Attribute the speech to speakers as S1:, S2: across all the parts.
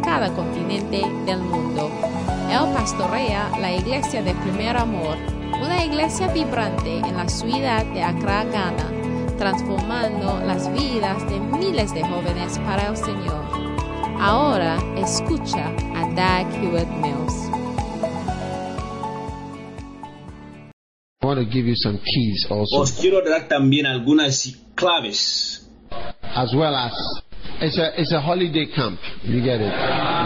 S1: cada continente del mundo. Él pastorea la iglesia de Primer Amor, una iglesia vibrante en la ciudad de Accra, Ghana, transformando las vidas de miles de jóvenes para el Señor. Ahora escucha a Doug Hewitt Mills.
S2: I want to give you some keys also,
S3: Os quiero dar también algunas claves.
S2: as well as it's a it's a holiday camp. You get it?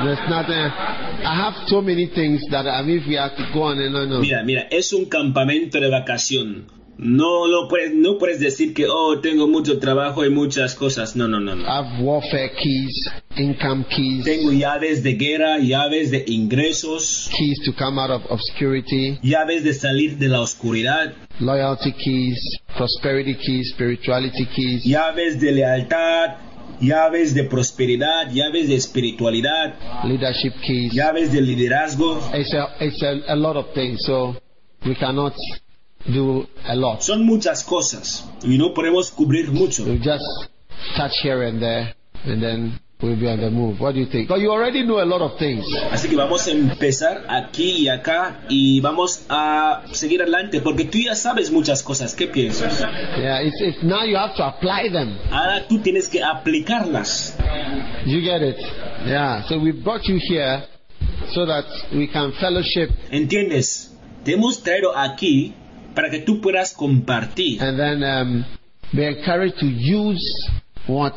S2: There's nothing. I have so many things that I mean, if we have to go on and on. and on.
S3: Mira, mira, es un campamento de vacación. No lo puedes, no puedes decir que oh tengo mucho trabajo y muchas cosas. No, no, no, no.
S2: I have warfare keys, income keys,
S3: Tengo llaves de guerra, llaves de ingresos,
S2: keys to come out of obscurity,
S3: llaves de salir de la oscuridad,
S2: loyalty keys, prosperity keys, spirituality keys.
S3: llaves de lealtad, llaves de prosperidad, llaves de espiritualidad,
S2: leadership keys.
S3: llaves de liderazgo.
S2: It's a it's a, a lot of things. So we cannot do a lot.
S3: Son muchas cosas y no podemos cubrir mucho.
S2: We just touch here and there, and then we'll be on the move. What do you think? But you already know a lot of things.
S3: Así que vamos a empezar aquí y acá y vamos a seguir adelante porque tú ya sabes muchas cosas. ¿Qué piensas?
S2: Yeah, it's, it's now you have to apply them.
S3: Ahora tú tienes que aplicarlas.
S2: You get it? Yeah. So we brought you here so that we can fellowship
S3: ¿Entiendes? Te hemos traído aquí para que tú puedas compartir
S2: and then um, be encouraged to use what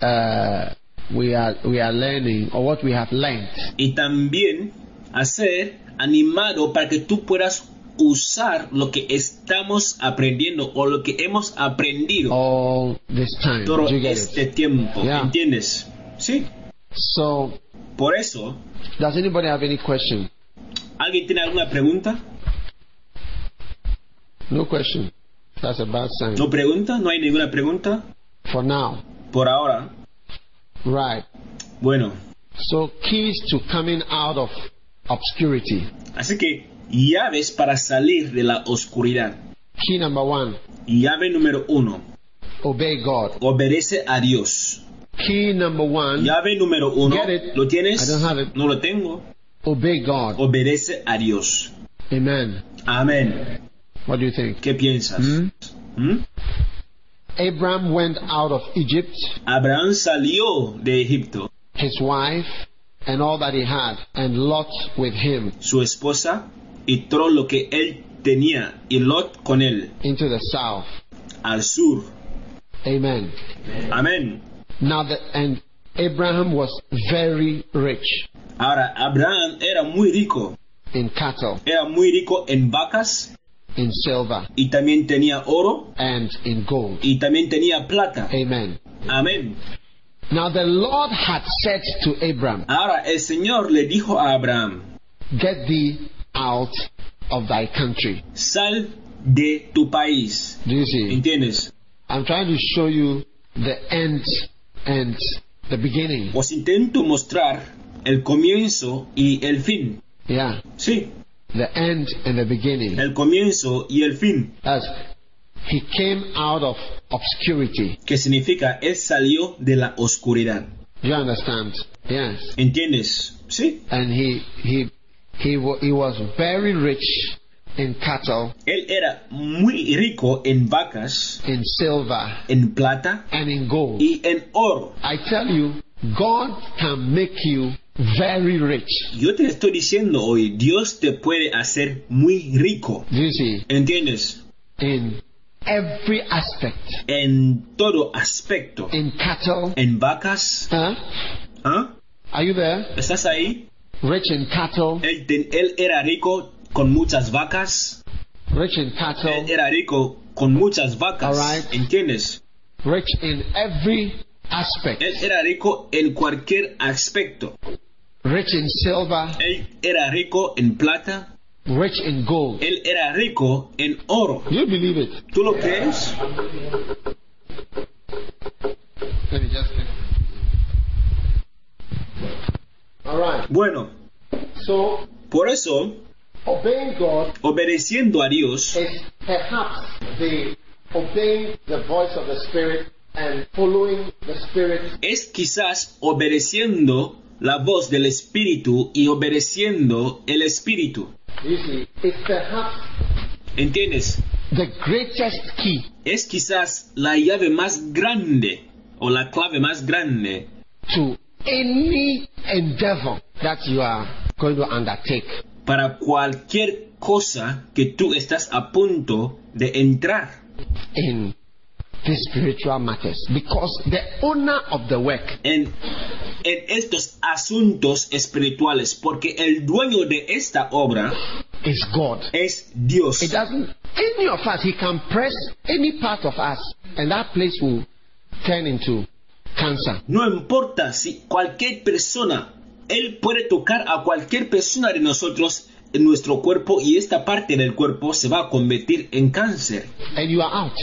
S2: uh, we are we are learning or what we have learned.
S3: y también hacer animado para que tú puedas usar lo que estamos aprendiendo o lo que hemos aprendido
S2: all this time.
S3: todo
S2: Oh, You get
S3: este
S2: it?
S3: tiempo.
S2: Yeah.
S3: ¿Entiendes? Sí.
S2: So,
S3: Por eso,
S2: does anybody have any question?
S3: ¿alguien tiene alguna pregunta?
S2: No question. That's a bad sign.
S3: ¿No pregunta? ¿No hay ninguna pregunta?
S2: For now,
S3: Por ahora.
S2: right?
S3: Bueno,
S2: So keys to coming out of obscurity.
S3: así que llaves para salir de la oscuridad.
S2: Key number one:
S3: Llave número uno,
S2: obey God.
S3: obedece a Dios.
S2: Key number one:
S3: Llave número uno,
S2: Get it.
S3: ¿lo
S2: I
S3: tienes?
S2: don't have it.
S3: No lo tengo.
S2: obey God.
S3: Obedece a Dios.
S2: Amen.
S3: Amén.
S2: What do you think?
S3: ¿Qué piensas?
S2: Hmm.
S3: ¿Mm?
S2: Abraham went out of Egypt,
S3: Abraham salió de Egipto,
S2: his wife, and all that he had, and Lot with him,
S3: su esposa y todo lo que él tenía y Lot con él
S2: into the south.
S3: al sur.
S2: Amen.
S3: Amén.
S2: Now the, and Abraham was very rich
S3: Ahora, Abraham era muy rico.
S2: in cattle,
S3: Era muy rico en vacas
S2: in silver,
S3: y también tenía oro
S2: and in gold.
S3: y también tenía plata.
S2: Amen.
S3: Amén.
S2: Now the Lord had said to Abraham,
S3: Ahora el Señor le dijo a Abraham,
S2: Get thee out of thy country.
S3: sal de tu país.
S2: Do you see?
S3: ¿Entiendes?
S2: I'm trying to show you the end and the beginning.
S3: Os Pues intento mostrar el comienzo y el fin.
S2: Yeah,
S3: Sí,
S2: the end and the beginning.
S3: el comienzo y el fin,
S2: As he came out of obscurity.
S3: que significa él salió de la oscuridad.
S2: Do you understand? Yes.
S3: ¿Entiendes? Sí,
S2: And he he he wa- he was very rich in cattle,
S3: él era muy rico en vacas,
S2: in silver,
S3: en plata
S2: and in gold.
S3: y en oro.
S2: I tell you, God can make you very rich.
S3: Yo te estoy diciendo hoy, Dios te puede hacer muy rico.
S2: Do you see?
S3: ¿Entiendes?
S2: In every aspect,
S3: En todo aspecto.
S2: in cattle.
S3: En vacas.
S2: Huh?
S3: ¿Ah?
S2: Are you there?
S3: ¿Estás ahí?
S2: Rich in cattle,
S3: Él, te- él era rico con muchas vacas.
S2: rich in cattle,
S3: Él era rico con muchas vacas.
S2: Alright.
S3: ¿Entiendes?
S2: rich in every aspect.
S3: Él era rico en cualquier aspecto.
S2: rich in silver,
S3: Él era rico en plata,
S2: rich in gold.
S3: él era rico en oro.
S2: Do you believe it?
S3: ¿Tú lo crees?
S2: Let me just. All right.
S3: Bueno,
S2: So
S3: por eso,
S2: obeying God
S3: obedeciendo a Dios
S2: is perhaps the obeying the voice of the Spirit and following the Spirit.
S3: es quizás obedeciendo la voz del Espíritu y obedeciendo el Espíritu.
S2: You see, it's perhaps
S3: ¿Entiendes?
S2: the greatest key
S3: Es quizás la llave más grande o la clave más grande
S2: to any endeavor that you are going to undertake.
S3: para cualquier cosa que tú estás a punto de entrar.
S2: in the spiritual matters because the owner of the work
S3: en, en estos asuntos espirituales, porque el dueño de esta obra
S2: is God.
S3: es Dios.
S2: It doesn't, any of us, he can press any part of us, and that place will turn into cancer.
S3: No importa si cualquier persona, Él puede tocar a cualquier persona de nosotros en nuestro cuerpo y esta parte del cuerpo se va a convertir en cáncer.
S2: And you are out.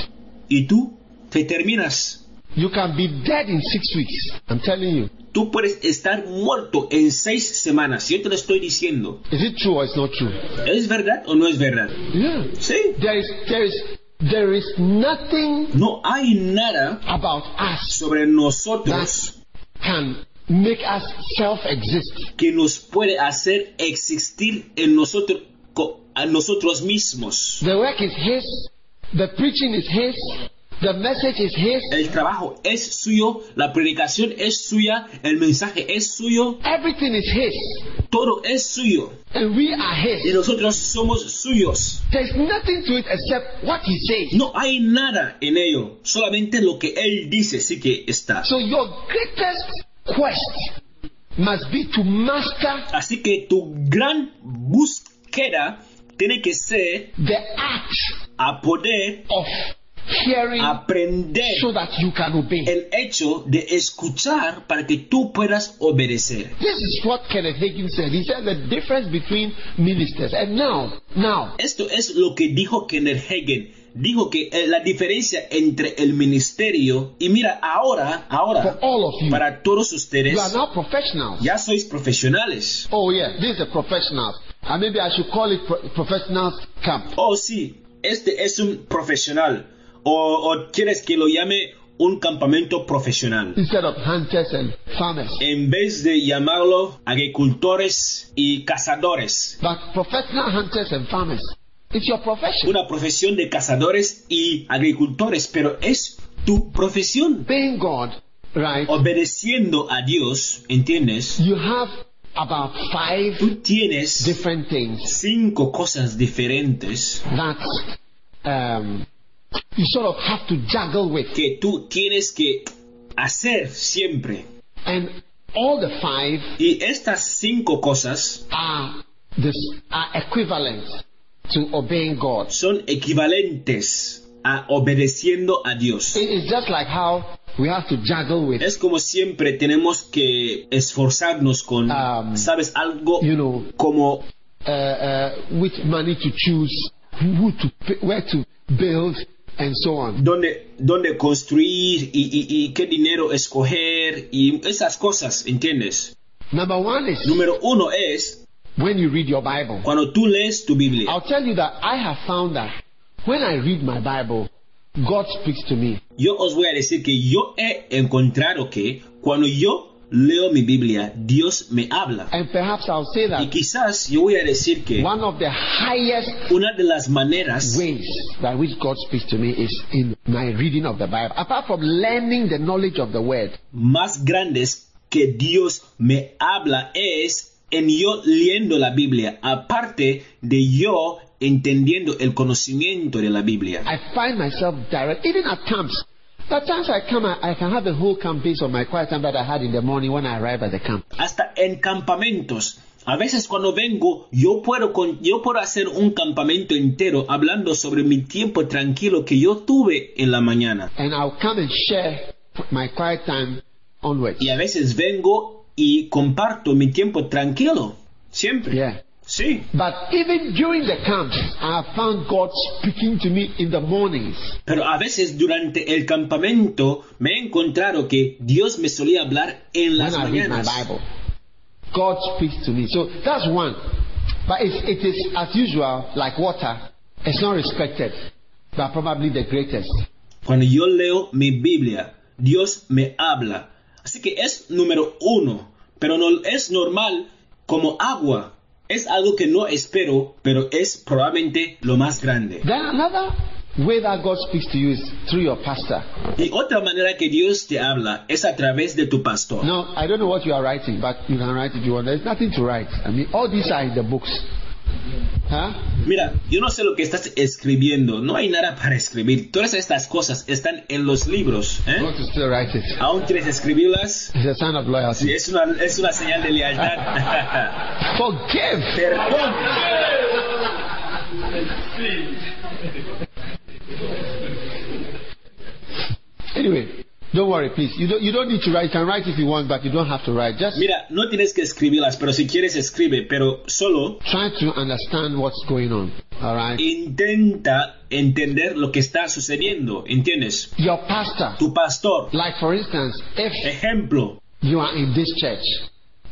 S3: Y tú te terminas.
S2: You can be dead in six weeks. I'm telling you.
S3: Tú puedes estar muerto en seis semanas. Yo te lo estoy diciendo.
S2: Is it true or it's not true?
S3: ¿Es verdad o no es verdad?
S2: Yeah.
S3: Sí.
S2: There is, there is, there is nothing
S3: No hay nada
S2: about us
S3: sobre nosotros.
S2: can make us self-exist.
S3: que nos puede hacer existir en nosotros co- a nosotros mismos.
S2: The work is his. The preaching is his. The message is his.
S3: El trabajo es suyo, la predicación es suya, el mensaje es suyo,
S2: Everything is His,
S3: todo es suyo
S2: and we are
S3: y
S2: His.
S3: nosotros somos suyos.
S2: There's nothing to it except what He says.
S3: No hay nada en ello, solamente lo que él dice sí que está.
S2: So your greatest quest must be to master
S3: Así que tu gran búsqueda tiene que ser
S2: the art
S3: a poder
S2: of hearing
S3: aprender
S2: so that you can obey.
S3: el hecho de escuchar para que tú puedas obedecer.
S2: This is what Kenneth Hagin said. He said the difference between ministers and now, now,
S3: Esto es lo que dijo Kenneth Hagen. Dijo que eh, la diferencia entre el ministerio y mira, ahora,
S2: for
S3: ahora,
S2: all of you,
S3: para todos ustedes,
S2: you are now professionals.
S3: ya sois profesionales.
S2: Oh yeah, this is a professional. And maybe I should call it pro- professionals camp.
S3: Oh, sí, este es un profesional. O, o quieres que lo llame un campamento profesional.
S2: Instead of hunters and farmers.
S3: En vez de llamarlo agricultores y cazadores.
S2: But professional hunters and farmers, it's your profession.
S3: Una profesión de cazadores y agricultores, pero es tu profesión.
S2: Obeying God, right?
S3: Obedeciendo a Dios, ¿entiendes?
S2: You have about five
S3: tú tienes
S2: different things
S3: cinco cosas diferentes
S2: that um, you sort of have to juggle with,
S3: que tú tienes que hacer siempre.
S2: and all the five
S3: Y estas cinco cosas
S2: are this are equivalent to obeying God.
S3: son equivalentes a obedeciendo a Dios.
S2: It is just like how we have to juggle with,
S3: Es como siempre tenemos que esforzarnos con,
S2: Um,
S3: ¿sabes? Algo
S2: you know,
S3: como
S2: uh, uh, which money to choose, who to, pay- where to build, and so on.
S3: dónde, dónde construir y, y- y qué dinero escoger y esas cosas, ¿entiendes?
S2: Number one is
S3: Número uno es
S2: when you read your Bible.
S3: cuando tú lees tu Biblia.
S2: I'll tell you that I have found that when I read my Bible, God speaks to me.
S3: Yo os voy a decir que yo he encontrado que cuando yo leo mi Biblia, Dios me habla.
S2: And perhaps I'll say
S3: Y
S2: that
S3: quizás yo voy a decir que
S2: one of the highest
S3: una de las maneras
S2: ways by which God speaks to me is in my reading of the Bible. Apart from learning the knowledge of the word,
S3: más grandes que Dios me habla es en yo leyendo la Biblia, aparte de yo entendiendo el conocimiento de la Biblia.
S2: I find myself direct, even at camps. At times I come, I, I can have a whole camp based on my quiet time that I had in the morning when I arrive at the camp.
S3: Hasta en campamentos. A veces cuando vengo, yo puedo, con- yo puedo hacer un campamento entero hablando sobre mi tiempo tranquilo que yo tuve en la mañana.
S2: And I'll come and share my quiet time onwards.
S3: Y a veces vengo y comparto mi tiempo tranquilo. Siempre.
S2: Yeah.
S3: Sí.
S2: But even during the camp, I have found God speaking to me in the mornings.
S3: Pero a veces durante el campamento me he encontrado que Dios me solía hablar en
S2: when
S3: las
S2: I read my
S3: mañanas.
S2: Bible. God speaks to me. So that's one. But it's, it is, as usual, like water. It's not respected, but probably the greatest.
S3: Cuando yo leo mi Biblia, Dios me habla. Así que es número uno, pero no es normal como agua. Es algo que no espero, pero es probablemente lo más grande.
S2: Then another way that God speaks to you is through your pastor.
S3: Y otra manera que Dios te habla es a través de tu pastor.
S2: Now, I don't know what you are writing, but you can write if you want. There's nothing to write. I mean, all these are in the books. Huh?
S3: Mira, yo no sé lo que estás escribiendo. No hay nada para escribir. Todas estas cosas están en los libros. ¿eh?
S2: You want to still write it.
S3: ¿Aún quieres escribirlas?
S2: It's a sign of
S3: Sí,
S2: loyalty.
S3: es una, es una señal de lealtad.
S2: Forgive.
S3: Perdón.
S2: Anyway, don't worry, please. You don't, you don't need to write. You can write if you want, but you don't have to write. Just
S3: Mira, no tienes que escribirlas, pero si quieres escribe, pero solo
S2: try to understand what's going on. All right.
S3: intenta entender lo que está sucediendo, ¿entiendes?
S2: Your pastor,
S3: Tu pastor,
S2: like for instance, if
S3: ejemplo,
S2: you are in this church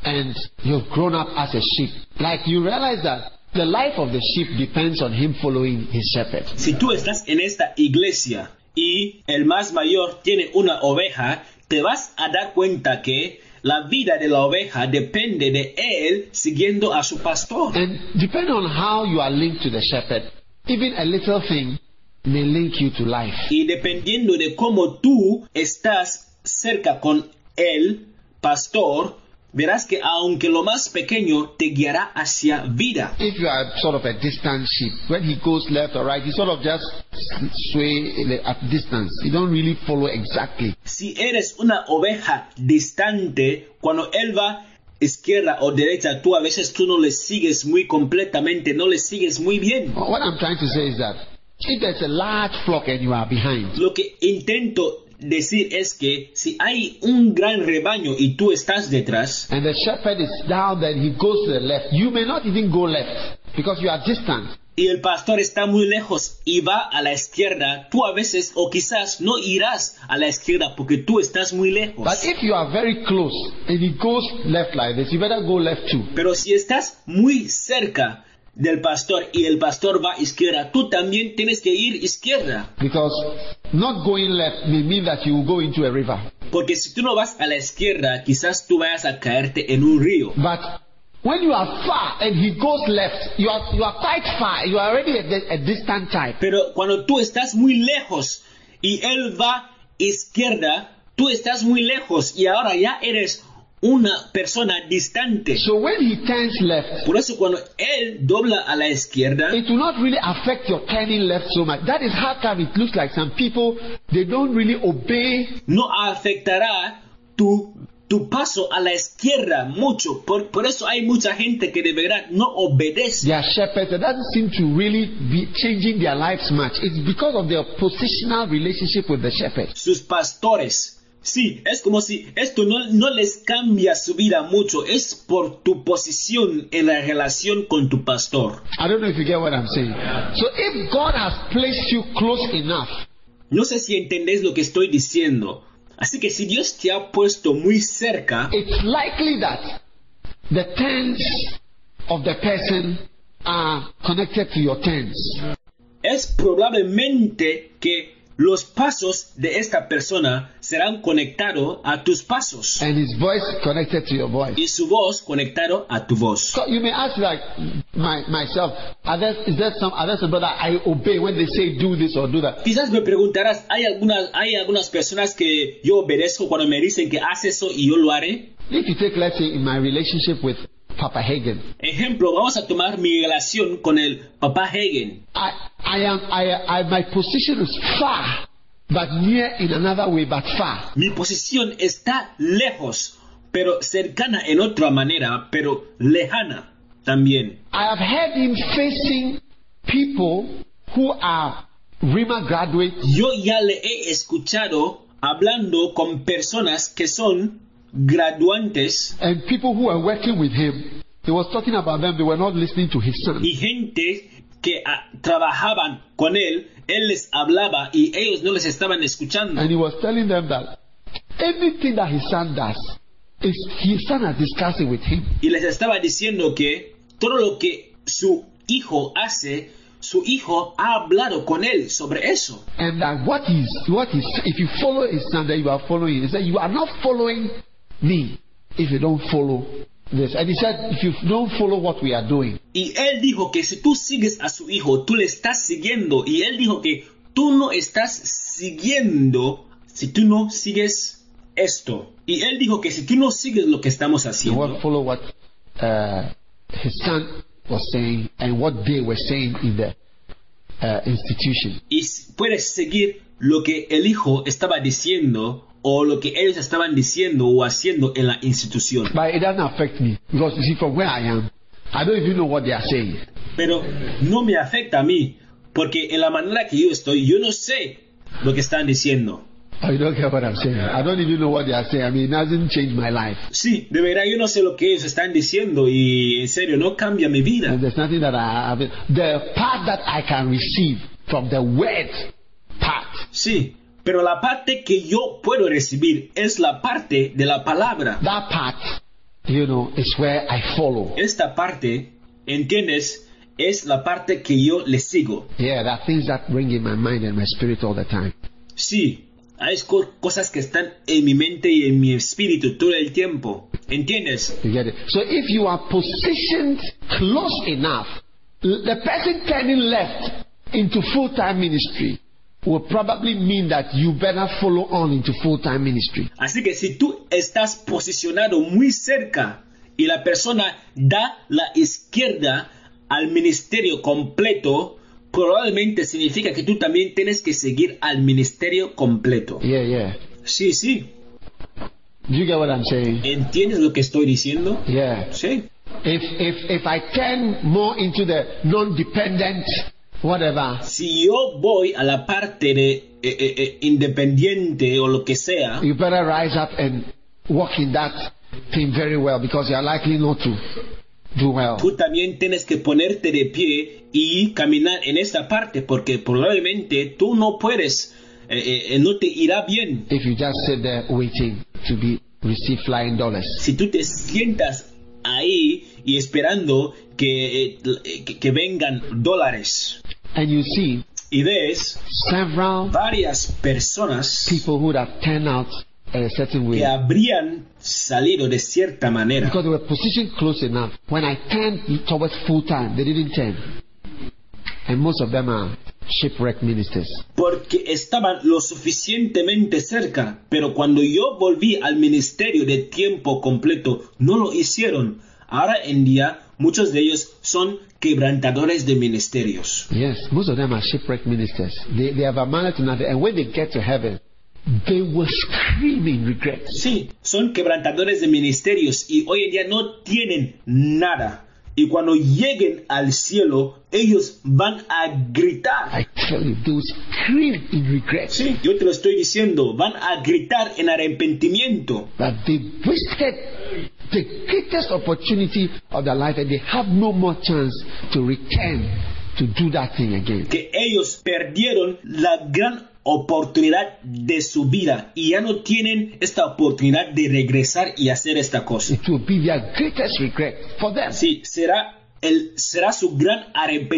S2: and you've grown up as a sheep, like you realize that the life of the sheep depends on him following his shepherd.
S3: si tú estás en esta iglesia y el más mayor tiene una oveja, te vas a dar cuenta que la vida de la oveja depende de él siguiendo a su pastor.
S2: And depending on how you are linked to the shepherd, even a little thing may link you to life.
S3: Y dependiendo de cómo tú estás cerca con el pastor, verás que aunque lo más pequeño te guiará hacia vida.
S2: If you are sort of a distant sheep, when he goes left or right, he sort of just sway at distance. You don't really follow exactly.
S3: Si eres una oveja distante, cuando él va izquierda o derecha, tú a veces tú no le sigues muy completamente, no le sigues muy bien.
S2: What I'm trying to say is that if there's a large flock and you are behind,
S3: Lo que intento decir es que si hay un gran rebaño y tú estás detrás,
S2: and the shepherd is down, then he goes to the left. You may not even go left because you are distant.
S3: y el pastor está muy lejos y va a la izquierda, tú a veces o quizás no irás a la izquierda porque tú estás muy lejos.
S2: But if you are very close and he goes left like this, you better go left too.
S3: Pero si estás muy cerca del pastor y el pastor va a izquierda, tú también tienes que ir izquierda.
S2: Because not going left may mean that you will go into a river.
S3: Porque si tú no vas a la izquierda, quizás tú vayas a caerte en un río.
S2: But when you are far and he goes left, you are, you are quite far. You are already a, di- a distant type.
S3: Pero cuando tú estás muy lejos y él va izquierda, tú estás muy lejos y ahora ya eres una persona distante.
S2: So when he turns left,
S3: Por eso cuando él dobla a la izquierda,
S2: it will not really affect your turning left so much. That is how come it looks like some people, they don't really obey.
S3: no afectará tu, tu paso a la izquierda mucho. Por, por eso hay mucha gente que de verdad no obedece.
S2: Their shepherds, it doesn't seem to really be changing their lives much. It's because of their positional relationship with the shepherd.
S3: Sus pastores. Sí, es como si esto no, no les cambia su vida mucho. Es por tu posición en la relación con tu pastor.
S2: I don't know if you get what I'm saying. So if God has placed you close enough
S3: No sé si entendés lo que estoy diciendo. Así que si Dios te ha puesto muy cerca,
S2: it's likely that the turns of the person are connected to your turns.
S3: es probablemente que los pasos de esta persona serán conectados a tus pasos
S2: and his voice connected to your voice.
S3: y su voz conectado a tu voz.
S2: So you may ask like my, myself, are there, is there some other brother I obey when they say do this or do that?
S3: Quizás me preguntarás, ¿hay algunas, hay algunas personas que yo obedezco cuando me dicen que haz eso y yo lo haré?
S2: If you take let's say in my relationship with Papa Hagen,
S3: Ejemplo, vamos a tomar mi relación con el papá Hagen.
S2: I, I am I, I my position is far, but near in another way, but far.
S3: Mi posición está lejos, pero cercana en otra manera, pero lejana también.
S2: I have heard him facing people who are RIMA graduates
S3: Yo ya le he escuchado hablando con personas que son graduantes
S2: And people who were working with him, he was talking about them, they were not listening to his son.
S3: y gente que ah, trabajaban con él, él les hablaba y ellos no les estaban escuchando.
S2: And he was telling them that anything that his son does, is his son has discussed it with him.
S3: Y les estaba diciendo que todo lo que su hijo hace, su hijo ha hablado con él sobre eso.
S2: And that what is what is if you follow his son, then you are following. He said, You are not following me if you don't follow this. And he said, If you don't follow what we are doing,
S3: Y él dijo que si tú sigues a su hijo, tú le estás siguiendo. Y él dijo que tú no estás siguiendo si tú no sigues esto. Y él dijo que si tú no sigues lo que estamos
S2: you
S3: haciendo,
S2: won't follow what uh, his son was saying and what they were saying in the uh, institution.
S3: y s- puedes seguir lo que el hijo estaba diciendo o lo que ellos estaban diciendo o haciendo en la institución.
S2: But it doesn't affect me because you see, from where I am, I don't even know what they are saying.
S3: Pero no me afecta a mí, porque en la manera que yo estoy, yo no sé lo que están diciendo.
S2: I don't care what I'm saying. I don't even know what they are saying. I mean, it doesn't change my life.
S3: Sí, de verdad yo no sé lo que ellos están diciendo y en serio no cambia mi vida.
S2: And there's nothing that I have. The part that I can receive from the word part
S3: Sí, pero la parte que yo puedo recibir es la parte de la palabra.
S2: that part, you know, is where I follow.
S3: Esta parte, ¿entiendes? Es la parte que yo le sigo.
S2: Yeah, there are things that ring in my mind and my spirit all the time.
S3: Sí, hay co- cosas que están en mi mente y en mi espíritu todo el tiempo. ¿Entiendes?
S2: You get it? So if you are positioned close enough, l- the person turning left into full time ministry will probably mean that you better follow on into full time ministry.
S3: Así que si tú estás posicionado muy cerca y la persona da la izquierda al ministerio completo, probablemente significa que tú también tienes que seguir al ministerio completo.
S2: Yeah, yeah.
S3: Sí, sí.
S2: Do you get what I'm saying?
S3: ¿Entiendes lo que estoy diciendo?
S2: Yeah.
S3: Sí.
S2: If if if I turn more into the non-dependent whatever,
S3: Si yo voy a la parte de eh, eh, eh, independiente o lo que sea,
S2: you better rise up and walk in that thing very well because you are likely not to do well.
S3: tú también tienes que ponerte de pie y caminar en esta parte porque probablemente tú no puedes, eh, eh, eh, no te irá bien.
S2: If you just sit there waiting to be receive flying dollars.
S3: Si tú te sientas ahí y esperando que, eh, eh, que, que vengan dólares
S2: And you see
S3: y ves
S2: several
S3: varias personas
S2: people who would have turned out in a certain way.
S3: que habrían salido de cierta manera.
S2: Because they were positioned close enough. When I turned towards full time, they didn't turn. And most of them are shipwreck ministers.
S3: porque estaban lo suficientemente cerca, pero cuando yo volví al ministerio de tiempo completo, no lo hicieron. Ahora en día, muchos de ellos son quebrantadores de ministerios.
S2: Yes, most of them are shipwreck ministers. They, they have a manner to nothing, and when they get to heaven, they will scream in regret.
S3: Sí, son quebrantadores de ministerios y hoy en día no tienen nada. Y cuando lleguen al cielo, ellos van a gritar.
S2: I tell you, they will scream in regret
S3: Sí, yo te lo estoy diciendo, van a gritar en arrepentimiento.
S2: that they wasted the greatest opportunity of their life, and they have no more chance to return to do that thing again.
S3: que ellos perdieron la gran oportunidad de su vida y ya no tienen esta oportunidad de regresar y hacer esta cosa.
S2: It will be their greatest regret for them
S3: Sí, será el será su gran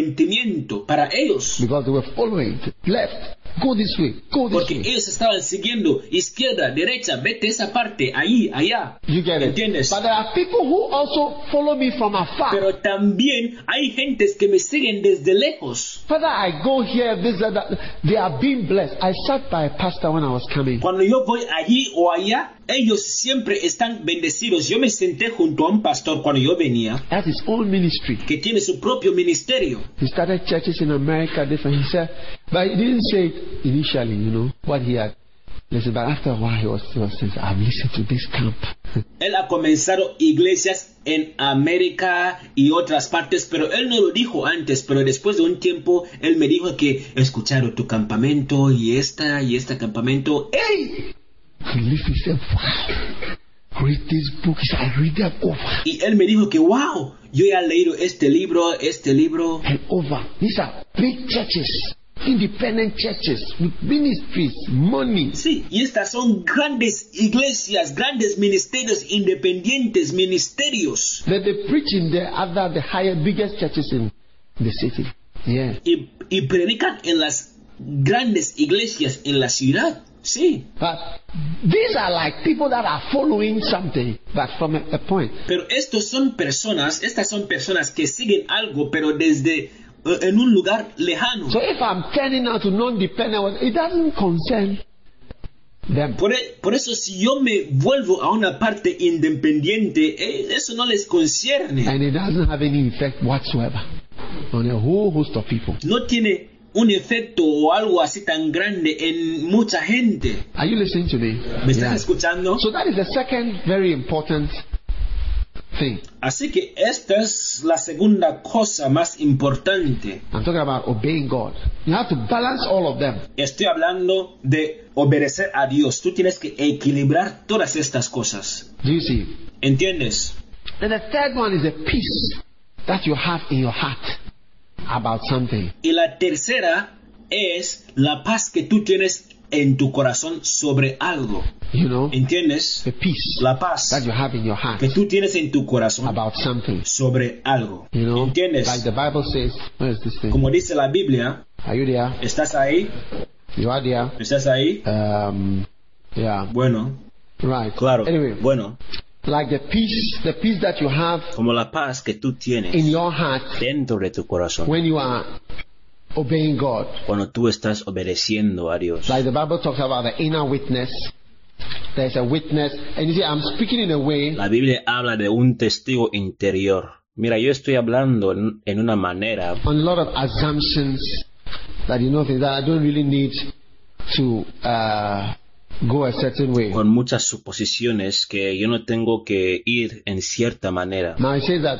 S3: arrepentimiento para ellos,
S2: because they were following left, go this way, go this
S3: porque
S2: way.
S3: ellos estaban siguiendo izquierda, derecha, vete esa parte, ahí, allá.
S2: You get it?
S3: ¿Entiendes?
S2: But there are people who also follow me from afar.
S3: Pero también hay gentes que me siguen desde lejos.
S2: Father, I go here, this, that, that. They are being blessed. I sat by a pastor when I was coming.
S3: Cuando yo voy allí o allá, ellos siempre están bendecidos. Yo me senté junto a un pastor cuando yo venía
S2: That's his own ministry.
S3: que tiene su propio ministerio.
S2: He started churches in America, different. He said, but he didn't say it initially, you know, what he had. Listen, but after a while, he was, he was saying, I've listened to this camp.
S3: Él ha comenzado iglesias en América y otras partes, pero él no lo dijo antes, pero después de un tiempo él me dijo que he escuchado tu campamento y esta y este campamento. ¡Ey!
S2: he listened, he said, wow. read this book. He said, I read them over
S4: Y él me dijo que, wow, yo ya he leído este libro, este libro.
S2: and over. These are big churches, independent churches with ministries, money.
S4: Sí, y estas son grandes iglesias, grandes ministerios independientes, ministerios.
S2: That they preach in the other, the higher, biggest churches in the city. Yeah.
S4: Y, y predican en las grandes iglesias en la ciudad. Sí,
S2: But these are like people that are following something, but from a, a point.
S4: pero estos son personas, estas son personas que siguen algo, pero desde eh, en un lugar lejano.
S2: So if I'm turning out to non-dependent, it doesn't concern them.
S4: Por, e- por eso si yo me vuelvo a una parte independiente, eh, eso no les concierne.
S2: And it doesn't have any effect whatsoever on a whole host of people.
S4: No tiene un efecto o algo así tan grande en mucha gente.
S2: Are you listening to me?
S4: ¿Me estás
S2: Yeah.
S4: escuchando?
S2: So that is the second very important thing.
S4: Así que esta es la segunda cosa más importante.
S2: I'm talking about obeying God. You have to balance all of them.
S4: Estoy hablando de obedecer a Dios. Tú tienes que equilibrar todas estas cosas.
S2: Do you see?
S4: ¿Entiendes?
S2: And the third one is the peace that you have in your heart about something.
S4: Y la tercera es la paz que tú tienes en tu corazón sobre algo.
S2: You know,
S4: ¿Entiendes?
S2: the peace
S4: La paz
S2: that you have in your heart
S4: que tú tienes en tu corazón
S2: about something.
S4: sobre algo.
S2: You know,
S4: ¿Entiendes?
S2: like the Bible says, where is this thing?
S4: Como dice la Biblia,
S2: Are you there?
S4: ¿estás ahí?
S2: You are there.
S4: ¿Estás ahí?
S2: Um, yeah,
S4: Bueno,
S2: right.
S4: claro.
S2: Anyway,
S4: Bueno,
S2: like the peace, the peace that you have
S4: como la paz que tú tienes
S2: in your heart
S4: dentro de tu corazón
S2: when you are obeying God.
S4: cuando tú estás obedeciendo a Dios.
S2: Like the Bible talks about the inner witness. There's a witness, and you see, I'm speaking in a way
S3: La Biblia habla de un testigo interior. Mira, yo estoy hablando en, en una manera
S2: on a lot of assumptions that you know things that I don't really need to uh, go a certain way.
S3: con muchas suposiciones que yo no tengo que ir en cierta manera.
S2: Now it says that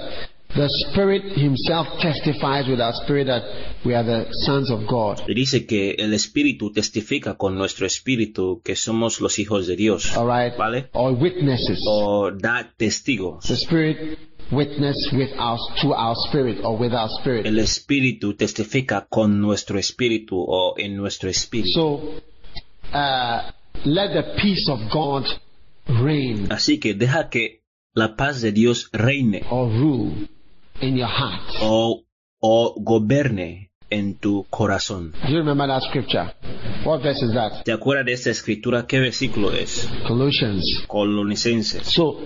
S2: the Spirit Himself testifies with our spirit that we are the sons of God.
S3: Y Dice que el espíritu testifica con nuestro espíritu que somos los hijos de Dios.
S2: All right,
S3: Vale.
S2: or witnesses.
S3: O da testigo.
S2: The Spirit witness with our to our spirit or with our spirit.
S3: El espíritu testifica con nuestro espíritu o en nuestro espíritu.
S2: So uh, let the peace of God reign
S3: Así que deja que la paz de Dios reine
S2: or rule in your heart.
S3: o, o gobierne en tu corazón.
S2: Do you remember that scripture? What verse is that?
S3: ¿Te acuerdas de esta escritura? ¿Qué versículo es?
S2: Colossians.
S3: Colonicenses.
S2: So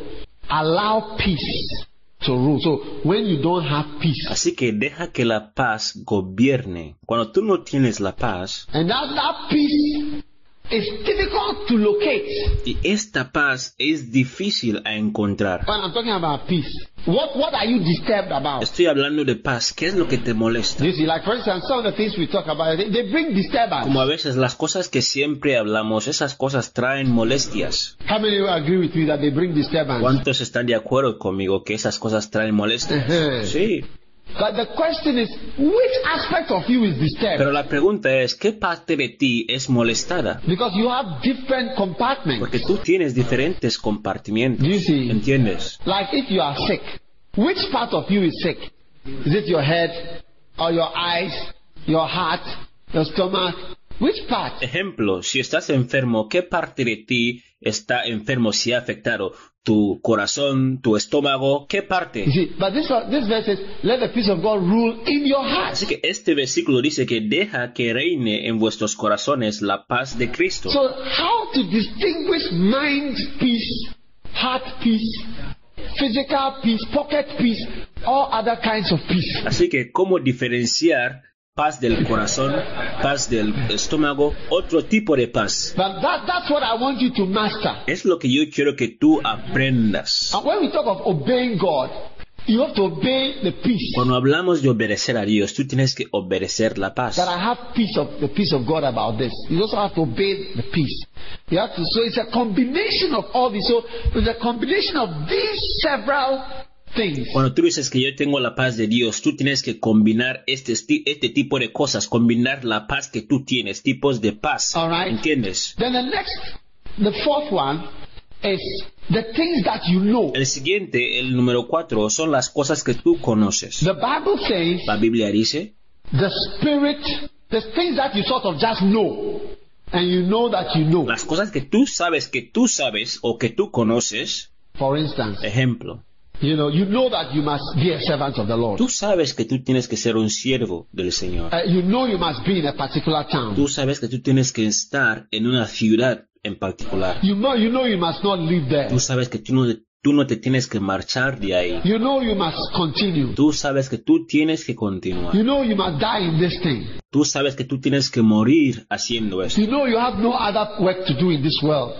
S2: allow peace to rule. So when you don't have peace,
S3: Así que deja que la paz gobierne. Cuando tú no tienes la paz,
S2: and that, that peace is difficult to locate.
S3: y esta paz es difícil a encontrar.
S2: When I'm talking about peace, what what are you disturbed about?
S3: Estoy hablando de paz. ¿Qué es lo que te molesta?
S2: You see, like for instance, some of the things we talk about, they, they bring disturbance.
S3: Como a veces las cosas que siempre hablamos, esas cosas traen molestias.
S2: How many of you agree with me that they bring disturbance?
S3: ¿Cuántos están de acuerdo conmigo que esas cosas traen
S2: Ejé.
S3: molestias? Sí.
S2: But the question is, which aspect of you is
S3: Pero
S2: disturbed?
S3: la pregunta es, ¿qué parte de ti es molestada?
S2: Because you have different compartments.
S3: Porque tú tienes diferentes compartimientos.
S2: Do you see?
S3: ¿Entiendes?
S2: Like if you are sick, which part of you is sick? Is it your head or your eyes, your heart, your stomach? Which part?
S3: Ejemplo, si estás enfermo, ¿qué parte de ti está enfermo si ha afectado tu corazón, tu estómago? ¿Qué
S2: You
S3: parte?
S2: see, but this one- this verse says, "Let the peace of God rule in your heart."
S3: Así que este versículo dice que deja que reine en vuestros corazones la paz de Cristo.
S2: So, how to distinguish mind peace, heart peace, physical peace, pocket peace, all other kinds of peace?
S3: Así que, ¿cómo diferenciar paz del corazón, paz del estómago, otro tipo de paz?
S2: But that, that's what I want you to master.
S3: Es lo que yo quiero que tú aprendas.
S2: And when we talk of obeying God, you have to obey the peace.
S3: Cuando hablamos de obedecer a Dios, tú tienes que obedecer la paz.
S2: That I have peace of the peace of God about this. You also have to obey the peace. You have to. So it's a combination of all these. So it's a combination of these several things.
S3: Cuando tú dices que yo tengo la paz de Dios, tú tienes que combinar este, esti- este tipo de cosas, combinar la paz que tú tienes, tipos de paz.
S2: All right.
S3: ¿Entiendes?
S2: Then the next, the fourth one is the things that you know.
S3: El siguiente, el número cuatro, son las cosas que tú conoces.
S2: The Bible says
S3: La Biblia dice,
S2: the spirit, the things that you sort of just know, and you know that you know.
S3: las cosas que tú sabes que tú sabes o que tú conoces,
S2: For instance,
S3: ejemplo,
S2: you know, you know that you must be a servant of the Lord.
S3: tú sabes que tú tienes que ser un siervo del Señor.
S2: Uh, you know you must be in a particular town.
S3: Tú sabes que tú tienes que estar en una ciudad en particular.
S2: You know, you know you must not live there.
S3: Tú sabes que tú no, tú no te tienes que marchar de ahí.
S2: You know you must continue.
S3: Tú sabes que tú tienes que continuar.
S2: You know you must die in this thing.
S3: Tú sabes que tú tienes que morir haciendo eso.
S2: You know you have no other work to do in this world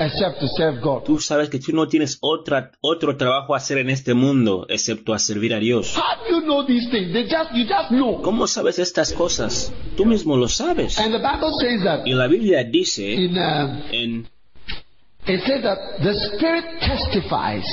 S2: except to serve God.
S3: Tú sabes que tú no tienes otra, otro trabajo a hacer en este mundo excepto a servir a Dios.
S2: How do you know these things? They just you just know.
S3: ¿Cómo sabes estas cosas? Tú mismo lo sabes.
S2: And the Bible says that
S3: Y la Biblia dice
S2: in um,
S3: en
S2: it says that the Spirit testifies,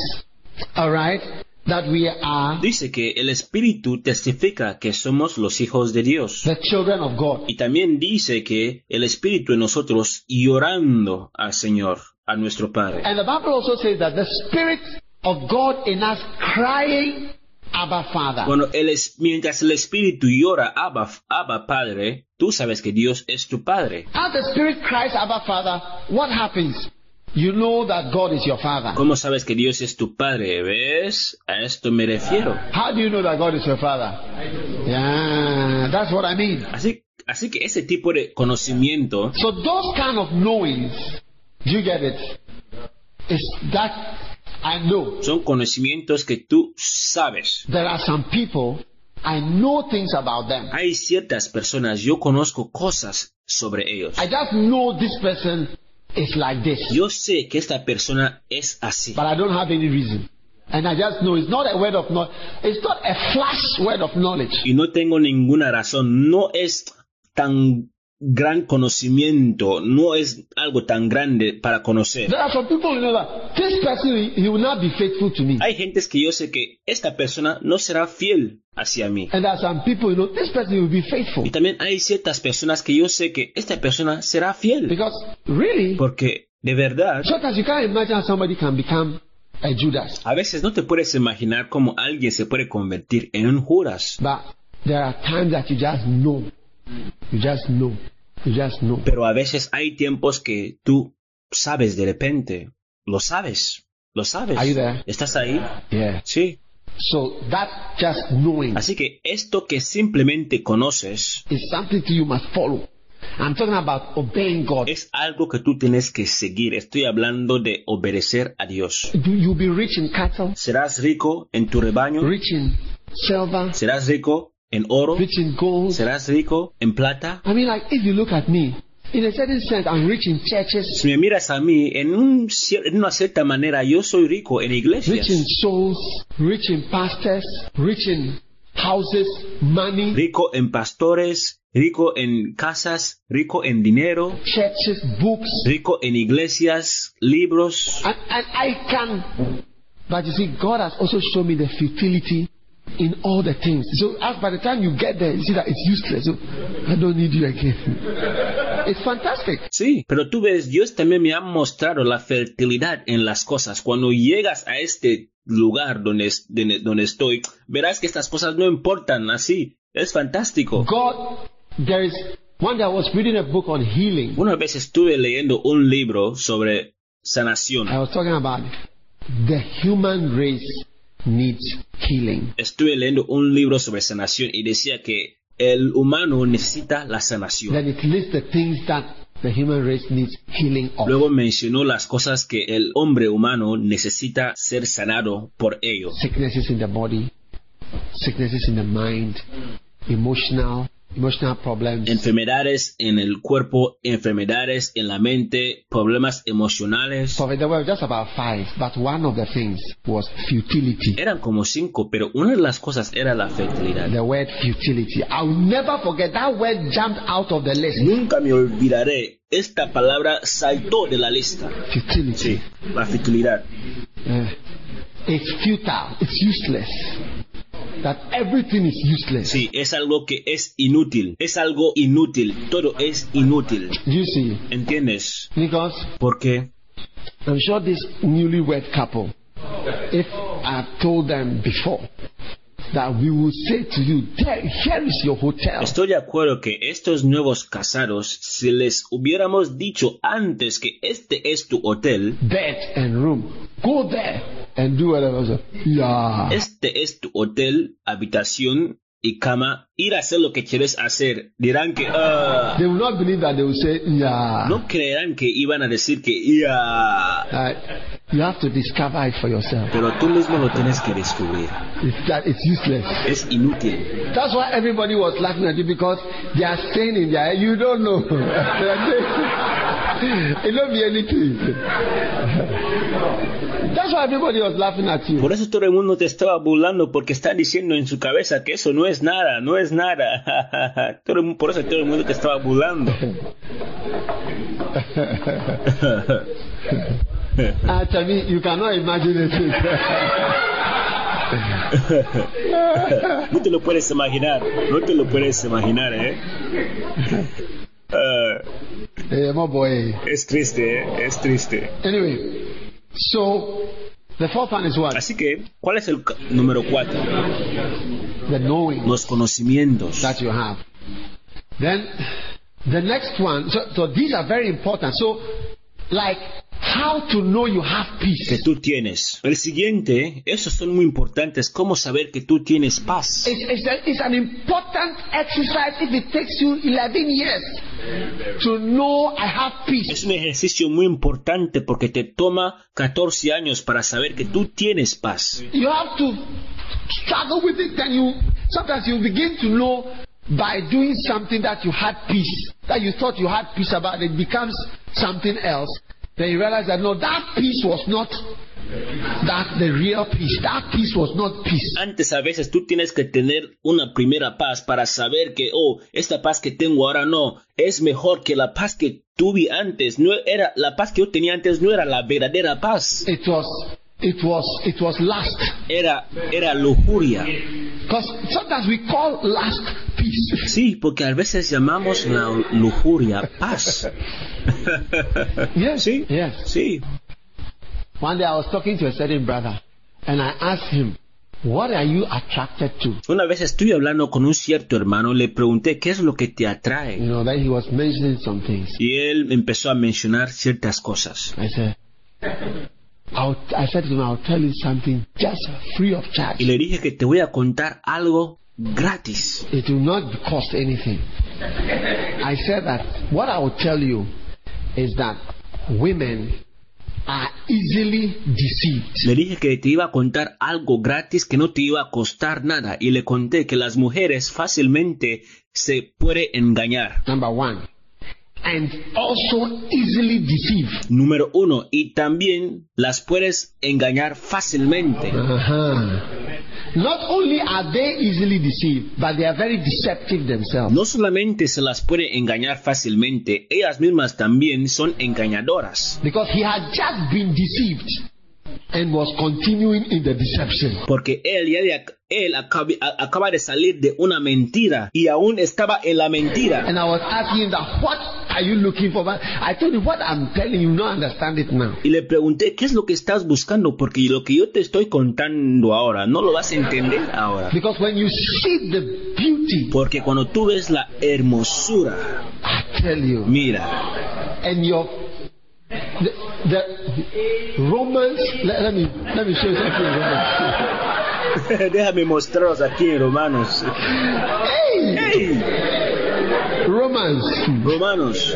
S2: all right, that we are
S3: dice que el Espíritu testifica que somos los hijos de Dios.
S2: the children of God.
S3: Y también dice que el Espíritu en nosotros y orando al Señor, a nuestro Padre.
S2: And the Bible also says that the Spirit of God in us crying, Abba Father.
S3: Bueno, el es- mientras el Espíritu llora, Abba, Abba Padre, tú sabes que Dios es tu Padre.
S2: As the Spirit cries, Abba Father, what happens? You know that God is your Father.
S3: ¿Cómo sabes que Dios es tu Padre? ¿Ves? A esto me refiero.
S2: How do you know that God is your Father? Yeah, that's what I mean.
S3: Así, así que ese tipo de conocimiento,
S2: So those kind of knowings, do you get it? It's that I know.
S3: son conocimientos que tú sabes.
S2: There are some people, I know things about them.
S3: Hay ciertas personas, yo conozco cosas sobre ellos.
S2: I just know this person is like this,
S3: Yo sé que esta persona es así,
S2: but I don't have any reason. And I just know it's not a word of knowledge. It's not a flash word of knowledge.
S3: y no tengo ninguna razón. No es tan gran conocimiento, no es algo tan grande para conocer.
S2: There are some people you know that this person he, he will not be faithful to me.
S3: Hay gentes que yo sé que esta persona no será fiel hacia mí.
S2: And there are some people you know this person will be faithful
S3: Y también hay ciertas personas que yo sé que esta persona será fiel.
S2: because really
S3: Porque, de verdad,
S2: Sometimes you can't imagine how somebody can become a Judas.
S3: a veces no te puedes imaginar cómo alguien se puede convertir en un Judas.
S2: But there are times that you just know. You just know. You just know.
S3: Pero a veces hay tiempos que tú sabes de repente. Lo sabes. Lo sabes.
S2: Are you there?
S3: ¿Estás ahí?
S2: Yeah.
S3: Sí.
S2: So that just knowing
S3: Así que esto que simplemente conoces
S2: is something that you must follow. I'm talking about obeying God.
S3: es algo que tú tienes que seguir. Estoy hablando de obedecer a Dios.
S2: Do you be rich in cattle,
S3: ¿Serás rico en tu rebaño?
S2: rich in silver,
S3: ¿Serás rico en oro?
S2: rich in gold?
S3: ¿Serás rico en plata?
S2: I mean, like if you look at me, in a certain sense, I'm rich in churches,
S3: Si me miras a mí, en, un cier- en una cierta manera yo soy rico en
S2: rich in
S3: iglesias,
S2: souls, rich in pastors, rich in houses, money.
S3: rico en pastores, rico en casas, rico en dinero,
S2: churches, books,
S3: rico en iglesias, libros.
S2: and, and I can. But you see, God has also shown me the futility in all the things. So as by the time you get there, you see that it's useless. So I don't need you again. it's fantastic.
S3: Sí, pero tú ves, Dios también me ha mostrado la fertilidad en las cosas. Cuando llegas a este lugar donde, es- donde- donde estoy, verás que estas cosas no importan así. Es fantástico.
S2: God, there is one day I was reading a book on healing.
S3: Una vez estuve leyendo un libro sobre sanación.
S2: I was talking about the human race needs healing.
S3: estuve leyendo un libro sobre sanación y decía que el humano necesita la sanación.
S2: Then it lists the things that the human race needs healing of.
S3: Luego mencionó las cosas que el hombre humano necesita ser sanado por ello.
S2: sicknesses in the body, sicknesses in the mind, emotional, emotional problems,
S3: Enfermedades en el cuerpo, enfermedades en la mente, problemas emocionales.
S2: So there were just about five, but one of the things was futility.
S3: Eran como cinco, pero una de las cosas era la fertilidad.
S2: The word futility. I'll never forget that word jumped out of the list.
S3: Nunca me olvidaré, esta palabra saltó de la lista.
S2: Futility.
S3: Sí, la fertilidad.
S2: Eh, it's futile. It's useless. That everything is useless.
S3: Sí, es algo que es inútil. Es algo inútil. Todo es inútil.
S2: You see,
S3: ¿Entiendes?
S2: because
S3: Porque
S2: I'm sure this newlywed couple, if I told them before that we will say to you, there, here is your hotel.
S3: Estoy de acuerdo que estos nuevos casados, si les hubiéramos dicho antes que este es tu hotel,
S2: bed and room. Go there and do whatever. I said, Yeah.
S3: este es tu hotel, habitación y cama, ir a hacer lo que quieres hacer, dirán que... "Ah".
S2: They will not believe that. They will say, yeah.
S3: no creerán que iban a decir que... "Ya".
S2: Uh, you have to discover it for yourself.
S3: Pero tú mismo lo tienes que descubrir.
S2: It's, that, it's useless.
S3: Es inútil.
S2: That's why everybody was laughing at you because they are staying in there. You don't know. They are saying, it don't be anything. That's why everybody was laughing at you.
S3: Por eso todo el mundo te estaba burlando porque está diciendo en su cabeza que eso no es nada, no es nada. Todo el mu- por eso todo el mundo te estaba burlando.
S2: Ah, tell me, you cannot imagine it.
S3: No te lo puedes imaginar, no te lo puedes imaginar, ¿eh? Ah,
S2: Eh, my boy.
S3: es triste, ¿eh? es triste.
S2: Anyway, so the fourth one is what?
S3: Así que, ¿cuál es el ca- número cuatro?
S2: The knowing.
S3: Los conocimientos.
S2: that you have. Then the next one, so, so these are very important. So, like how to know you have
S3: que
S2: peace.
S3: tú tienes. El siguiente, esos son muy importantes, cómo saber que tú tienes paz.
S2: It's, it's, a- it's an important exercise if it takes you 11 years to know I have
S3: Es
S2: peace.
S3: un ejercicio muy importante porque te toma 14 años para saber que tú tienes paz.
S2: You have to struggle with it, then you sometimes you begin to know by doing something that you had peace, that you thought you had peace about, it becomes something else. Then you realize that no, that peace was not that the real peace. That peace was not peace.
S3: Antes a veces tú tienes que tener una primera paz para saber que, oh, esta paz que tengo ahora no, es mejor que la paz que tuve antes. No era, la paz que yo tenía antes no era la verdadera paz.
S2: It was it was it was lust.
S3: Era, era lujuria.
S2: Because sometimes we call lust peace.
S3: Sí, porque a veces llamamos la lujuria paz.
S2: Yes.
S3: Sí.
S2: Yes.
S3: Sí,
S2: One day I was talking to a certain brother and I asked him, What are you attracted to?
S3: Una vez estuve hablando con un cierto hermano, le pregunté qué es lo que te
S2: You
S3: atrae.
S2: know, that he was mentioning some things.
S3: Y él empezó a mencionar ciertas cosas.
S2: I said, I'll, I said to him, I'll tell you something just free of charge.
S3: Y le dije que te voy a contar algo gratis.
S2: It will not cost anything. I said that what I will tell you is that women are easily deceived.
S3: Le dije que te iba a contar algo gratis que no te iba a costar nada. Y le conté que las mujeres fácilmente se puede engañar.
S2: Number one. And also easily deceived.
S3: Número uno, y también las puedes engañar fácilmente.
S2: Uh-huh. Not only are they easily deceived, but they are very deceptive themselves.
S3: No solamente se las puede engañar fácilmente, ellas mismas también son engañadoras.
S2: Because he had just been deceived and was continuing in the deception.
S3: Porque él, ya de- él acabi- a- acaba de salir de una mentira y aún estaba en la mentira.
S2: And I was asking him that, what are you looking for? But I told him, what I'm telling you, you don't understand it now.
S3: Y le pregunté, ¿qué es lo que estás buscando? Porque lo que yo te estoy contando ahora, no lo vas a entender ahora.
S2: Because when you see the beauty,
S3: Porque cuando tú ves la hermosura,
S2: I tell you,
S3: mira,
S2: and your the, the romance. Let, let me let me show you something. Romance.
S3: déjame mostraros aquí, romanos.
S2: Hey,
S3: ¡Hey!
S2: romance.
S3: Romanos,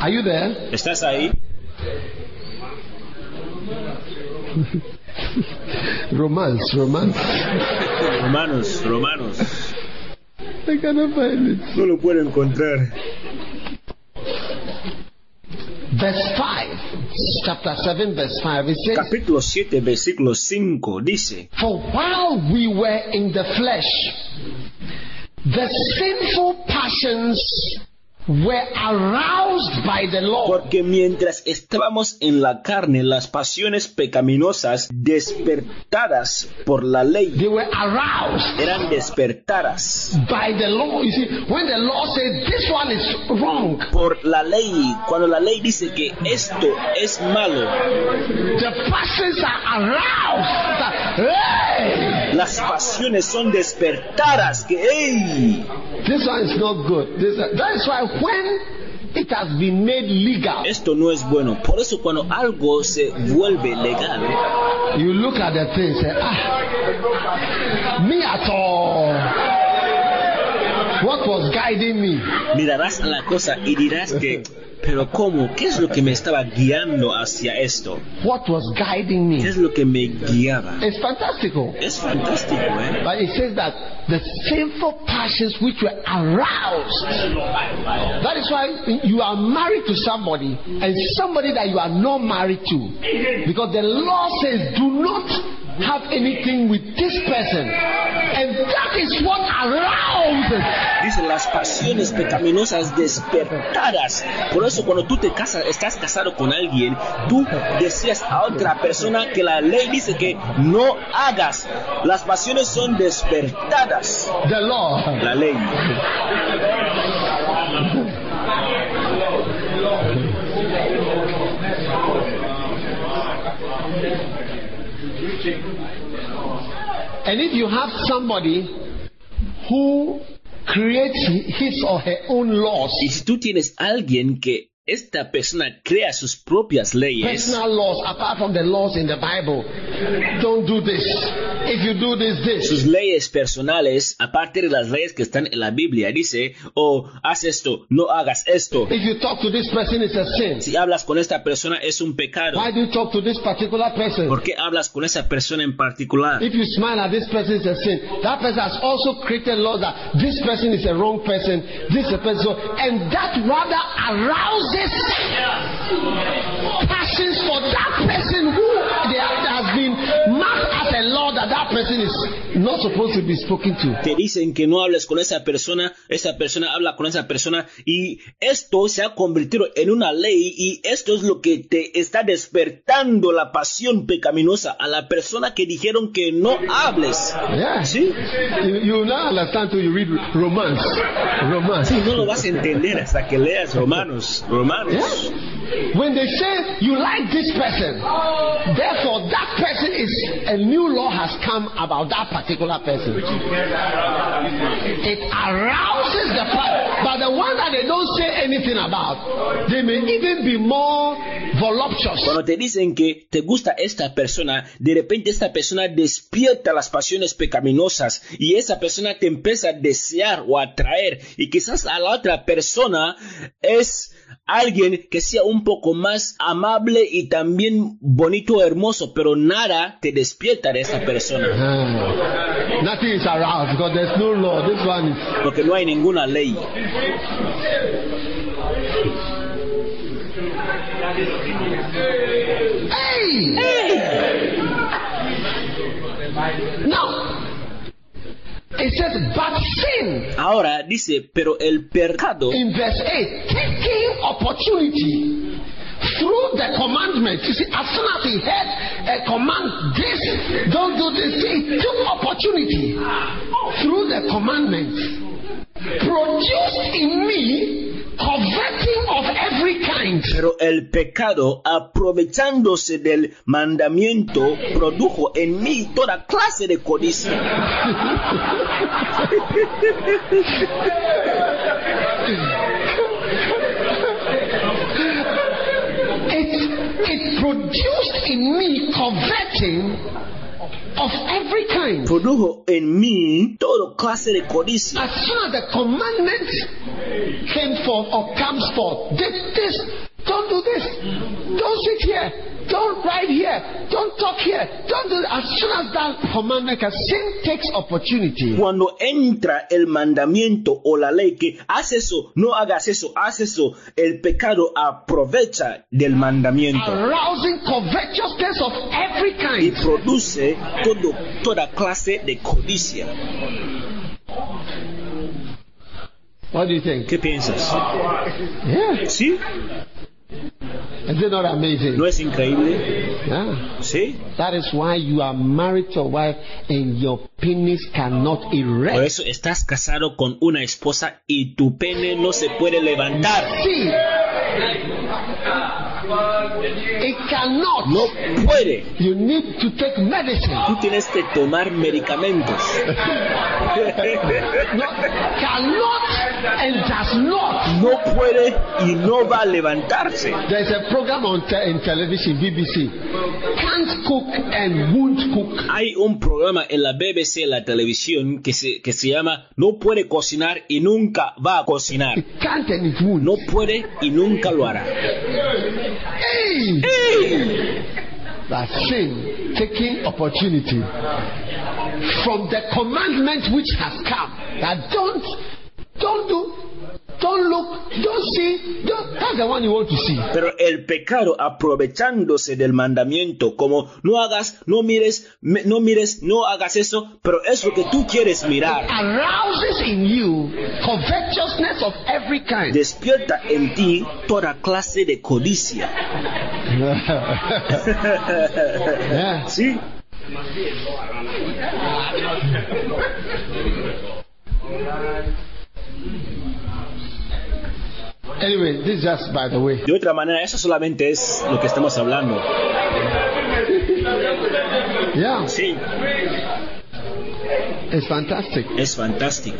S2: Are you there?
S3: ¿estás ahí?
S2: Romance, romance.
S3: Romanos, romanos.
S2: I cannot find it.
S3: No lo puedo encontrar.
S2: Verse five, chapter seven, verse five. It says,
S3: Capítulo 7, versículo 5 dice.
S2: "For while we were in the flesh, the sinful passions were aroused by the law.
S3: Porque mientras estábamos en la carne, las pasiones pecaminosas despertadas por la ley
S2: They were aroused
S3: eran despertadas
S2: by the law. You see, when the law says this one is wrong,
S3: por la ley. Cuando la ley dice que esto es malo,
S2: the persons are aroused. That, hey,
S3: las pasiones son despertadas. Que, ¡ey!
S2: this one is not good. This, that is why when it has been made legal,
S3: Esto no es bueno. Por eso cuando algo se vuelve legal,
S2: you look at the thing and say, ah, me at all. What was guiding me?
S3: mirarás a la cosa y dirás que, pero ¿cómo? ¿Qué es lo que me estaba guiando hacia esto?
S2: What was guiding me?
S3: ¿Qué es lo que me guiaba?
S2: It's fantastical.
S3: Es fantástico, ¿eh?
S2: But it says that the sinful passions which were aroused. That is why you are married to somebody and somebody that you are not married to. Because the law says do not have anything with this person. And that is what arouses.
S3: Dice las pasiones pecaminosas despertadas. Por eso cuando tú te casas, estás casado con alguien, tú deseas a otra persona que la ley dice que no hagas. Las pasiones son despertadas.
S2: The law.
S3: La ley.
S2: And if you have somebody who creates his or her own laws,
S3: Y si tú tienes a alguien que esta persona crea sus propias leyes,
S2: personal laws apart from the laws in the Bible, don't do this. If you do this, this.
S3: sus leyes personales, aparte de las leyes que están en la Biblia, dice, oh, haz esto, no hagas esto.
S2: If you talk to this person, it's a sin.
S3: Si hablas con esta persona es un pecado.
S2: Why do you talk to this particular person?
S3: ¿Por qué hablas con esa persona en particular?
S2: If you smile at this person, it's a sin. That person has also created laws that this person is a wrong person, this is a person, and that rather arouses passions for that person who there has been marked as a law that that person is not supposed to be spoken to.
S3: Te dicen que no hables con esa persona, esa persona habla con esa persona y esto se ha convertido en una ley y esto es lo que te está despertando la pasión pecaminosa a la persona que dijeron que no hables.
S2: Yeah.
S3: ¿Sí?
S2: You, you will not understand till you read romance. Romance.
S3: No lo vas a entender hasta que leas Romanos, Romanos.
S2: When they say you like this person, therefore that person is a new law has come about that particular person. It arouses the person, but the one that they don't say anything about, they may even be more voluptuous.
S3: Cuando te dicen que te gusta esta persona, de repente esta persona despierta las pasiones pecaminosas y esa persona te empieza a desear o atraer y quizás a la otra persona es alguien que sea un poco más amable y también bonito, hermoso, pero nada te despierta de esta persona
S2: Ah. nothing is aroused because there's no law. This one is.
S3: porque no hay ninguna ley.
S2: Hey! Now, it says, but sin
S3: Ahora dice, pero el pecado
S2: in verse 8, taking opportunity through the commandment. You see, as soon as he heard a command, this, don't do this, he took opportunity through the commandment, produced in me coveting of every kind.
S3: Pero el pecado, aprovechándose del mandamiento, produjo en mí toda clase de codicia.
S2: It, it produced in me coveting of every kind.
S3: Produjo en mí toda clase de codicia.
S2: As soon as the commandment came forth or comes forth, this, this, don't do this, don't sit here, don't ride here, don't talk here, don't do. As soon as that commandment comes, sin takes opportunity.
S3: Cuando entra el mandamiento o la ley que haz eso, no hagas eso, haz eso, el pecado aprovecha del mandamiento
S2: Arousing covetousness of every
S3: y
S2: kind.
S3: produce todo, toda clase de codicia.
S2: What do you think?
S3: ¿Qué piensas?
S2: Yeah.
S3: ¿Sí?
S2: Is it not amazing?
S3: ¿No es increíble?
S2: Yeah.
S3: ¿Sí?
S2: That is why you are married to a wife and your penis cannot
S3: Por
S2: erect.
S3: eso estás casado con una esposa y tu pene no se puede levantar.
S2: See, it cannot.
S3: No puede.
S2: You need to take medicine.
S3: Tú tienes que tomar medicamentos.
S2: No, cannot and does not.
S3: No puede y no va a levantarse.
S2: There's a program on te- in television, BBC. Can't cook and won't cook.
S3: Hay un programa en la BBC, la televisión, que se, que se llama No puede cocinar y nunca va a cocinar.
S2: It can't and it won't.
S3: No puede y nunca lo hará.
S2: Hey! That's sin, taking opportunity from the commandment which has come. That don't, don't do, don't look, don't see. Don't, that's the one you want to see.
S3: Pero el pecado aprovechándose del mandamiento, como no hagas, no mires, me- no mires, no hagas eso, pero es lo que tú quieres mirar.
S2: Arouses in you covetousness of every kind.
S3: Despierta en ti toda clase de codicia.
S2: Yeah.
S3: Sí.
S2: Anyway, this is just by the way.
S3: De otra manera, eso solamente es lo que estamos hablando.
S2: Yeah,
S3: Sí.
S2: it's fantastic.
S3: Es fantástico.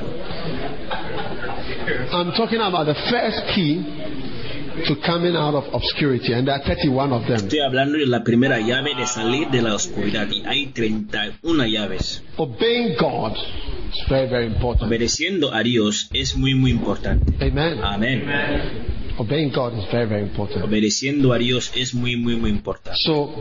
S2: I'm talking about the first key to coming out of obscurity, and there are 31 of them.
S3: Estoy hablando de la primera llave de salir de la oscuridad y hay 31 llaves.
S2: Obeying God is very, very important.
S3: Obedeciendo a Dios es muy muy importante.
S2: Amen.
S3: Amén.
S2: Obeying God is very, very important.
S3: Obedeciendo a Dios es muy muy muy importante.
S2: So,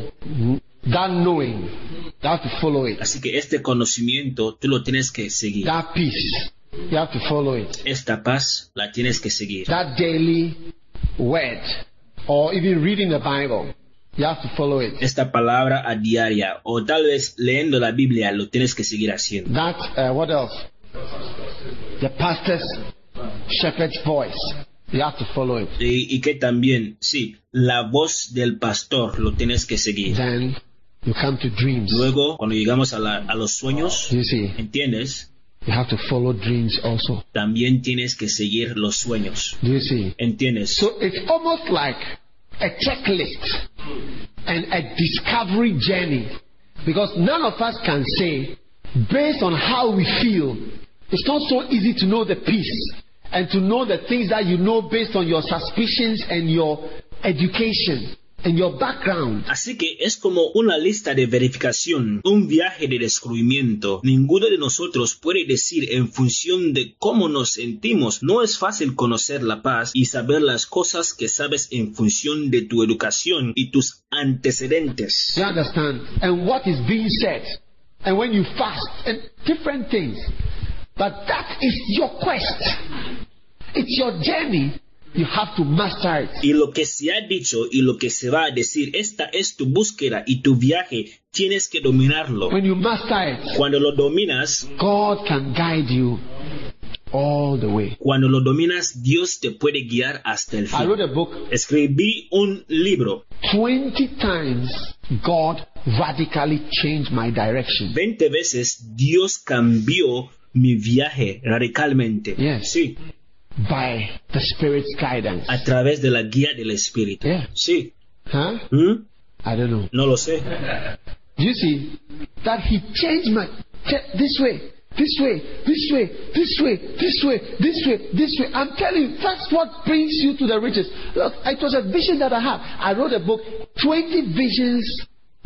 S2: that knowing, you have to follow it.
S3: Así que este conocimiento tú lo tienes que seguir.
S2: That peace, you have to follow it.
S3: Esta paz la tienes que seguir.
S2: That daily word, or even reading the Bible, you have to follow it.
S3: Esta palabra a diaria o tal vez leyendo la Biblia lo tienes que seguir haciendo.
S2: That, uh, what else? The pastor's shepherd's voice. You have to follow it.
S3: Y, y que también, sí, la voz del pastor lo tienes que seguir.
S2: Then you come to dreams.
S3: Luego, cuando llegamos a, la- a los sueños,
S2: You see,
S3: ¿entiendes?
S2: you have to follow dreams also.
S3: También tienes que seguir los sueños,
S2: Do you see?
S3: ¿entiendes?
S2: So it's almost like a checklist and a discovery journey because none of us can say, based on how we feel, it's not so easy to know the peace and to know the things that you know based on your suspicions and your education and your background.
S3: Así que es como una lista de verificación, un viaje de descubrimiento. Ninguno de nosotros puede decir en función de cómo nos sentimos. No es fácil conocer la paz y saber las cosas que sabes en función de tu educación y tus antecedentes.
S2: You understand? And what is being said. And when you fast and different things. But that is your quest. It's your journey. You have to master it.
S3: Y lo que se ha dicho y lo que se va a decir, esta es tu búsqueda y tu viaje. Tienes que dominarlo.
S2: When you master it,
S3: Cuando lo dominas,
S2: God can guide you all the way.
S3: cuando lo dominas, Dios te puede guiar hasta el
S2: I wrote
S3: fin.
S2: a book
S3: Escribí un libro
S2: 20 times God radically changed my direction.
S3: 20 veces Dios cambió mi viaje radicalmente.
S2: Yes.
S3: Sí,
S2: by the Spirit's guidance.
S3: a través de la guía del Espíritu.
S2: Yeah.
S3: Sí.
S2: Huh?
S3: ¿Mm?
S2: I don't know.
S3: No lo sé.
S2: You see, that he changed my te- this way, this way, this way, this way, this way, this way, this way. I'm telling you, that's what brings you to the riches. Look, it was a vision that I had. I wrote a book, 20 visions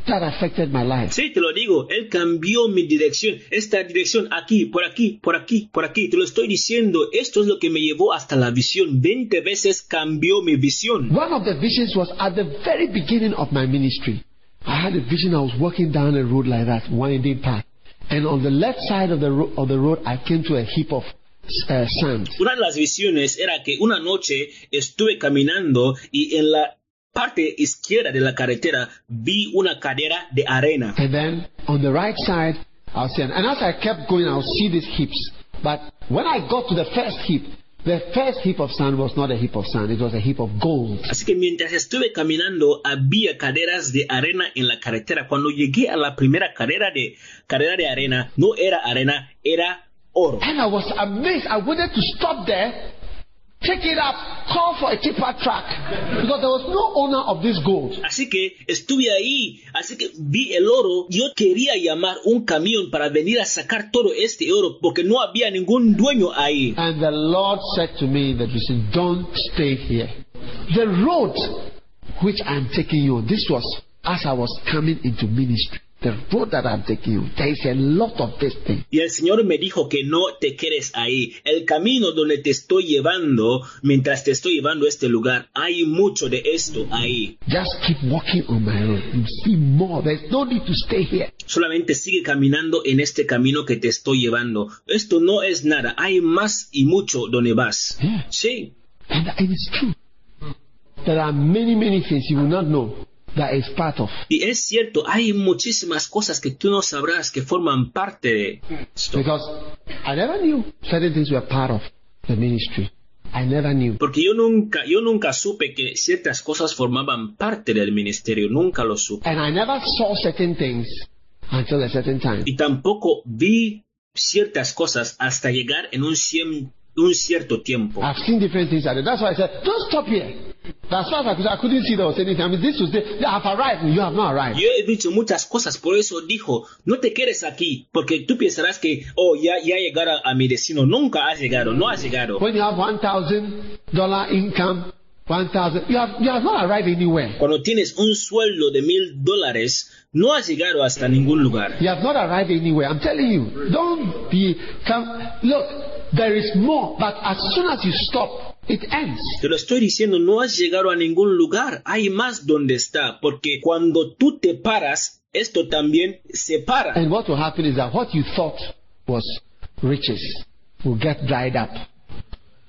S2: that affected my life.
S3: Sí, te lo digo. Él cambió mi dirección. Esta dirección aquí, por aquí, por aquí, por aquí. Te lo estoy diciendo. Esto es lo que me llevó hasta la visión. 20 veces cambió mi visión.
S2: One of the visions was at the very beginning of my ministry. I had a vision. I was walking down a road like that, winding path, and on the left side of the ro- of the road, I came to a heap of uh, sand.
S3: Una de las visiones era que una noche estuve caminando y en la parte izquierda de la carretera vi una cadera de arena.
S2: And then on the right side, I'll see. And as I kept going, I'll see these heaps. But when I got to the first heap, The first heap of sand was not a heap of sand, it was a heap of gold.
S3: Así que mientras estuve caminando había carreras de arena en la carretera. Cuando llegué a la primera carrera de carrera de arena, no era arena, era oro.
S2: And I was amazed. I wanted to stop there, take it up, call for a cheaper truck. Because there was no owner of this gold.
S3: Así que estuve ahí, así que vi el oro. Yo quería llamar un camión para venir a sacar todo este oro porque no había ningún dueño ahí.
S2: And the Lord said to me that you said, Don't stay here. The road which I'm taking you on, this was as I was coming into ministry. The road that I'm taking you, there is a lot of this thing.
S3: Y el Señor me dijo que no te quedes ahí. El camino donde te estoy llevando, mientras te estoy llevando a este lugar, hay mucho de esto ahí.
S2: Just keep walking on my road. You see more. There's no need to stay here.
S3: Solamente sigue caminando en este camino que te estoy llevando. Esto no es nada. Hay más y mucho donde vas.
S2: Yeah.
S3: Sí.
S2: And it is true. There are many, many things you will not know that is part of.
S3: Y es cierto, hay muchísimas cosas que tú no sabrás que forman parte de esto.
S2: Because I never knew certain things were part of the ministry. I never knew.
S3: Porque yo nunca, yo nunca supe que ciertas cosas formaban parte del ministerio, nunca lo supe.
S2: And I never saw certain things until a certain time.
S3: Y tampoco vi ciertas cosas hasta llegar en un, cien- un cierto tiempo.
S2: I've seen different things. I did. That's why I said, don't stop here. That's why I, could, I couldn't see there was anything. I mean, this was the, I've arrived. You have not arrived.
S3: Yo he dicho muchas cosas, por eso dijo, no te quedes aquí, porque tú pensarás que, oh, ya, ya llegaron a mi destino, nunca has llegado, no has llegado.
S2: When you have one thousand dollar income, one thousand, you have you have not arrived anywhere.
S3: Cuando tienes un sueldo de mil dólares, no has llegado hasta ningún lugar.
S2: You have not arrived anywhere. I'm telling you. Don't be come. Look, there is more. But as soon as you stop, it ends.
S3: Te lo estoy diciendo, no has llegado a ningún lugar, hay más donde está, porque cuando tú te paras, esto también se para.
S2: And what will happen is that what you thought was riches will get dried up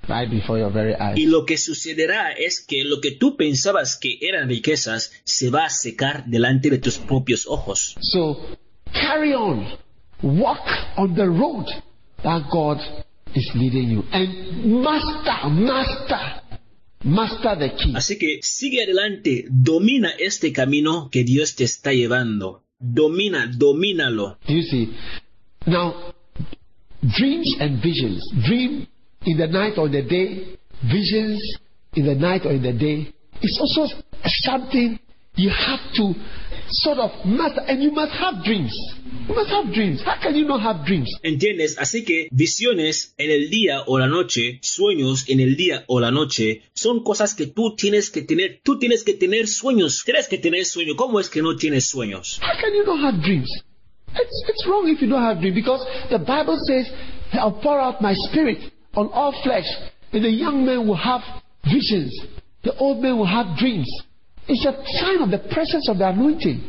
S2: right before your very eyes.
S3: Y lo que sucederá es que lo que tú pensabas que eran riquezas se va a secar delante de tus propios ojos.
S2: So carry on. Walk on the road that God is leading you. And master, master, master the key.
S3: Así que sigue adelante, domina este camino que Dios te está llevando. Domina, domínalo.
S2: Do you see? Now, dreams and visions. Dream in the night or in the day, visions in the night or in the day. It's also something you have to sort of master. And you must have dreams. You must have dreams. How can you not have dreams?
S3: ¿Entiendes? Así que visiones en el día o la noche, sueños en el día o la noche, son cosas que tú tienes que tener. Tú tienes que tener sueños. Tienes que tener sueño. ¿Cómo es que no tienes sueños?
S2: How can you not have dreams? It's, it's wrong if you don't have dreams because the Bible says, I'll pour out my spirit on all flesh, and the young men will have visions, the old men will have dreams. It's a sign of the presence of the anointing.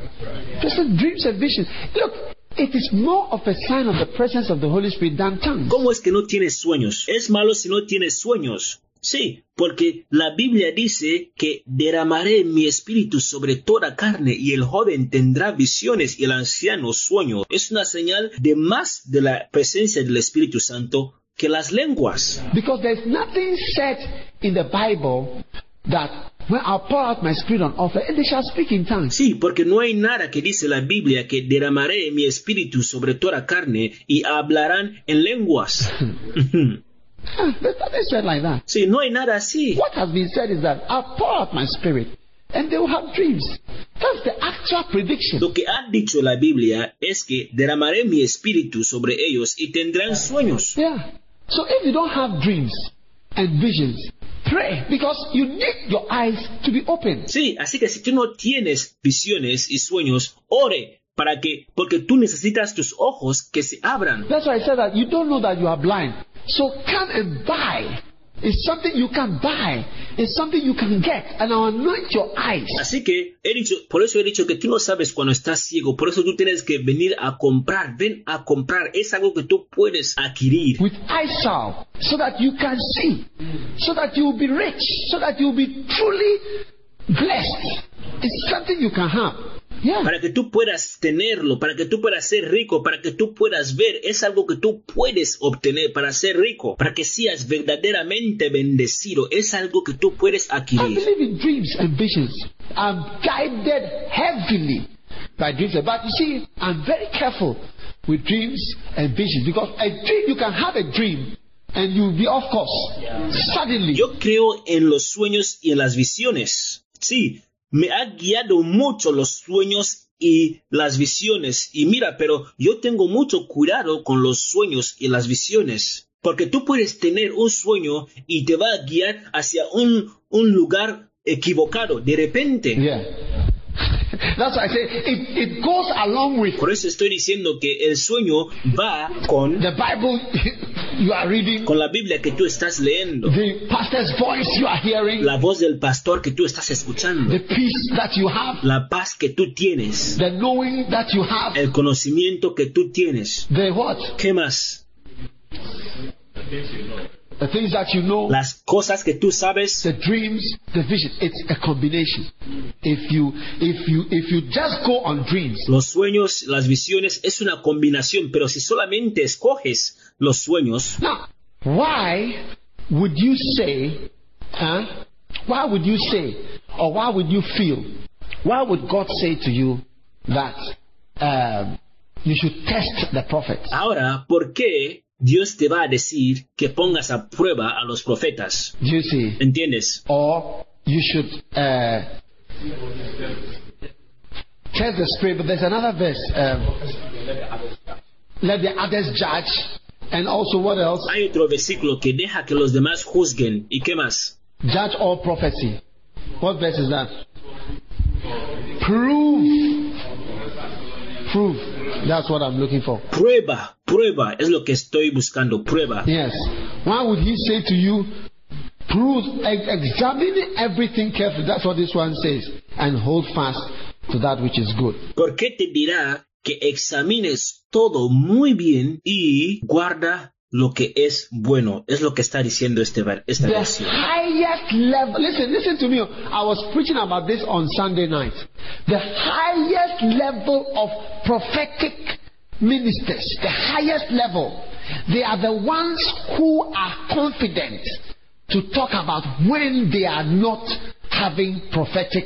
S2: Present dreams and visions. Look, it is more of a sign of the presence of the Holy Spirit than tongues.
S3: ¿Cómo es que no tienes sueños? Es malo si no tienes sueños. Sí, porque la Biblia dice que derramaré mi espíritu sobre toda carne y el joven tendrá visiones y el anciano sueños. Es una señal de más de la presencia del Espíritu Santo que las lenguas.
S2: Because there's nothing said in the Bible that when I pour out my spirit on all flesh, and they shall speak in tongues.
S3: Sí, porque no hay nada que dice la Biblia que derramaré mi espíritu sobre toda carne y hablarán en lenguas.
S2: Huh, There's nothing said like Ah, that.
S3: sí, no hay nada así.
S2: What has been said is that I'll pour out my spirit and they will have dreams. That's the actual prediction.
S3: Lo que ha dicho la Biblia es que derramaré mi espíritu sobre ellos y tendrán sueños.
S2: Yeah. So if you don't have dreams and visions, pray because you need your eyes to be open.
S3: Sí, así que si tú no tienes visiones y sueños, ore para que, porque tú necesitas tus ojos que se abran.
S2: That's why I said that you don't know that you are blind. So come and buy. It's something you can buy. It's something you can get. And I'll anoint your eyes.
S3: Así que he dicho, por eso he dicho que tú no sabes cuando estás ciego, por eso tú tienes que venir a comprar, ven a comprar, es algo que tú puedes adquirir.
S2: With eye salve, so that you can see, so that you will be rich, so that you will be truly blessed. It's something you can have. Yeah.
S3: para que tú puedas tenerlo, para que tú puedas ser rico, para que tú puedas ver, es algo que tú puedes obtener para ser rico, para que seas verdaderamente bendecido, es algo que tú puedes
S2: I
S3: adquirir.
S2: believe in dreams and visions. I'm guided heavily by dreams. But you see, I'm very careful with dreams and visions because a dream, you can have a dream and you'll be off course suddenly.
S3: Yo creo en los sueños y en las visiones. Sí, me ha guiado mucho los sueños y las visiones. Y mira, pero yo tengo mucho cuidado con los sueños y las visiones. Porque tú puedes tener un sueño y te va a guiar hacia un, un lugar equivocado de repente.
S2: Yeah. That's why I say it, it goes along with
S3: Por eso estoy diciendo que el sueño va con,
S2: the Bible you are reading,
S3: con la Biblia que tú estás leyendo,
S2: the pastor's voice you are hearing,
S3: la voz del pastor que tú estás escuchando,
S2: the peace that you have,
S3: la paz que tú tienes.
S2: the knowing that you have,
S3: el conocimiento que tú tienes.
S2: the what?
S3: ¿Qué más?
S2: The things that you know,
S3: Las cosas que tú sabes,
S2: the dreams, the vision. It's a combination. If you if you if you just go on dreams,
S3: los sueños, las visiones, es una combinación, pero si solamente escoges los sueños,
S2: now why would you say, huh? Why would you say, or why would you feel? Why would God say to you that um, you should test the prophets?
S3: ahora, ¿por qué Dios te va a decir que pongas a prueba a los profetas?
S2: Do you see?
S3: ¿Entiendes?
S2: Or you should uh, test the spirit. But there's another verse. Um, let the others judge, and also what else?
S3: Hay otro versículo que deja que los demás juzguen. ¿Y qué más?
S2: Judge all prophecy. What verse is that? Prove. Prove. That's what I'm looking for.
S3: Prueba, prueba, es lo que estoy buscando, prueba.
S2: Yes. Why would he say to you, prove, ex- examine everything carefully? That's what this one says. And hold fast to that which is good.
S3: ¿Por qué te dirá que examines todo muy bien y guarda lo que es bueno? Es lo que está diciendo este ver- esta
S2: The
S3: versión.
S2: highest level. Listen, listen to me. I was preaching about this on Sunday night. The highest level of prophetic ministers, the highest level, they are the ones who are confident to talk about when they are not having prophetic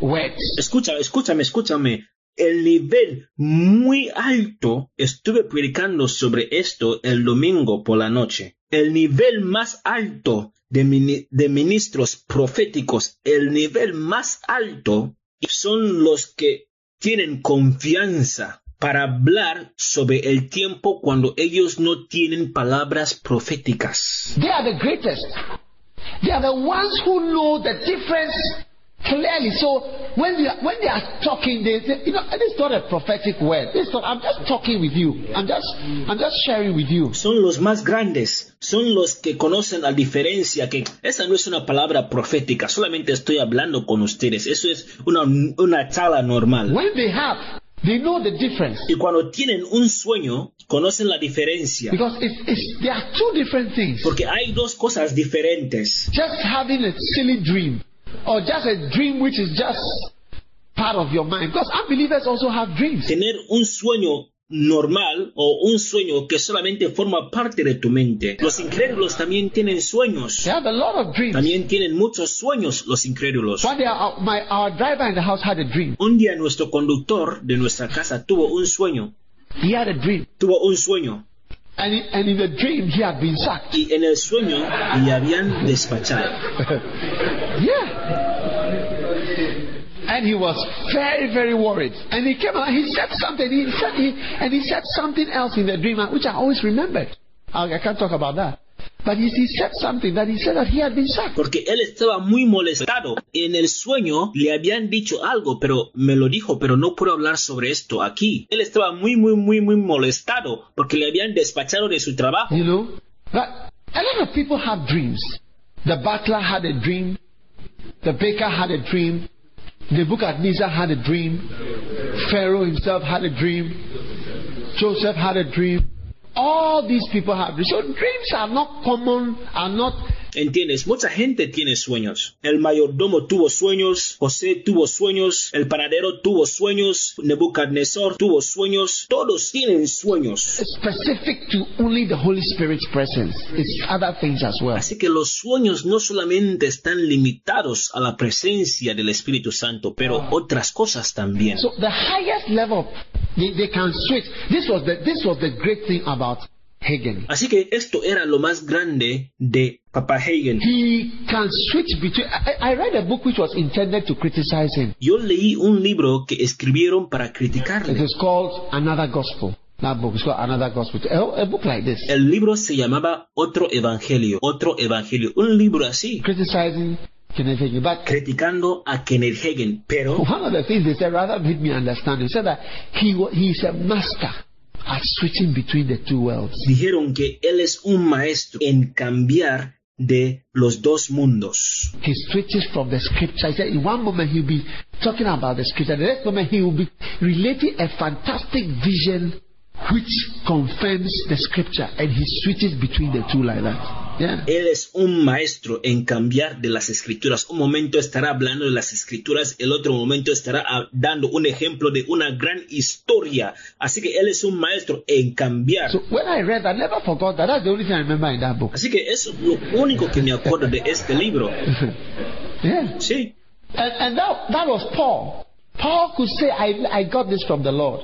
S2: words.
S3: Escúchame, escúchame, escúchame. El nivel muy alto, estuve predicando sobre esto el domingo por la noche. El nivel más alto de, mini- de ministros proféticos, el nivel más alto son los que tienen confianza para hablar sobre el tiempo cuando ellos no tienen palabras proféticas.
S2: They are the greatest. They are the ones who know the difference clearly. So when they are, when they are talking, they say, you know, this is not a prophetic word. This is not, I'm just talking with you. I'm just I'm just sharing with you.
S3: son los más grandes, son los que conocen la diferencia, que esa no es una palabra profética, solamente estoy hablando con ustedes, eso es una, una charla normal.
S2: When they have, they know the difference
S3: Y cuando tienen un sueño, conocen la diferencia,
S2: because it's, it's there are two different things.
S3: porque hay dos cosas diferentes.
S2: Just having a silly dream or just a dream which is just part of your mind. Because unbelievers also have dreams.
S3: Tener un sueño normal o un sueño que solamente forma parte de tu mente. Los incrédulos también tienen sueños,
S2: They have a lot of dreams.
S3: también tienen muchos sueños los incrédulos.
S2: One day, our, my, our driver in the house had a dream.
S3: Un día nuestro conductor de nuestra casa tuvo un sueño,
S2: He had a dream.
S3: tuvo un sueño.
S2: And, in- and in the dream, he had been sacked.
S3: y en el sueño le habían despachado.
S2: Yeah. And he was very, very worried. And he came out, he said something, he said, he, and he said something else in the dream, uh, which I always remembered. I, I can't talk about that. But he, he said something that he said that he had been sacked.
S3: Porque él estaba muy molestado. En el sueño le habían dicho algo, pero me lo dijo, pero no puedo hablar sobre esto aquí. Él estaba muy, muy, muy, muy molestado porque le habían despachado de su trabajo.
S2: You know? But a lot of people have dreams. The butler had a dream. The baker had a dream. Nebuchadnezzar had a dream. Pharaoh himself had a dream. Joseph had a dream. All these people have dreams. So dreams are not common, are not
S3: ¿Entiendes? Mucha gente tiene sueños. El mayordomo tuvo sueños, José tuvo sueños, el paradero tuvo sueños, Nebuchadnezzar tuvo sueños, todos tienen sueños.
S2: It's specific to only the Holy Spirit's presence. It's other things as well.
S3: Así que los sueños no solamente están limitados a la presencia del Espíritu Santo, pero otras cosas también.
S2: So the highest level, they, they can switch. This was the this was the great thing about Hagen.
S3: Así que esto era lo más grande de Papa Hagen.
S2: He can switch between. I, I read a book which was intended to criticize him.
S3: Yo leí un libro que escribieron para
S2: It
S3: criticarle.
S2: is called Another Gospel. That book is called Another Gospel. A, a book like this,
S3: El libro se llamaba Otro Evangelio, Otro Evangelio, un libro así,
S2: criticizing Kenneth Hagin. But
S3: criticando a Kenneth Hagen, pero
S2: one of the things they said rather made me understand. They said that he wa- he is a master at switching between the two worlds.
S3: dijeron que él es un maestro en cambiar de los dos mundos.
S2: He switches from the scripture. He said in one moment he'll be talking about the scripture, the next moment he will be relating a fantastic vision which confirms the scripture, and he switches between the two like that. Yeah.
S3: Él es un maestro en cambiar de las escrituras. Un momento estará hablando de las escrituras, el otro momento estará ah, dando un ejemplo de una gran historia. Así que él es un maestro en cambiar.
S2: So when I read, I never forgot that. That's the only thing I remember in that book.
S3: Así que eso es lo único que me acuerdo de este libro.
S2: Yeah.
S3: Sí.
S2: And, and that, that was Paul. Paul could say, I, I got this from the Lord.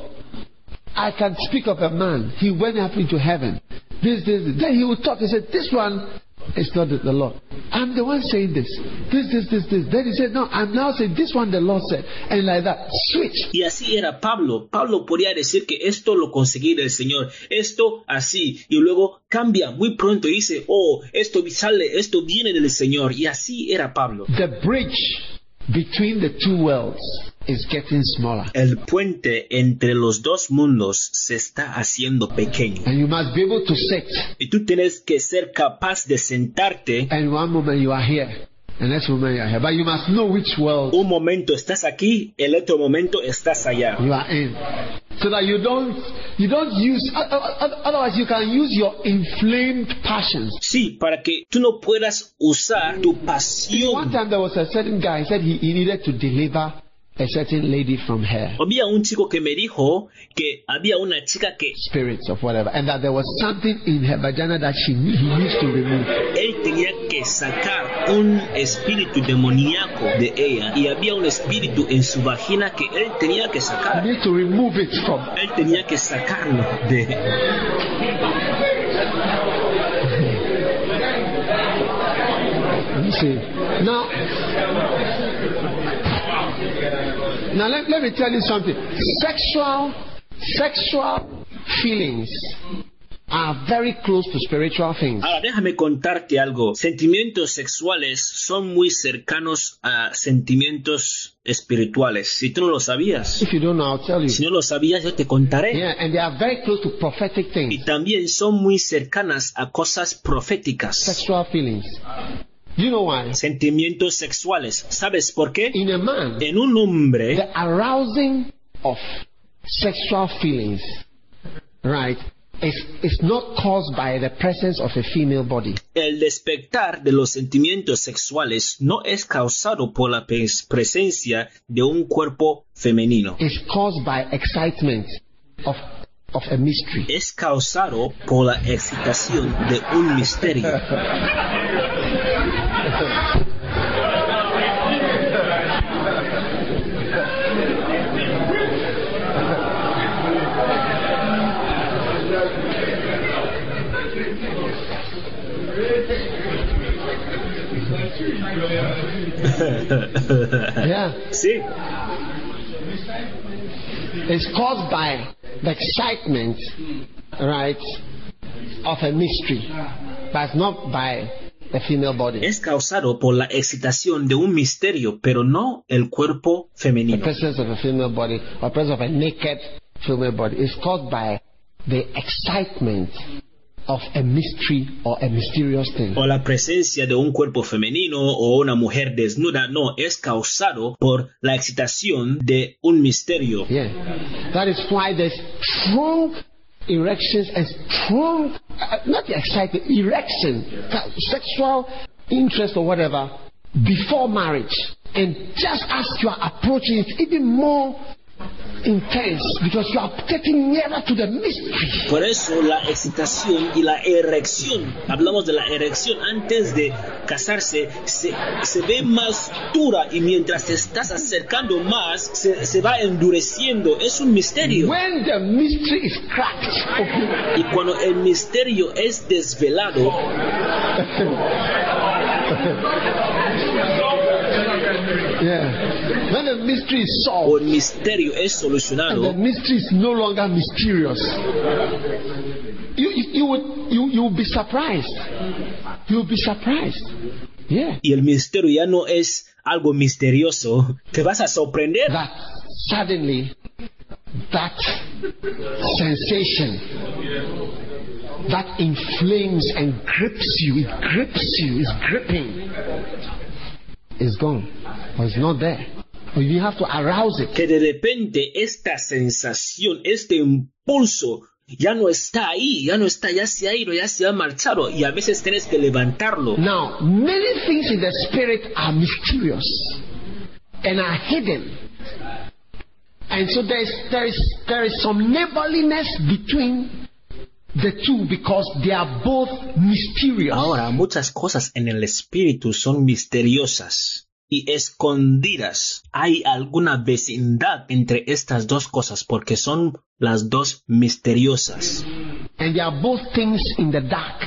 S2: I can speak of a man. He went up into heaven. This, this, this. Then he would talk. He said, This one is not the, the Lord. I'm the one saying this. This, this, this, this. Then he said, No, I'm now saying this one the Lord said. And like that. Switch.
S3: Y así era Pablo. Pablo podía decir que esto lo conseguí del Señor, esto así, y luego cambia muy pronto y dice, oh, esto sale, esto viene del Señor. Y así era Pablo.
S2: The bridge between the two worlds is getting smaller.
S3: El puente entre los dos mundos se está haciendo pequeño.
S2: And you must be able to sit.
S3: Y tú tienes que ser capaz de sentarte.
S2: And one moment you are here. And next moment you are here. But you must know which world
S3: Un momento estás aquí, el otro momento estás allá.
S2: you are in so that you don't you don't use o- o- o- otherwise you can use your inflamed passions
S3: Sí, para que tú no puedas usar tu
S2: one
S3: pasión.
S2: time there was a certain guy he said he, he needed to deliver a certain lady from her
S3: Había un chico que me dijo que había una chica que
S2: spirits of whatever and that there was something in her vagina that she knew he needs to remove
S3: él tenía que sacar un espíritu demoníaco de ella y había un espíritu en su vagina que él tenía que
S2: I
S3: sacar.
S2: need to remove it from
S3: Él tenía que sacarlo de...
S2: let me see now now let, let me tell you something sexual sexual feelings are very close to spiritual things
S3: Ahora déjame contarte algo. Sentimientos sexuales son muy cercanos a sentimientos espirituales. Si tú no lo sabías,
S2: If you don't know, I'll tell you.
S3: si no lo sabías, yo te contaré.
S2: Yeah, and they are very close to prophetic
S3: Y
S2: things,
S3: también son muy cercanas a cosas proféticas.
S2: sexual feelings. Do you know why?
S3: Sentimientos sexuales. ¿Sabes por qué?
S2: In a man,
S3: En un hombre
S2: the arousing of sexual feelings, right, is, is not caused by the presence of a female body.
S3: El despertar de los sentimientos sexuales no es causado por la pres- presencia de un cuerpo femenino.
S2: It's caused by excitement of, of a mystery.
S3: Es causado por la excitación de un misterio.
S2: Yeah,
S3: Sí,
S2: it's caused by the excitement, right, of a mystery, but it's not by the female body.
S3: es causado por la excitación de un misterio, pero no el cuerpo femenino.
S2: presence of a female body or presence of a naked female body is caused by the excitement of a mystery or a mysterious thing.
S3: o la presencia de un cuerpo femenino o una mujer desnuda, no, es causado por la excitación de un misterio.
S2: Yeah. That is why there's strong erections and strong, uh, not the excitement, erection, ca- uh, sexual interest or whatever before marriage. And just as you are approaching it, even more intense because you are getting nearer to the mystery.
S3: Por eso la excitación y la erección, hablamos de la erección antes de casarse, se, se ve más dura y mientras te estás acercando más, se, se va endureciendo. Es un misterio.
S2: When the mystery is cracked open,
S3: Y cuando el misterio es desvelado,
S2: yeah, when the mystery is
S3: o
S2: solved,
S3: el misterio es
S2: and the
S3: solucionado,
S2: mystery is no longer mysterious, you, you, you would you, you would be surprised. You would be surprised. Yeah.
S3: y el misterio ya no es algo misterioso, te vas a sorprender.
S2: That suddenly that sensation that inflames and grips you, it grips you, it's gripping. It's gone. Or it's not there. Or you have to arouse it.
S3: que de repente esta sensación, este impulso, ya no está ahí, ya no está, ya se ha ido, ya se ha marchado y a veces tienes que levantarlo.
S2: Now, many things in the spirit are mysterious and are hidden. And so there is, there is, there is some neighborliness between the two because they are both mysterious.
S3: Ahora, muchas cosas en el espíritu son misteriosas y escondidas. Hay alguna vecindad entre estas dos cosas porque son las dos misteriosas.
S2: And there are both things in the dark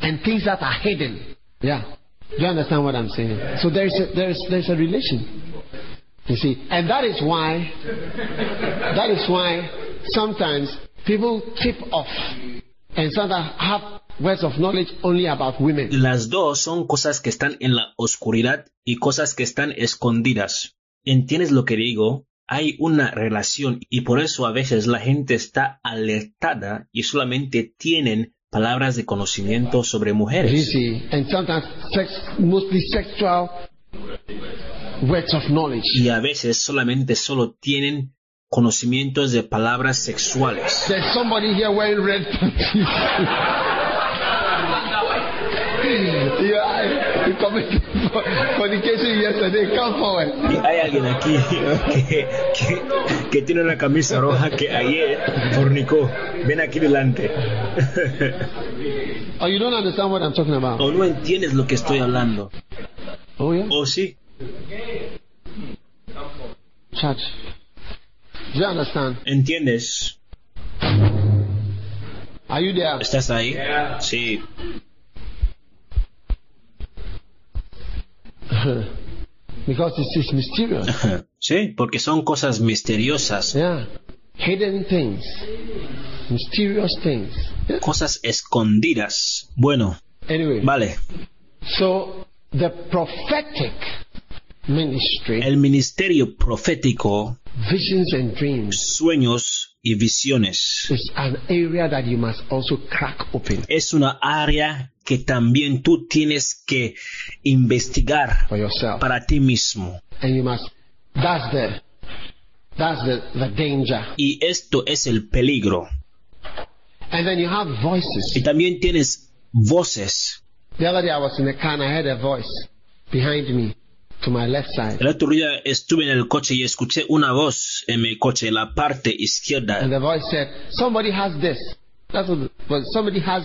S2: and things that are hidden. Yeah. Do you understand what I'm saying? So there is a, there is, there is a relation. You see, and that is why, that is why sometimes people tip off and sometimes have words of knowledge only about women.
S3: Las dos son cosas que están en la oscuridad y cosas que están escondidas. ¿Entiendes lo que digo? Hay una relación y por eso a veces la gente está alertada y solamente tienen palabras de conocimiento sobre
S2: You
S3: mujeres.
S2: see, and sometimes sex, mostly sexual words of knowledge.
S3: Y a veces solamente solo tienen conocimientos de palabras sexuales.
S2: There's somebody here wearing red panties. you, are- you committed fornication yesterday. Come forward.
S3: Y hay alguien aquí que, que- que tiene una camisa roja que ayer fornicó. Ven aquí delante.
S2: Oh, you don't understand what I'm talking about.
S3: o no entiendes lo que estoy hablando.
S2: Oh yeah.
S3: O sí,
S2: Church. Do you understand?
S3: ¿entiendes?
S2: Are you there?
S3: ¿Estás ahí? Sí.
S2: because it's, it's mysterious.
S3: Sí, porque son cosas misteriosas,
S2: Yeah. Hidden things. Mysterious things. Yeah.
S3: cosas escondidas. Bueno,
S2: Anyway.
S3: vale.
S2: So the prophetic ministry,
S3: El ministerio profético,
S2: visions and dreams.
S3: sueños y visiones
S2: It's an area that you must also crack open
S3: es una área que también tú tienes que investigar
S2: for yourself.
S3: para ti mismo.
S2: And you must, that's the, that's the, the danger.
S3: Y esto es el peligro.
S2: And then you have
S3: Y
S2: voices.
S3: también tienes voces
S2: The other day I was in a car and I heard a voice behind me to my left side.
S3: El otro día estuve en el coche y escuché una voz en mi coche, en la parte
S2: And
S3: izquierda.
S2: the voice said, somebody has this. That's what, but somebody has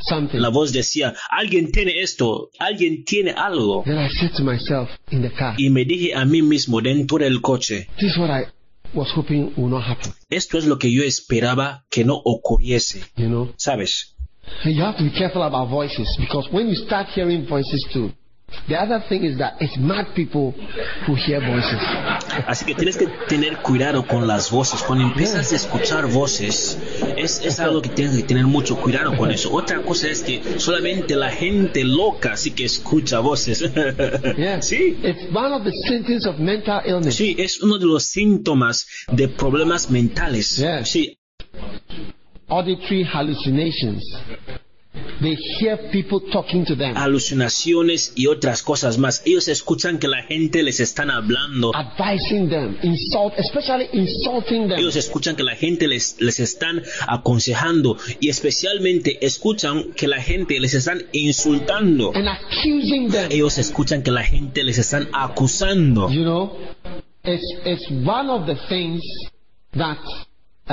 S2: something.
S3: La voz decía, alguien tiene esto, alguien tiene algo.
S2: Then I said to myself in the car,
S3: Y me dije a mí mismo dentro del coche,
S2: this is what I was hoping would not happen.
S3: esto es lo que yo esperaba que no ocurriese.
S2: You know,
S3: ¿Sabes?
S2: And you have to be careful about voices because when you start hearing voices too, the other thing is that it's mad people who hear voices.
S3: Así que tienes que tener cuidado con las voces. Cuando empiezas a escuchar voces, es, es algo que tienes que tener mucho cuidado con eso. Otra cosa es que solamente la gente loca sí que escucha voces.
S2: Yeah.
S3: Sí.
S2: It's one of the symptoms of mental illness.
S3: Sí, es uno de los síntomas de problemas mentales.
S2: Yeah.
S3: Sí,
S2: Auditory hallucinations. They hear people talking to them.
S3: alucinaciones y otras cosas más. Ellos escuchan que la gente les están hablando.
S2: advising them, insult, especially insulting them.
S3: Ellos escuchan que la gente les, les están aconsejando y especialmente escuchan que la gente les están insultando.
S2: and accusing them.
S3: Ellos escuchan que la gente les están acusando.
S2: You know, it's, it's one of the things that uh,
S3: Y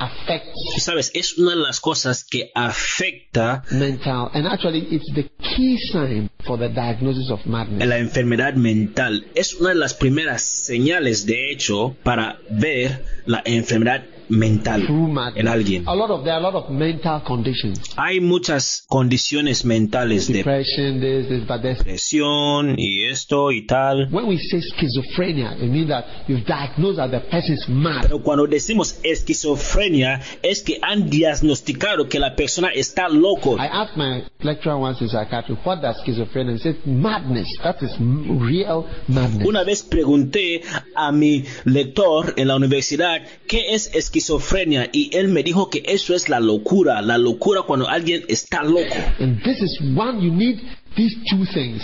S2: affects
S3: sabes, es una de las cosas que afecta
S2: mental, and actually, it's the key sign for the diagnosis of madness.
S3: la enfermedad mental. Es una de las primeras señales, de hecho, para ver la enfermedad mental
S2: True
S3: en
S2: madness.
S3: alguien.
S2: A lot of there are a lot of mental conditions,
S3: Hay muchas condiciones mentales de
S2: depression, this, this, but this.
S3: depresión y esto y tal.
S2: When we say schizophrenia, it means that you've diagnosed that the person is mad.
S3: Pero cuando decimos esquizofrenia es que han diagnosticado que la persona está loco.
S2: I asked my lecturer once in psychiatry, what does schizophrenia? He said, madness. That is m- real madness.
S3: Una vez pregunté a mi lector en la universidad qué es esquizofrenia y él me dijo que eso es la locura, la locura cuando alguien está loco.
S2: And this is one, you need these two things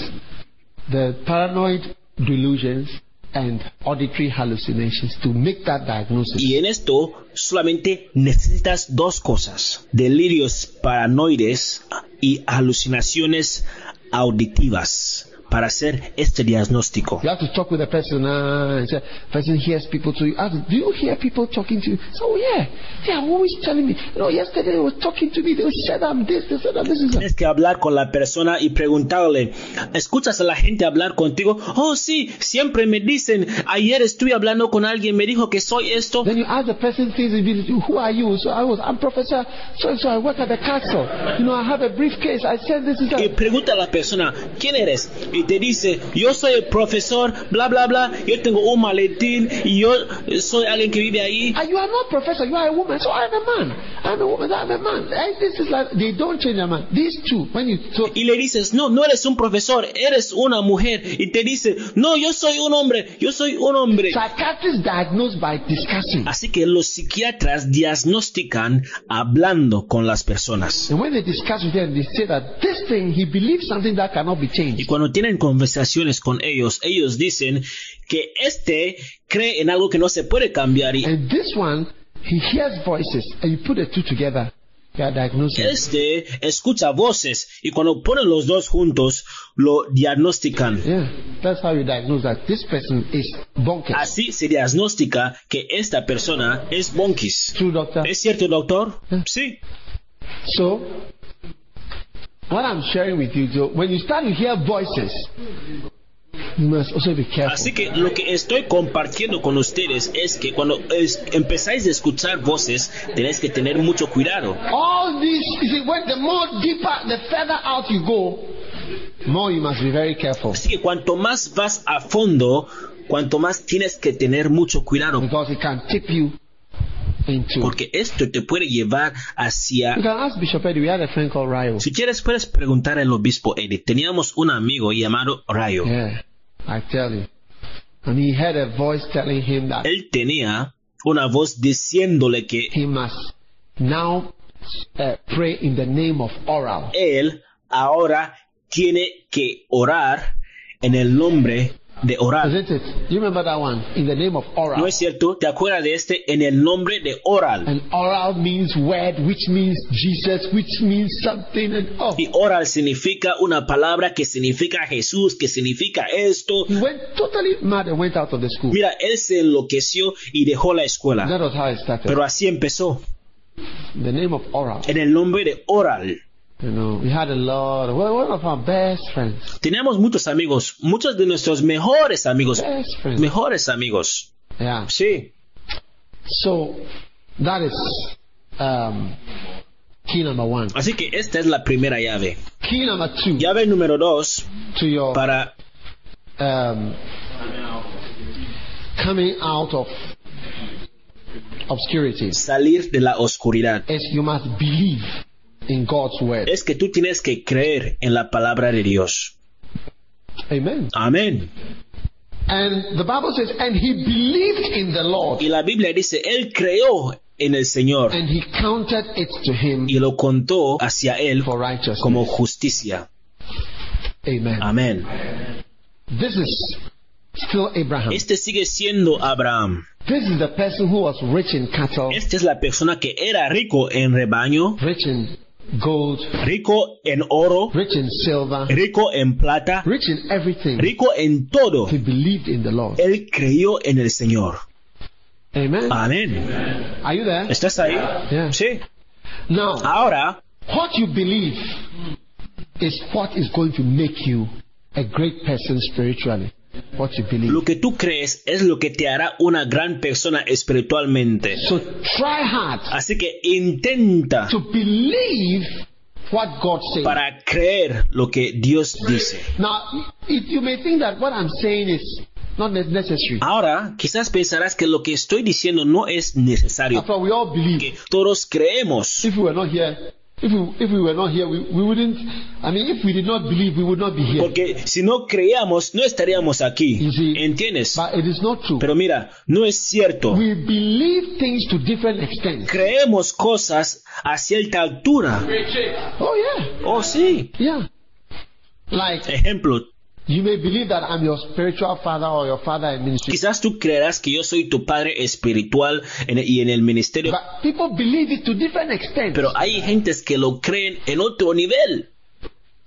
S2: the paranoid delusions and auditory hallucinations to make that diagnosis.
S3: Y en esto solamente necesitas dos cosas, delirios paranoides y alucinaciones auditivas para hacer este diagnóstico.
S2: You have to talk with the person uh, and say, person hears people to you. Ask, do you hear people talking to you? So yeah, they are always telling me. You know, yesterday they were talking to me. They said I'm this, they said I'm this. this, this.
S3: Tienes que hablar con la persona y preguntarle, ¿escuchas a la gente hablar contigo? Oh, sí, siempre me dicen, ayer estuve hablando con alguien, me dijo que soy esto.
S2: Then you ask the person things. and you say, Who are you? So I was. I'm Professor. So and so. I work at the castle. You know, I have a briefcase. I said this is.
S3: Y
S2: that."
S3: pregunta a la persona, ¿quién eres? Y te dice, yo soy el profesor, bla, bla, bla, yo tengo un maletín y yo soy alguien que vive ahí.
S2: Ah, you are not professor, you are a woman, so I'm a man. I'm a woman, I'm a man. Eh, This is like they don't change a man. These two, when you so
S3: Y le dices, no, no eres un profesor, eres una mujer. Y te dice, no, yo soy un hombre, yo soy un hombre.
S2: psychiatrists diagnose by discussing.
S3: Así que los psiquiatras diagnostican hablando con las personas.
S2: And when they discuss with them, they say that this thing he believes something that cannot be
S3: Y
S2: changed.
S3: cuando tienen conversaciones con ellos, ellos dicen que este cree en algo que no se puede cambiar y
S2: And this one, he hears voices, and you put the two together, you are diagnosing.
S3: este escucha voces y cuando ponen los dos juntos lo diagnostican.
S2: Yeah, that's how you diagnose that this person is bonkers.
S3: Así se diagnostica que esta persona es bonkis.
S2: True, doctor.
S3: ¿Es cierto, doctor? Sí.
S2: So, what I'm sharing with you, Joe, when you start to hear voices, you must also be careful.
S3: Así que lo que estoy compartiendo con ustedes es que cuando es- empezáis a escuchar voces, tenéis que tener mucho cuidado.
S2: All this, you see, when the more deeper, the further out you go, more you must be very careful.
S3: Así que cuanto más vas a fondo, cuanto más tienes que tener mucho cuidado,
S2: Because it can tip you into.
S3: porque esto te puede llevar hacia...
S2: You can ask Bishop Eddie, we had a friend called Ryo.
S3: Si quieres, puedes preguntar al obispo Edith. Teníamos un amigo llamado Rayo.
S2: Yeah, I tell you. And he heard a voice telling him that
S3: Él tenía una voz diciéndole que
S2: he must now uh, pray in the name of oral.
S3: él ahora tiene que orar en el nombre de orar.
S2: Isn't it? You remember that one? In the name of
S3: ¿No
S2: oral.
S3: es cierto? ¿Te acuerdas de este? En el nombre de oral.
S2: And oral means word, which means Jesus, which means something, and oh.
S3: Y oral significa una palabra que significa Jesús, que significa esto.
S2: He went totally mad and went out of the school.
S3: Mira, él se enloqueció y dejó la escuela.
S2: That was how it started.
S3: Pero así empezó,
S2: In the name of oral.
S3: en el nombre de Oral.
S2: You know, we had a lot. Of, well, one of our best friends,
S3: Teníamos muchos amigos, muchos de nuestros mejores amigos.
S2: best friends.
S3: Mejores amigos.
S2: Yeah.
S3: Sí.
S2: So that is um, key number one.
S3: Así que esta es la primera llave.
S2: Key number two
S3: Llave número dos
S2: to your
S3: para
S2: um, coming out of obscurity
S3: salir de la oscuridad
S2: is you must believe in God's word.
S3: es que tú tienes que creer en la palabra de Dios.
S2: Amen.
S3: Amén.
S2: And the Bible says, and he believed in the Lord.
S3: Y la Biblia dice, él creó en el Señor
S2: and he counted it to him
S3: y lo contó hacia él
S2: for righteousness.
S3: como justicia.
S2: Amen.
S3: Amén.
S2: This is still Abraham.
S3: Este sigue siendo Abraham.
S2: This is the person who was rich in cattle,
S3: Esta es la persona que era rico en rebaño,
S2: rich in gold,
S3: rico en oro,
S2: rich in silver,
S3: rico en plata,
S2: rich in everything.
S3: rico en todo.
S2: He believed in the Lord.
S3: Él creyó en el Señor.
S2: Amen.
S3: Amén.
S2: Are you there?
S3: ¿Estás ahí?
S2: Yeah.
S3: Sí.
S2: Now,
S3: Ahora,
S2: what you believe is what is going to make you a great person spiritually. What you believe.
S3: lo que tú crees es lo que te hará una gran persona espiritualmente.
S2: So try hard
S3: Así que intenta
S2: to believe what God says.
S3: para creer lo que Dios dice.
S2: Now, it, you may think that what I'm saying is not ne- necessary.
S3: Ahora, quizás pensarás que lo que estoy diciendo no es necesario,
S2: After all, we all believe.
S3: que todos creemos.
S2: If we were not here, if we, if we were not here, we, we wouldn't. I mean, if we did not believe, we would not be here.
S3: Porque si no creíamos, no estaríamos aquí.
S2: You see,
S3: ¿Entiendes?
S2: But it is not true.
S3: Pero mira, no es cierto.
S2: We believe things to different extents.
S3: Creemos cosas a cierta altura.
S2: Oh yeah,
S3: Oh, sí.
S2: yeah. Like
S3: Ejemplo,
S2: you may believe that I'm your spiritual father or your father in ministry,
S3: quizás tú creerás que yo soy tu padre espiritual en- y en el ministerio,
S2: but people believe it to different extents.
S3: pero hay gentes que lo creen en otro nivel.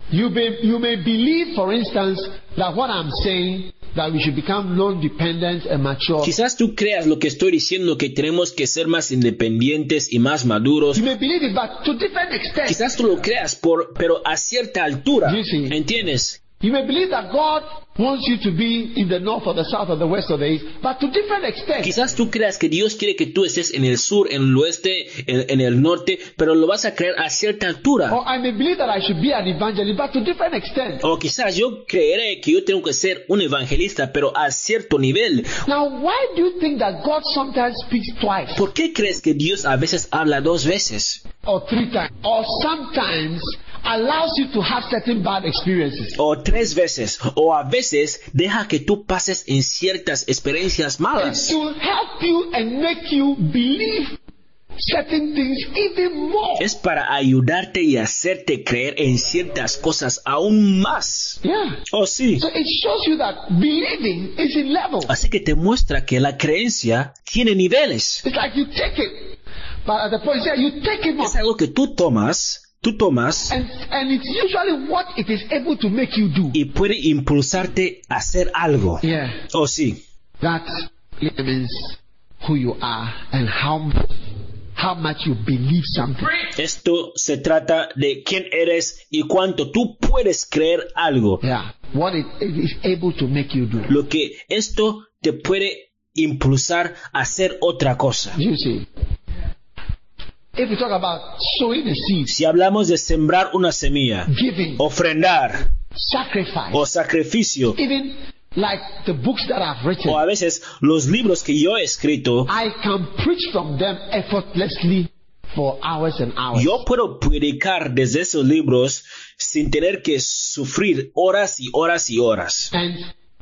S2: You may you may believe, for instance, that what I'm saying that we should become non-dependent and mature.
S3: Quizás tú creas lo que estoy diciendo, que tenemos que ser más independientes y más maduros.
S2: You may believe it, but to different extents.
S3: Quizás tú lo creas, por, pero a cierta altura.
S2: You see.
S3: ¿Entiendes?
S2: You may believe that God wants you to be in the north or the south or the west or the east, but to different extents.
S3: Quizás tú creas que Dios quiere que tú estés en el sur, en el oeste, en, en el norte, pero lo vas a creer a cierta altura.
S2: Or I may believe that I should be an evangelist, but to different extents.
S3: O quizás yo creeré que yo tengo que ser un evangelista, pero a cierto nivel.
S2: Now, why do you think that God sometimes speaks twice
S3: ¿Por qué crees que Dios a veces habla dos veces?
S2: or three times, or sometimes allows you to have certain bad experiences?
S3: O tres veces. O a veces deja que tú pases en ciertas experiencias
S2: It's
S3: malas.
S2: to help you and make you believe certain things even more.
S3: Es para ayudarte y hacerte creer en ciertas cosas aún más.
S2: Yeah.
S3: Oh, sí.
S2: So it shows you that believing is in level.
S3: Así que te muestra que la creencia tiene niveles.
S2: It's like you take it, but at the point you say, you take it more.
S3: Es algo que tú tomas, tú tomas
S2: And, and it's usually what it is able to make you do.
S3: y puede impulsarte a hacer algo.
S2: Yeah.
S3: Oh, sí.
S2: That determines who you are and how much, how much you believe something.
S3: Esto se trata de quién eres y cuánto tú puedes creer algo.
S2: Yeah. What it, it is able to make you do.
S3: Lo que esto te puede impulsar a hacer otra cosa.
S2: You see. If we talk about sowing the seeds,
S3: Si hablamos de sembrar una semilla,
S2: giving,
S3: ofrendar
S2: sacrifice,
S3: o sacrificio,
S2: even like the books that I've written,
S3: o a veces los libros que yo he escrito,
S2: I can preach from them effortlessly for hours and hours.
S3: yo puedo predicar desde esos libros sin tener que sufrir horas y horas y horas.
S2: And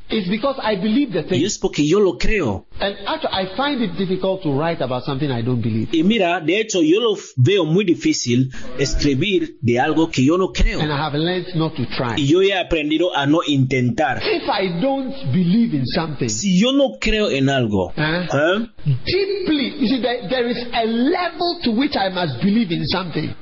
S2: it's because I believe the
S3: Y
S2: thing.
S3: es porque yo lo creo.
S2: And actually, I find it difficult to write about something I don't believe.
S3: Y mira, de hecho yo lo veo muy difícil escribir de algo que yo no creo.
S2: And I have learned not to try.
S3: Y yo he aprendido a no intentar.
S2: If I don't believe in something
S3: Si yo no creo en algo,
S2: Ah.
S3: ¿eh?
S2: deeply, you see, there, there is a level to which I must believe in something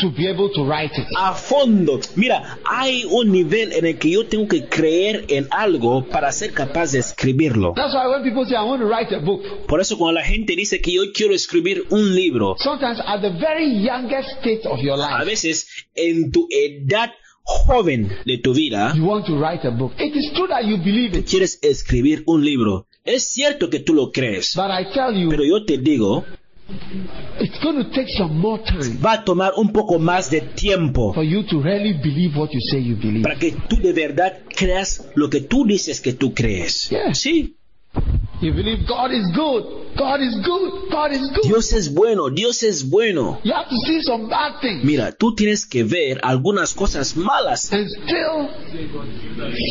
S2: to be able to write it.
S3: a fondo, mira, hay un nivel en el que yo tengo que creer en algo para ser capaz de escribirlo.
S2: That's why when people say, I want to write a book,
S3: Por eso cuando la gente dice que yo quiero escribir un libro,
S2: sometimes at the very youngest state of your
S3: a
S2: life,
S3: veces en tu edad joven de tu vida,
S2: you want to write a book. It is true that you believe it.
S3: quieres escribir un libro. Es cierto que tú lo crees,
S2: But I tell you,
S3: pero yo te digo,
S2: it's going to take some more time
S3: va a tomar un poco más de tiempo
S2: for you to really believe what you say you believe.
S3: para que tú de verdad creas lo que tú dices que tú crees.
S2: Yeah.
S3: Sí,
S2: You believe God is good. God is good. God is good.
S3: Dios es bueno, Dios es bueno.
S2: You have to see some bad things
S3: Mira, tú tienes que ver algunas cosas malas
S2: and still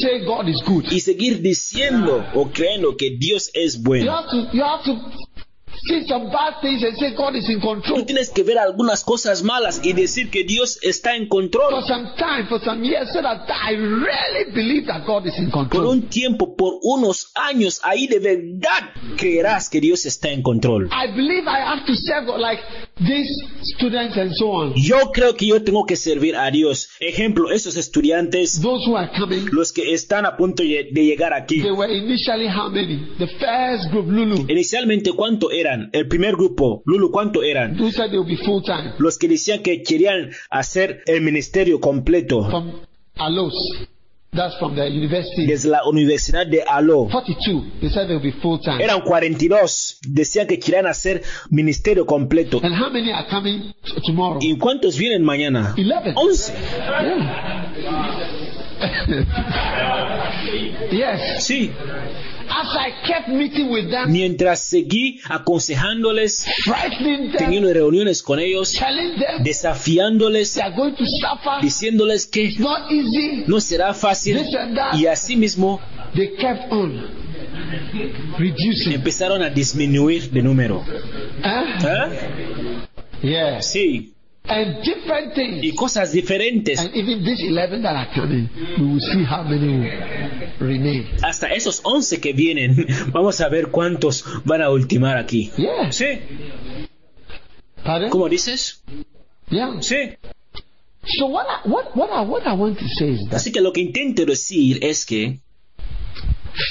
S2: say God is good.
S3: y seguir diciendo o creyendo que Dios es
S2: You
S3: bueno.
S2: have to you have to see some bad things and say God is in
S3: Tú
S2: control.
S3: tienes que ver algunas cosas malas y decir que Dios está en
S2: For
S3: control.
S2: some time, for some years, so that I really believe that God is in
S3: Por
S2: control.
S3: un tiempo, por unos años, ahí de verdad creerás que Dios está en control.
S2: I believe I have to serve God, like these students and so on.
S3: Yo creo que yo tengo que servir a Dios. Ejemplo, esos estudiantes,
S2: Those who are coming,
S3: los que están a punto ye- de llegar aquí.
S2: they were initially how many? The first group, Lulu,
S3: Inicialmente, ¿cuánto eran? El primer grupo, Lulu, ¿cuánto eran?
S2: who said they will be full time
S3: Los que decían que querían hacer el ministerio completo
S2: from Alos. That's from the university.
S3: desde la Universidad de Aló.
S2: 42. They said they will be full time.
S3: Eran 42, decían que querían hacer ministerio completo.
S2: And how many are coming t- tomorrow?
S3: ¿Y cuántos vienen mañana?
S2: 11.
S3: 11.
S2: Yes.
S3: Sí.
S2: As I kept meeting with them,
S3: Mientras seguí aconsejándoles,
S2: frightening them,
S3: teniendo reuniones con ellos,
S2: telling them
S3: desafiándoles,
S2: they are going to suffer. It's
S3: diciéndoles que
S2: not easy.
S3: no será fácil. Y así mismo
S2: They kept on reducing.
S3: empezaron a disminuir de número.
S2: Huh?
S3: ¿Eh?
S2: Yes.
S3: Sí.
S2: And different
S3: Y
S2: things.
S3: cosas diferentes.
S2: And even these 11 that are coming, we will see how many will remain.
S3: Hasta esos 11 que vienen, vamos a ver cuántos van a ultimar aquí.
S2: Yes.
S3: Sí.
S2: Pardon?
S3: ¿Cómo dices?
S2: Yeah.
S3: Sí.
S2: So what I, what, what, I, what I want to say is that
S3: Así que lo que intento decir es que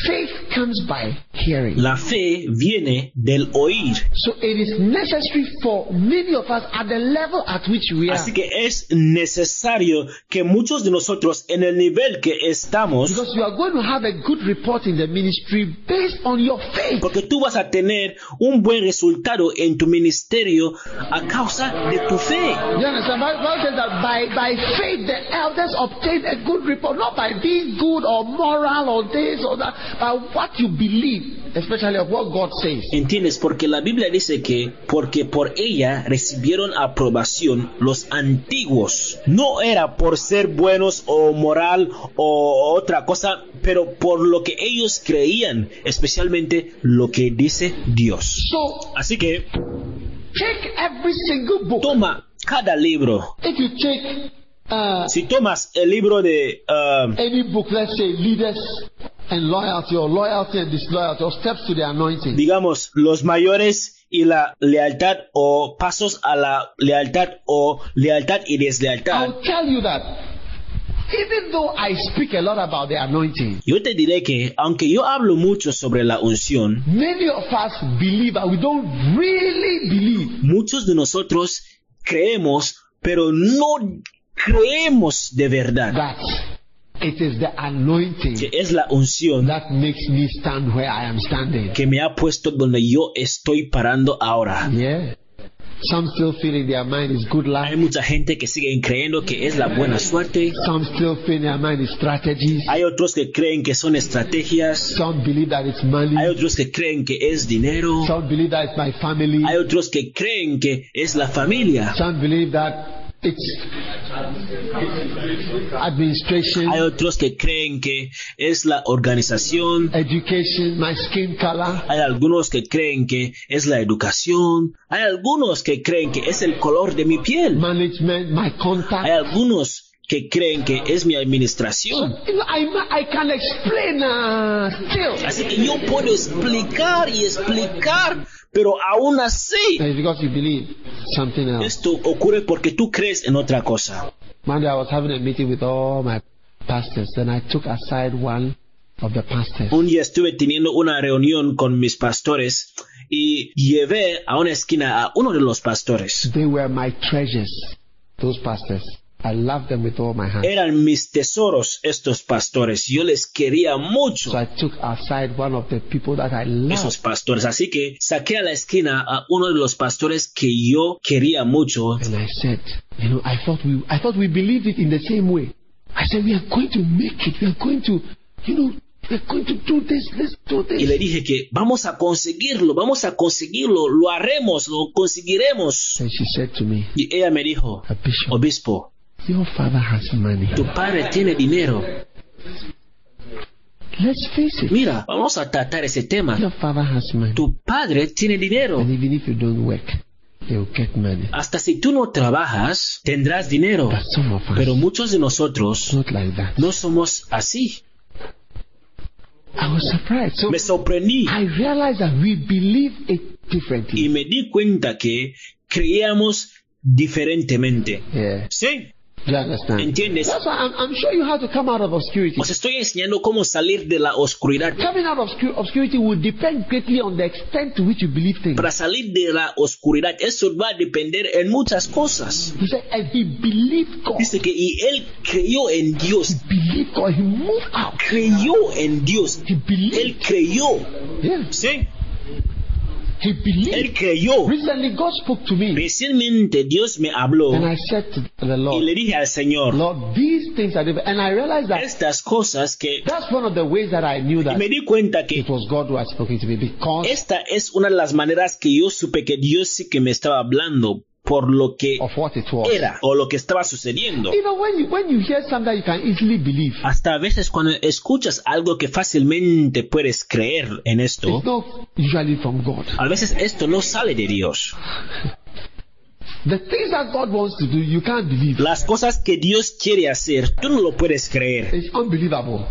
S2: faith comes by hearing.
S3: la fe viene del oír.
S2: So it is necessary for many of us at the level at which we are.
S3: Así que es necesario que muchos de nosotros en el nivel que estamos,
S2: Because you are going to have a good report in the ministry based on your faith.
S3: porque tú vas a tener un buen resultado en tu ministerio a causa de tu fe.
S2: You understand? Bible Bible says that by, by faith the elders obtained a good report, not by being good or moral or this or that, but what you believe, especially of what God says.
S3: ¿Entiendes? Porque la Biblia dice que porque por ella recibieron aprobación los antiguos. No era por ser buenos o moral o otra cosa, pero por lo que ellos creían, especialmente lo que dice Dios.
S2: So
S3: Así que
S2: take every single book.
S3: toma cada libro
S2: If you take uh,
S3: Si tomas el libro de ah,
S2: any book, let's say leaders and loyalty or loyalty and disloyalty or steps to the anointing.
S3: digamos, los mayores y la lealtad o pasos a la lealtad o lealtad y deslealtad,
S2: I'll tell you that even though I speak a lot about the anointing,
S3: yo te diré que, aunque yo hablo mucho sobre la unción,
S2: many of us believe, but we don't really believe.
S3: muchos de nosotros creemos, pero no creemos de verdad
S2: that it is the anointing
S3: que es la unción
S2: that makes me stand where I am standing.
S3: que me ha puesto donde yo estoy parando ahora.
S2: Yeah. Some still feel in their mind is good luck.
S3: Hay mucha gente que sigue creyendo que es la buena suerte.
S2: Some still feel in their mind is strategies.
S3: Hay otros que creen que son estrategias.
S2: Some believe that it's
S3: Hay
S2: money.
S3: otros que creen que es dinero.
S2: Some believe that it's my family.
S3: Hay otros que creen que es la familia.
S2: Some believe that it's administration,
S3: Hay otros que creen que es la organización.
S2: education, my skin color.
S3: Hay algunos que creen que es la educación. Hay algunos que creen que es el color de mi piel.
S2: Management, my
S3: Hay
S2: contact.
S3: algunos que creen que es mi administración.
S2: You know, I, I can explain uh, still.
S3: Así que yo puedo explicar y explicar, pero aún así
S2: It's because you believe something else.
S3: esto ocurre porque tú crees en otra cosa.
S2: Monday, I was having a meeting with all my pastors, and I took aside one of the pastors.
S3: Un día estuve teniendo una reunión con mis pastores y llevé a una esquina a uno de los pastores.
S2: They were my treasures, those pastors. I loved them with all my heart.
S3: Eran mis tesoros estos pastores. Yo les quería mucho
S2: So I took aside one of the people that I
S3: esos
S2: loved.
S3: pastores. Así que saqué a la esquina a uno de los pastores que yo quería mucho.
S2: And I said, you know, I thought we, I thought we believed it in the same way. I said, we are going to make it. We are going to, you know, we are going to do this. Let's do
S3: Y le
S2: this.
S3: dije que vamos a conseguirlo, vamos a conseguirlo, lo haremos, lo conseguiremos.
S2: And she said to me,
S3: Y ella me dijo,
S2: a bishop,
S3: obispo,
S2: your father has money.
S3: tu padre tiene dinero.
S2: Let's face it.
S3: Mira, vamos a tratar ese tema.
S2: Your father has money.
S3: Tu padre tiene dinero.
S2: And even if you don't work, they will get money.
S3: Hasta si tú no trabajas, tendrás dinero.
S2: But some of us,
S3: Pero muchos de
S2: it's
S3: nosotros
S2: not like that.
S3: no somos así.
S2: I was surprised. So
S3: Me sorprendí
S2: I realized that we believe it differently.
S3: y me di cuenta que creíamos diferentemente.
S2: Yeah.
S3: Sí,
S2: Do you understand?
S3: ¿entiendes?
S2: That's why I'm, I'm showing you how to come out of obscurity.
S3: Os estoy enseñando cómo salir de la oscuridad.
S2: Coming out of obscu- obscurity will depend greatly on the extent to which you believe things.
S3: Para salir de la oscuridad, eso va a depender en muchas cosas.
S2: He said, and he believed God.
S3: Dice que y él creyó en Dios,
S2: believed God. He moved out.
S3: creyó en Dios,
S2: He
S3: él
S2: believed.
S3: creyó,
S2: Yeah.
S3: sí,
S2: He
S3: él
S2: believed.
S3: creyó.
S2: Recently, God spoke to me.
S3: Recientemente Dios me habló
S2: And I said to the
S3: y le
S2: Lord,
S3: dije al Señor,
S2: Lord, these things are different. And I realized that
S3: estas cosas que
S2: that's one of the ways that I knew that
S3: me di cuenta que
S2: it was God who had spoken to me because
S3: esta es una de las maneras que yo supe que Dios sí que me estaba hablando por lo que
S2: of what it was.
S3: era o lo que estaba sucediendo.
S2: You know, when you, when you hear something that you can easily believe,
S3: Hasta a veces cuando escuchas algo que fácilmente puedes creer en esto,
S2: it's not usually from God.
S3: a veces esto no sale de Dios.
S2: The things that God wants to do, you can't believe.
S3: Las cosas que Dios quiere hacer, tú no lo puedes creer.
S2: It's unbelievable.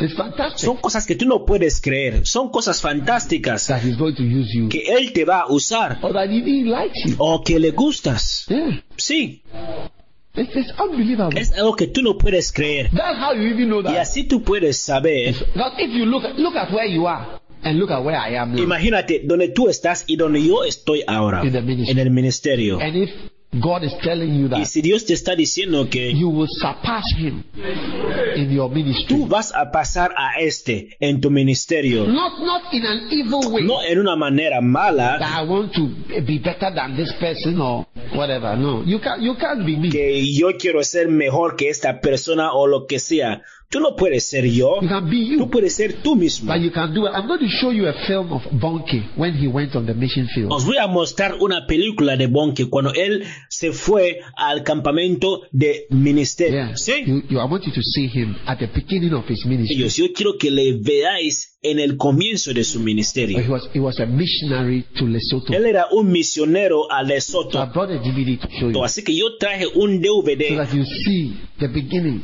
S2: It's fantastic
S3: Son cosas que tú no puedes creer. Son cosas fantásticas
S2: that He's going to use you
S3: que Él te va a usar
S2: or that He, he likes you.
S3: o que le gustas.
S2: Yeah.
S3: Sí,
S2: It's, it's unbelievable.
S3: es algo que tú no puedes creer.
S2: That's how you even know
S3: Y
S2: that.
S3: así tú puedes saber
S2: Because if you look at, look at where you are and look at where I
S3: Mm.
S2: am now,
S3: Imagínate donde tú estás y donde yo estoy ahora,
S2: In the ministry.
S3: en el ministerio.
S2: and if God is telling you
S3: Y
S2: that,
S3: si Dios te está diciendo que
S2: you will surpass Him in your
S3: tú
S2: ministry.
S3: vas a pasar a este en tu ministerio,
S2: Not not in an evil way.
S3: no en una manera mala,
S2: That I want to be better than this person or whatever. No, you can't. You can't be me.
S3: que yo quiero ser mejor que esta persona o lo que sea. Tú no puedes ser yo,
S2: You can be
S3: tú
S2: you.
S3: puedes ser tú mismo.
S2: But you can do it. I'm going to show you a film of Bonke when he went on the mission field.
S3: Os voy a mostrar una película de Bonke cuando él se fue al campamento de ministerio.
S2: Yeah.
S3: Sí.
S2: You, you, I want you to see him at the beginning of his ministry.
S3: Ellos, yo quiero que le veáis en el comienzo de su ministerio.
S2: He was he was a missionary to Lesotho.
S3: Él era un misionero a
S2: So
S3: Lesoto.
S2: I brought a DVD to show you so
S3: Así que yo traje un DVD
S2: that you see the beginning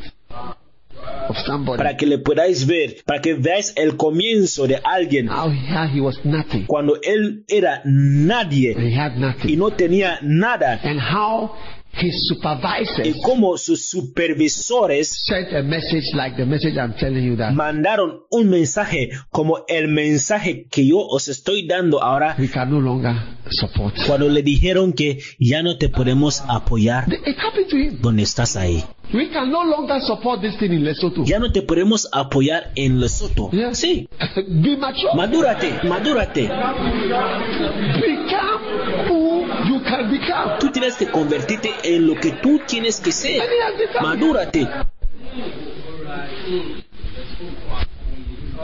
S2: of somebody.
S3: para que le podáis ver, para que veáis el comienzo de alguien
S2: How he, how he was nothing.
S3: cuando él era
S2: And
S3: nadie
S2: he had
S3: y
S2: nothing.
S3: no tenía nada.
S2: And how his supervisors
S3: Y cómo sus supervisores
S2: sent a message like the message I'm telling you that
S3: mandaron un mensaje como el mensaje que yo os estoy dando ahora
S2: we can no longer support.
S3: cuando le dijeron que ya no te podemos apoyar
S2: It happened to him.
S3: donde estás ahí.
S2: We can no longer support this thing in Lesotho.
S3: Ya no te podemos apoyar en Lesoto.
S2: Yeah.
S3: Sí.
S2: Be mature.
S3: Madúrate, madúrate.
S2: Become who you can become.
S3: Tú tienes que convertirte en lo que tú tienes que ser.
S2: And he has become.
S3: Madúrate.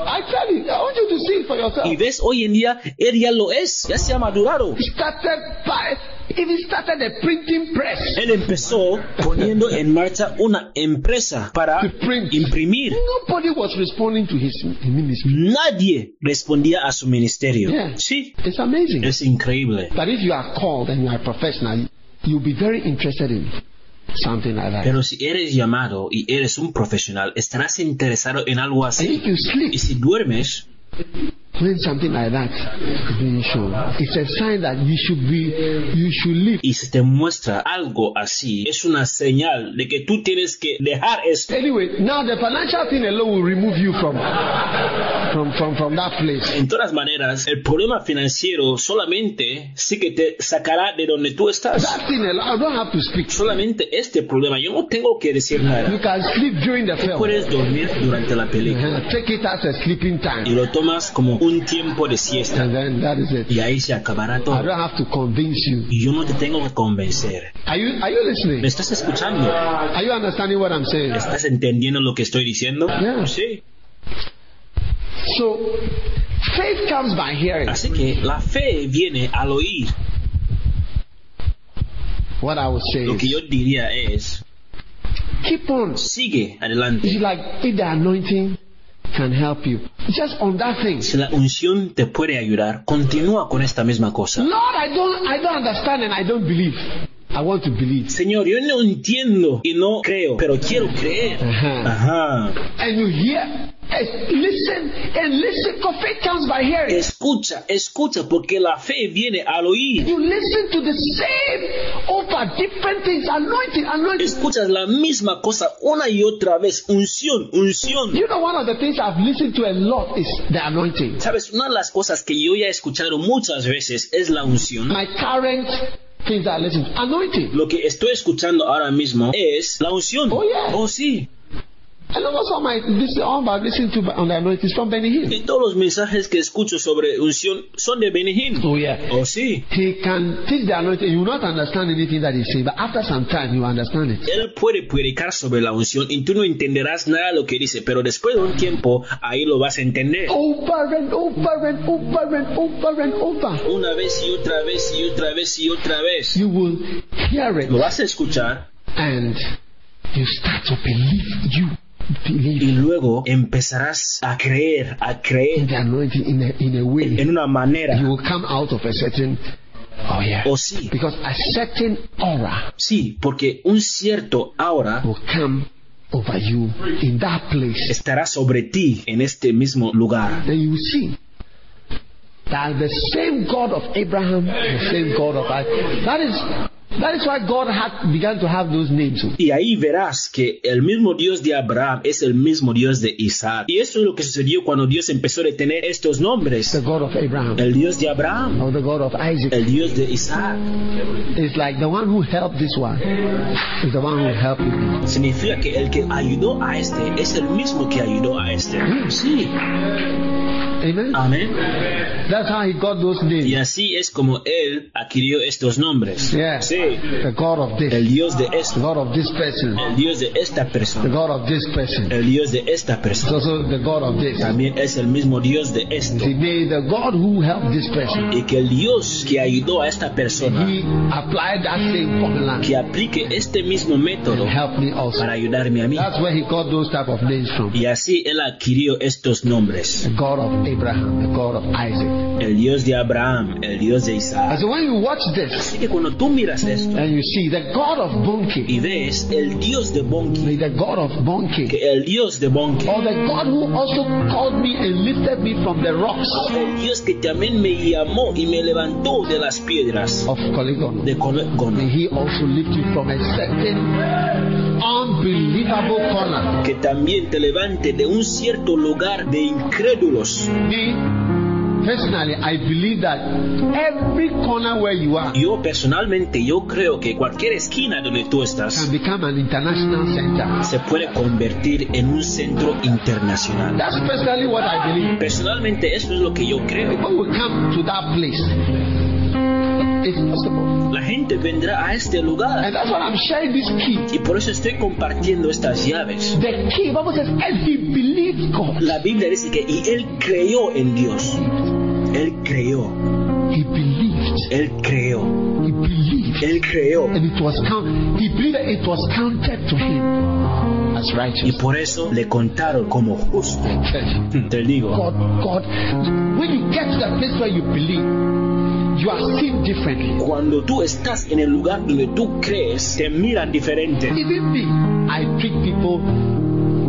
S2: I tell you, I want you to see it for yourself.
S3: Y ves, hoy en día, él ya lo es. Ya se ha madurado.
S2: He started by, even started a printing press.
S3: Él empezó poniendo en marcha una empresa para
S2: To print.
S3: imprimir.
S2: Nobody was responding to his ministry.
S3: Nadie respondía a su ministerio.
S2: Yeah.
S3: Sí,
S2: It's amazing.
S3: es increíble.
S2: But if you are called and you are professional, you'll be very interested in something like that.
S3: Pero si eres llamado y eres un profesional, estarás interesado en algo
S2: And
S3: así.
S2: if you sleep
S3: Y si duermes,
S2: when something like that is being shown, it's a sign that you should be, you should live.
S3: y se te muestra algo así, es una señal de que tú tienes que dejar esto.
S2: Anyway, now the financial thing alone will remove you from from from, from that place.
S3: En todas maneras, el problema financiero solamente sí que te sacará de donde tú estás.
S2: That thing alone, I don't have to speak.
S3: Solamente este problema, yo no tengo que decir
S2: You
S3: nada.
S2: can sleep during the film.
S3: Puedes dormir durante la película
S2: Uh-huh. Take it as a sleeping
S3: y
S2: time,
S3: lo tomas como un tiempo de siesta
S2: and then that is it.
S3: y ahí se acabará
S2: I
S3: todo.
S2: don't have to convince you.
S3: Y yo no te tengo que convencer.
S2: Are you are you
S3: ¿Me
S2: listening?
S3: estás escuchando?
S2: Are you understanding what I'm saying?
S3: ¿Estás entendiendo lo que estoy diciendo?
S2: Yeah.
S3: Sí.
S2: So faith comes by hearing.
S3: Así que la fe viene al oír.
S2: What I would say
S3: Lo que
S2: is
S3: yo diría es,
S2: keep on.
S3: sigue adelante.
S2: It's like if the anointing can help you. Just on that thing.
S3: Si la unción te puede ayudar, continúa con esta misma cosa.
S2: Lord, I don't I don't understand and I don't believe. I want to believe.
S3: Señor, yo no entiendo y no creo, pero quiero creer. Ah.
S2: Ajá.
S3: Ajá.
S2: Uh-huh. And you hear and listen and listen 'cause faith comes by hearing.
S3: Escucha, escucha, porque la fe viene al oír.
S2: You listen to the same over different things, anointing, anointing.
S3: Escuchas la misma cosa una y otra vez. Unción, unción.
S2: You know, one of the things I've listened to a lot is the anointing.
S3: Sabes, una de las cosas que yo ya he escuchado muchas veces es la unción.
S2: My current things that I listen to, anointing.
S3: Lo que estoy escuchando ahora mismo es la unción.
S2: Oh, yeah.
S3: Oh, sí.
S2: And almost all my this all I've listened to on the anointing is from Benny Hill.
S3: Y todos los mensajes que escucho sobre unción son de Benny Hinn.
S2: Oh yeah.
S3: Oh, sí.
S2: He can teach the anointing. You will not understand anything that he's saying, but after some time you understand it.
S3: Él puede predicar sobre la unción y tú no entenderás nada de lo que dice, pero después de un tiempo ahí lo vas a entender.
S2: Over and over and over and over and over.
S3: Una vez y otra vez y otra vez y otra vez.
S2: You will hear
S3: Lo
S2: it
S3: vas a escuchar
S2: and you start to believe you
S3: y
S2: believe
S3: luego empezarás a creer, a
S2: in
S3: creer
S2: the anointing in a, in a way.
S3: en una manera.
S2: You will come out of a certain oh yeah.
S3: O sí,
S2: Because a certain aura
S3: sí, porque un cierto ahora
S2: will come over you in that place.
S3: estará sobre ti en este mismo lugar.
S2: Then you will see that the same God of Abraham, the same God of Isaac. That is that is why God had began to have those names. oh.
S3: Y ahí verás que el mismo Dios de Abraham es el mismo Dios de Isaac. Y eso es lo que sucedió cuando Dios empezó a tener estos nombres.
S2: The God of Abraham
S3: El Dios de Abraham,
S2: or the God of Isaac.
S3: el Dios de Isaac,
S2: It's like the one who helped this one is the one who helped you.
S3: significa que el que ayudó a este es el mismo que ayudó a este. Sí,
S2: Amen.
S3: amén.
S2: That's how he got those
S3: Y
S2: names.
S3: así es como él adquirió estos nombres.
S2: Yeah.
S3: Sí,
S2: The God of this,
S3: el Dios de
S2: the
S3: esto,
S2: God of this person,
S3: el Dios de esta
S2: the
S3: persona,
S2: God of this person.
S3: el Dios de esta
S2: It's
S3: persona.
S2: also the God of this.
S3: También es el mismo Dios de esto.
S2: See, may the God who helped this person,
S3: Y que el Dios que ayudó a esta persona,
S2: he applied that same formula
S3: que aplique este mismo método
S2: and helped me also.
S3: para ayudarme a mí.
S2: That's where he got those type of names from.
S3: Y así él adquirió estos nombres.
S2: The God of Abraham, the God of Isaac.
S3: El Dios de Abraham, el Dios de Isaac.
S2: And so when you watch this
S3: Así que cuando tú miras esto
S2: and you see the God of Bonke,
S3: y ves el Dios de Bonki,
S2: may the God of Bonke,
S3: que el Dios de Bonki,
S2: or the God who also called me and lifted me from the rocks
S3: el Dios que también me llamó y me levantó de las piedras
S2: of Coligon,
S3: de
S2: may
S3: Cono,
S2: he also lift you from a certain unbelievable corner.
S3: que también te levante de un cierto lugar de incrédulos.
S2: Me, personally, I believe that every corner where you are
S3: Yo personalmente yo creo que cualquier esquina donde tú
S2: can
S3: estás
S2: become an international center.
S3: se puede convertir en un centro internacional.
S2: That's personally what I believe.
S3: Personalmente eso es lo que yo creo.
S2: People will come to that place. It's possible.
S3: La gente vendrá a este lugar
S2: And that's why I'm sharing this key.
S3: y por eso estoy compartiendo estas llaves.
S2: The key, Bible says, and he believed God.
S3: La Biblia dice que y él creyó en Dios. Él creyó,
S2: He believed.
S3: él creyó,
S2: He believed.
S3: él creyó.
S2: And it was count. He believed that it was counted to him as
S3: Y
S2: righteous.
S3: por eso le contaron como justo. Hmm, Te digo,
S2: God, God. When you get to that place where you believe, you are seen differently.
S3: cuando tú estás en el lugar donde tú crees, te miran diferente.
S2: Even me, I treat people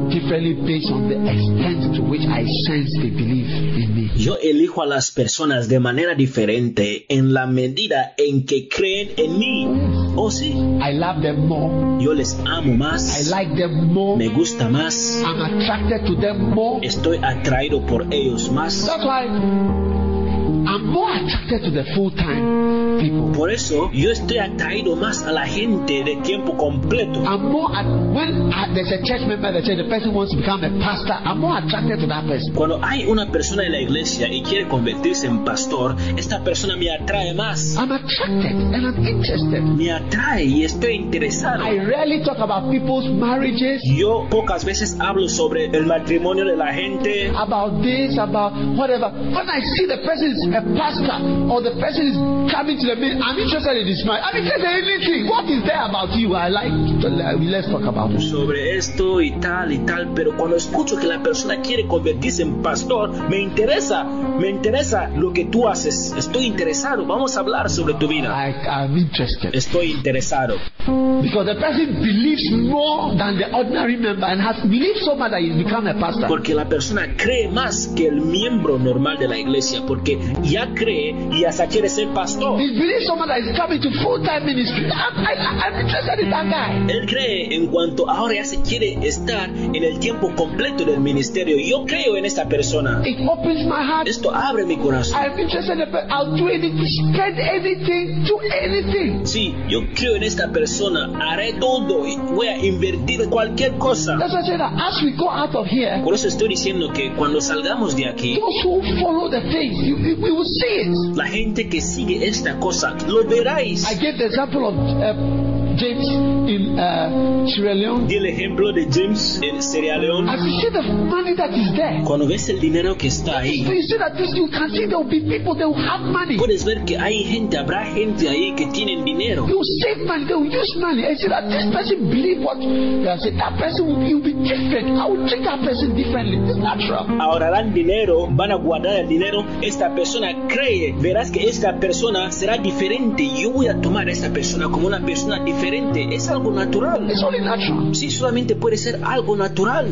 S2: differently based on the extent to which I sense they believe in me.
S3: Yo elijo a las personas de manera diferente en la medida en que creen en mí. Oh sí,
S2: I love them more.
S3: yo les amo
S2: I
S3: más,
S2: like them more.
S3: me gusta más,
S2: I'm attracted to them more.
S3: estoy atraído por ellos más.
S2: That's why I'm more attracted to the full time people.
S3: Por eso yo estoy atraído más a la gente de tiempo completo.
S2: I'm more at, when I, there's a church member that says the person wants to become a pastor. I'm more attracted to that person.
S3: Cuando hay una persona en la iglesia y quiere convertirse en pastor, esta persona me atrae más.
S2: I'm attracted and I'm interested.
S3: Me atrae y estoy interesado.
S2: I rarely talk about people's marriages,
S3: Yo pocas veces hablo sobre el matrimonio de la gente,
S2: about this, about whatever. When I see the person is a pastor, altar or the person is coming to the meeting, I'm interested in this man. I'm interested in anything. What is there about you? I like. To, let's talk about it.
S3: sobre esto y tal y tal, pero cuando escucho que la persona quiere convertirse en pastor, me interesa, me interesa lo que tú haces. Estoy interesado, vamos a hablar sobre tu vida.
S2: I, I'm interested.
S3: Estoy interesado,
S2: Because the person believes more than the ordinary member and has believed so much that he's become a pastor.
S3: porque la persona cree más que el miembro normal de la iglesia, porque ya cree y hasta quiere ser pastor.
S2: He believes so much that he's coming to full time ministry. I'm, I, I'm interested in that guy.
S3: Él cree en cuanto ahora ya se quiere estar en el tiempo completo del ministerio. Yo creo en esta persona.
S2: It opens my heart.
S3: Esto abre mi corazón.
S2: I'm interested in that. I'll do anything, spend anything, do anything.
S3: Sí, yo creo en esta persona, haré todo y voy a invertir cualquier cosa.
S2: That's why I say that as we go out of here,
S3: Por eso estoy diciendo que cuando salgamos de aquí,
S2: those who follow the things, you, you, we will see it.
S3: la gente que sigue esta cosa, lo veráis.
S2: I gave the example of uh, James in uh, Sierra Leone.
S3: Di el ejemplo de James en Sierra Leone.
S2: And you see the money that is there.
S3: Cuando ves el dinero que está
S2: So
S3: ahí,
S2: you see that this, you can see there will be people that will have money.
S3: puedes ver que hay gente, habrá gente ahí que tienen dinero.
S2: They will save money, they will use money. I see that this person believe what they have said. That person will be, will be different. I will treat that person differently. It's natural.
S3: ahorrarán dinero, van a guardar el dinero. Esta persona cree, verás que esta persona será diferente. Yo voy a tomar a esta persona como una persona diferente. Es algo natural.
S2: It's only natural.
S3: Sí, solamente puede ser algo natural.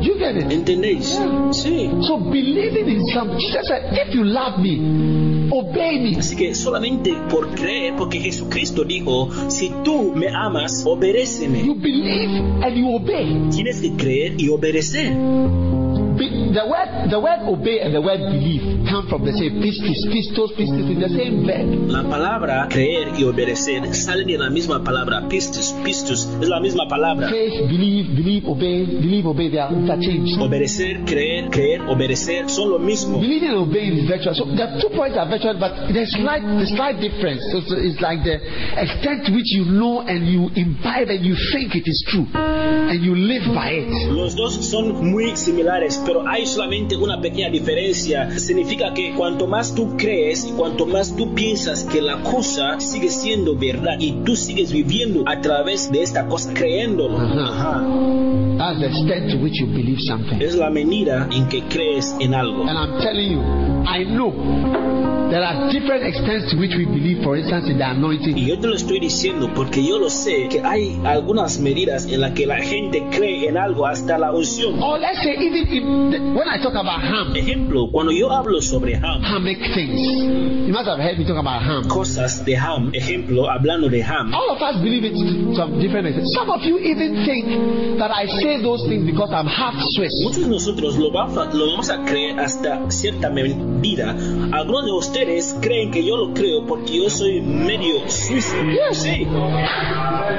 S2: You get it?
S3: ¿Entendéis? Sí.
S2: So believing in something, Jesus said, if you love me, obey me.
S3: Así que solamente por creer, porque Jesucristo dijo, si tú me amas, obedéceme.
S2: You believe and you obey.
S3: Tienes que creer y obedecer.
S2: Be- the word, the word obey and the word believe come from the same pistis, pistos, pistis in the same verb.
S3: La palabra creer y obedecer salen de la misma palabra. Pistis, pistus, es la misma palabra.
S2: Faith, believe, believe, obey, believe, obey. They are interchanged.
S3: Obedecer, creer, creer, obedecer son lo mismo.
S2: Believing and obeying is virtual. So the two points are virtual, but there's slight, the slight difference. So so it's like the extent to which you know and you imbibe and you think it is true, and you live by it.
S3: Los dos son muy similares, pero hay solamente una pequeña diferencia. Significa que cuanto más tú crees y cuanto más tú piensas que la cosa sigue siendo verdad y tú sigues viviendo a través de esta cosa creyéndolo,
S2: Ajá. That's the extent to which you believe something.
S3: es la medida en que crees en algo.
S2: And I'm telling you, I know there are different extents to which we believe. For instance, in the anointing.
S3: Y yo te lo estoy diciendo porque yo lo sé que hay algunas medidas en las que la gente cree en algo hasta la unción.
S2: Or let's say, even if the, when I talk about ham,
S3: Ejemplo, cuando yo hablo sobre Ham,
S2: hamic things, you must have heard me talk about ham.
S3: cosas de Ham, ejemplo, hablando de Ham,
S2: All of us believe it to some different extent. Some of you even think that I say those things because I'm half Swiss.
S3: Muchos de nosotros lo, va- lo vamos a creer hasta cierta medida. Algunos de ustedes creen que yo lo creo porque yo soy medio suizo. Sí,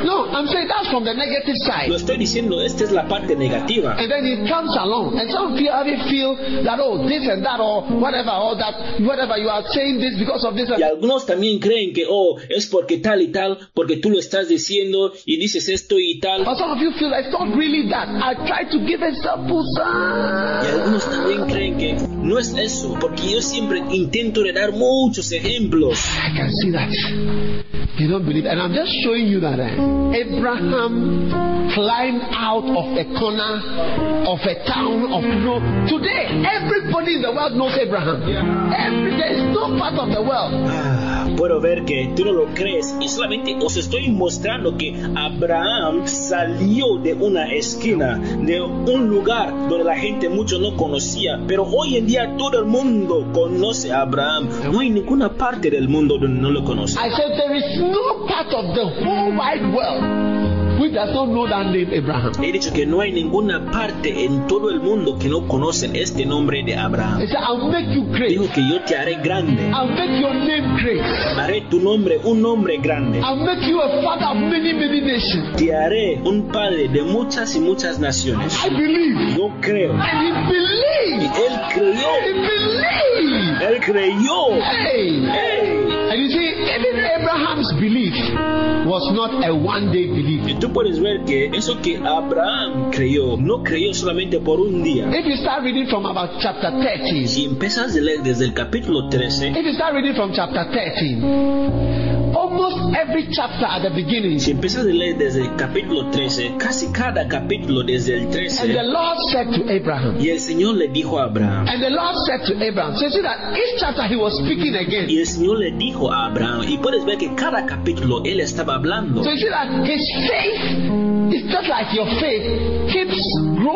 S2: No, I'm saying that's from the negative side.
S3: lo estoy diciendo, esta es la parte negativa.
S2: And then it comes along, and some of you have it feel that oh this and that or whatever or that whatever you are saying this because of this.
S3: Y
S2: And
S3: algunos también creen que, oh, es porque tal y tal, porque tú lo estás diciendo y dices esto y tal.
S2: But some of you feel that it's not really that. I try to give examples.
S3: Y
S2: ah.
S3: algunos también creen que no es eso, porque yo siempre intento de dar muchos ejemplos.
S2: I can see that. You don't believe. And I'm just showing you that eh, Abraham climbed out of a corner of a town of no. Today, everybody in the world knows Abraham. Every, there is no part of the world.
S3: Ah, Puedo ver que tú no lo crees y solamente os estoy mostrando que Abraham salió de una esquina, de un lugar donde la gente mucho no conocía, pero hoy en día todo el mundo conoce a Abraham. No hay ninguna parte del mundo donde no lo conoce.
S2: I said there is no part of the whole wide world which does not know that name Abraham.
S3: He dicho que no hay ninguna parte en todo el mundo que no conocen este nombre de
S2: He
S3: Abraham.
S2: said, I'll make you
S3: Dijo
S2: great.
S3: que yo te haré grande,
S2: I'll make your name great.
S3: haré tu nombre un nombre grande.
S2: I'll make you a father of many, many nations.
S3: Te haré un padre de muchas y muchas naciones.
S2: I believe.
S3: Yo creo.
S2: And he believed.
S3: Él creyó.
S2: He believed.
S3: Él Él creyó.
S2: Hey!
S3: Hey.
S2: And you see, even Abraham's belief was not a one day belief.
S3: Y tú puedes ver que eso que Abraham creyó, no creyó solamente por un día.
S2: If you start reading from about chapter 13,
S3: Si empiezas a leer desde el capítulo 13,
S2: If you start reading from chapter 13, almost every chapter at the beginning,
S3: si empiezas a leer desde el capítulo 13, casi cada capítulo desde el
S2: and the
S3: 13,
S2: Lord said to Abraham,
S3: y el Señor le dijo a Abraham,
S2: and the Lord said to Abraham, so you see that each chapter he was speaking
S3: y
S2: again.
S3: el Señor le dijo a Abraham, y puedes ver que cada capítulo él estaba hablando.
S2: So you see that his faith is just like your faith keeps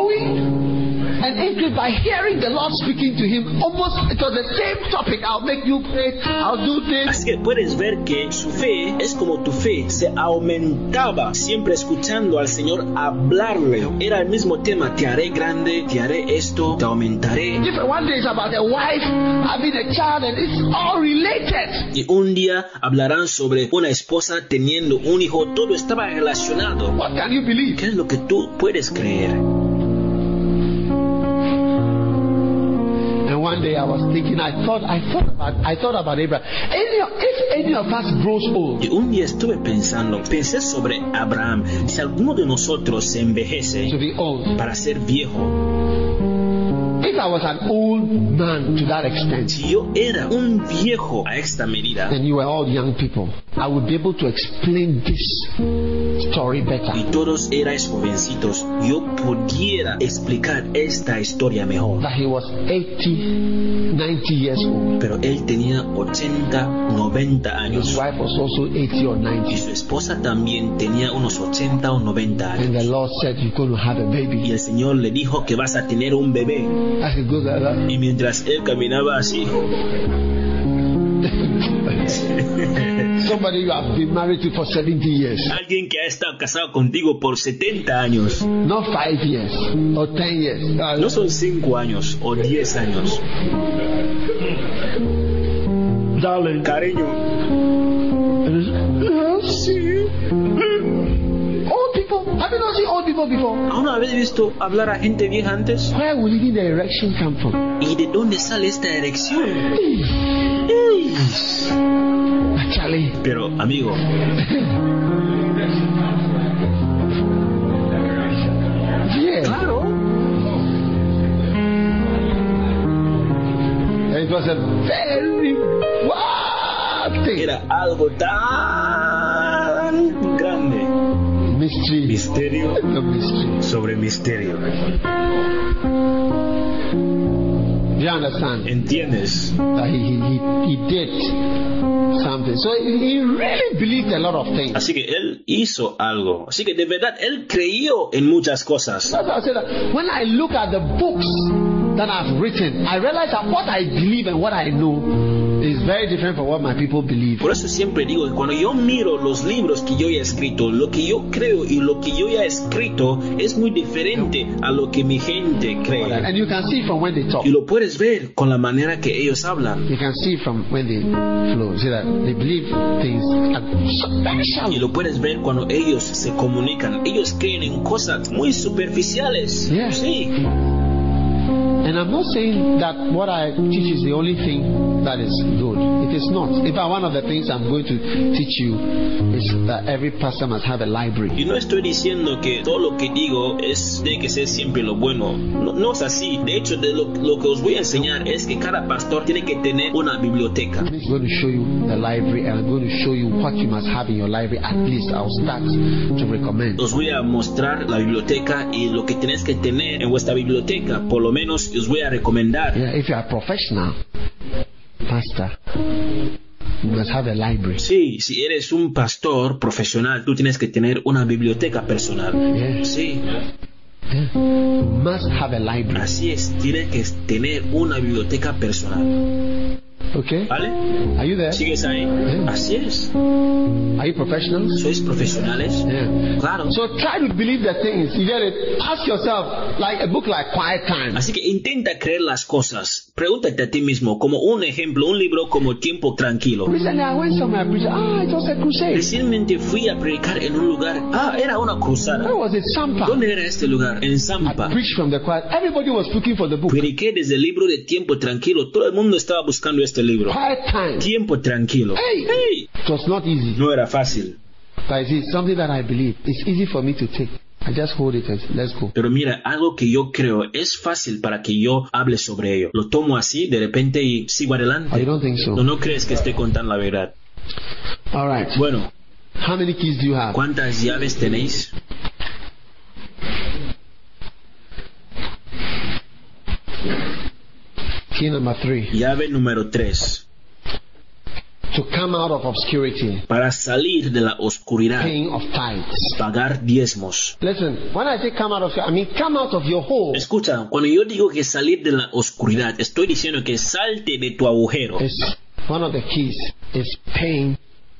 S2: growing and increased by hearing the Lord speaking to him. Almost it was the same topic. I'll make you pray. I'll do this.
S3: Así que puedes ver que su fe es como tu fe, se aumentaba siempre escuchando al Señor hablarle. Era el mismo tema, te haré grande, te haré esto, te aumentaré.
S2: Different one day is about a wife having a child, and it's all related.
S3: Y un día hablarán sobre una esposa teniendo un hijo, todo estaba relacionado.
S2: What can you believe?
S3: ¿Qué es lo que tú puedes creer?
S2: And one day I was thinking, I thought, I thought about, I thought about Abraham. Any, of- if any of us grows old,
S3: Y un día estuve pensando, pensé sobre Abraham, si alguno de nosotros se
S2: to
S3: envejece
S2: be old,
S3: para ser viejo,
S2: if I was an old man to that extent,
S3: Si yo era un viejo a esta medida
S2: and you were all young people, I would be able to explain this story
S3: y
S2: better.
S3: todos erais jovencitos, yo pudiera explicar esta historia mejor.
S2: That he was 80, 90 years old.
S3: Pero él tenía 80, 90
S2: His
S3: años
S2: wife was also 80 or
S3: y
S2: 90.
S3: su esposa también tenía unos 80 o 90
S2: And the
S3: años.
S2: Lord said, You're going to have a
S3: Y
S2: baby.
S3: el Señor le dijo que vas a tener un bebé.
S2: I said, Go there. Lord."
S3: Y mientras él caminaba así,
S2: Somebody you have been married to for 70 years,
S3: alguien que ha estado casado contigo por 70 años,
S2: not 5 years or 10 years. Uh,
S3: no son 5 años o 10 años.
S2: Darling,
S3: Cariño,
S2: Old people, have you not seen old people before?
S3: ¿aún habéis visto hablar a gente vieja antes?
S2: Where will even the erection come from?
S3: ¿Y de dónde sale esta erección?
S2: Charlie,
S3: Pero, amigo,
S2: yeah.
S3: claro.
S2: It was a very wild thing.
S3: Era algo tan grande.
S2: Mystery.
S3: Misterio
S2: The mystery.
S3: sobre misterio.
S2: Do you understand?
S3: ¿Entiendes?
S2: That he, he, he, he did something. So he he really believed a lot of things.
S3: Así que él hizo algo. Así que de verdad él creyó en muchas cosas.
S2: That's why I said that when I look at the books that I've written, I realize that what I believe and what I know is very different from what my people believe.
S3: Por eso siempre digo que cuando yo miro los libros que yo ya he escrito, lo que yo creo y lo que yo ya he escrito es muy diferente a lo que mi gente cree.
S2: And you can see from when they talk.
S3: Y lo puedes ver con la manera que ellos hablan.
S2: You can see from when they flow, see that they believe things are
S3: Y
S2: superficial.
S3: lo puedes ver cuando ellos se comunican. Ellos creen en cosas muy superficiales.
S2: Yeah.
S3: Sí.
S2: And I'm not saying that what I teach is the only thing that is good. It is not. In fact, one of the things I'm going to teach you is that every pastor must have a library.
S3: Y no estoy diciendo que todo lo que digo es de que ser siempre lo bueno. No, no es así. De hecho, de lo, lo que os voy a enseñar es que cada pastor tiene que tener una biblioteca.
S2: I'm going to show you the library and I'm going to show you what you must have in your library. At least I'll start to recommend.
S3: Os voy a mostrar la biblioteca y lo que tenéis que tener en vuestra biblioteca. Por lo menos os voy a recomendar.
S2: Yeah, if you're a professional pastor, you must have a library.
S3: Sí, si eres un pastor profesional, tú tienes que tener una biblioteca personal.
S2: Yeah,
S3: Sí.
S2: yeah. You must have a library.
S3: Así es, tiene que tener una biblioteca personal.
S2: Okay?
S3: ¿Vale?
S2: Are you there?
S3: ¿Sigues ahí? Así es.
S2: Are you professionals?
S3: ¿Sois profesionales?
S2: Yeah.
S3: Claro.
S2: So try to believe the things. You get it? Ask yourself, like a book like Quiet Time.
S3: Así que intenta creer las cosas. Pregúntate a ti mismo, como un ejemplo, un libro como Tiempo Tranquilo.
S2: Recently I went somewhere, I preached, ah, it was a crusade.
S3: Recientemente fui a predicar en un lugar. Ah, era una cruzada.
S2: Where was it? Sampa.
S3: ¿Dónde era este lugar? En
S2: I
S3: Zampa.
S2: preached from the quiet. Everybody was looking for the book.
S3: Prediqué desde el libro de Tiempo Tranquilo. Todo el mundo estaba buscando este libro.
S2: Quiet Time.
S3: Tiempo Tranquilo.
S2: Hey!
S3: ¡Hey!
S2: It was not easy.
S3: No era fácil.
S2: But you see, it's something that I believe. It's easy for me to take. I just hold it and let's go.
S3: Pero mira, algo que yo creo es fácil para que yo hable sobre ello. Lo tomo así de repente y sigo
S2: I
S3: adelante.
S2: don't think so.
S3: No, no crees que esté contando la verdad.
S2: All right.
S3: Bueno,
S2: How many keys do you have?
S3: ¿cuántas llaves tenéis?
S2: Key number three.
S3: Llave número 3.
S2: To come out of obscurity,
S3: Para salir de la oscuridad,
S2: paying of tithes.
S3: pagar diezmos.
S2: Listen, when I say come out of, I mean come out of your hole.
S3: Escucha, cuando yo digo que salir de la oscuridad, estoy diciendo que salte de tu agujero.
S2: It's one of the keys is paying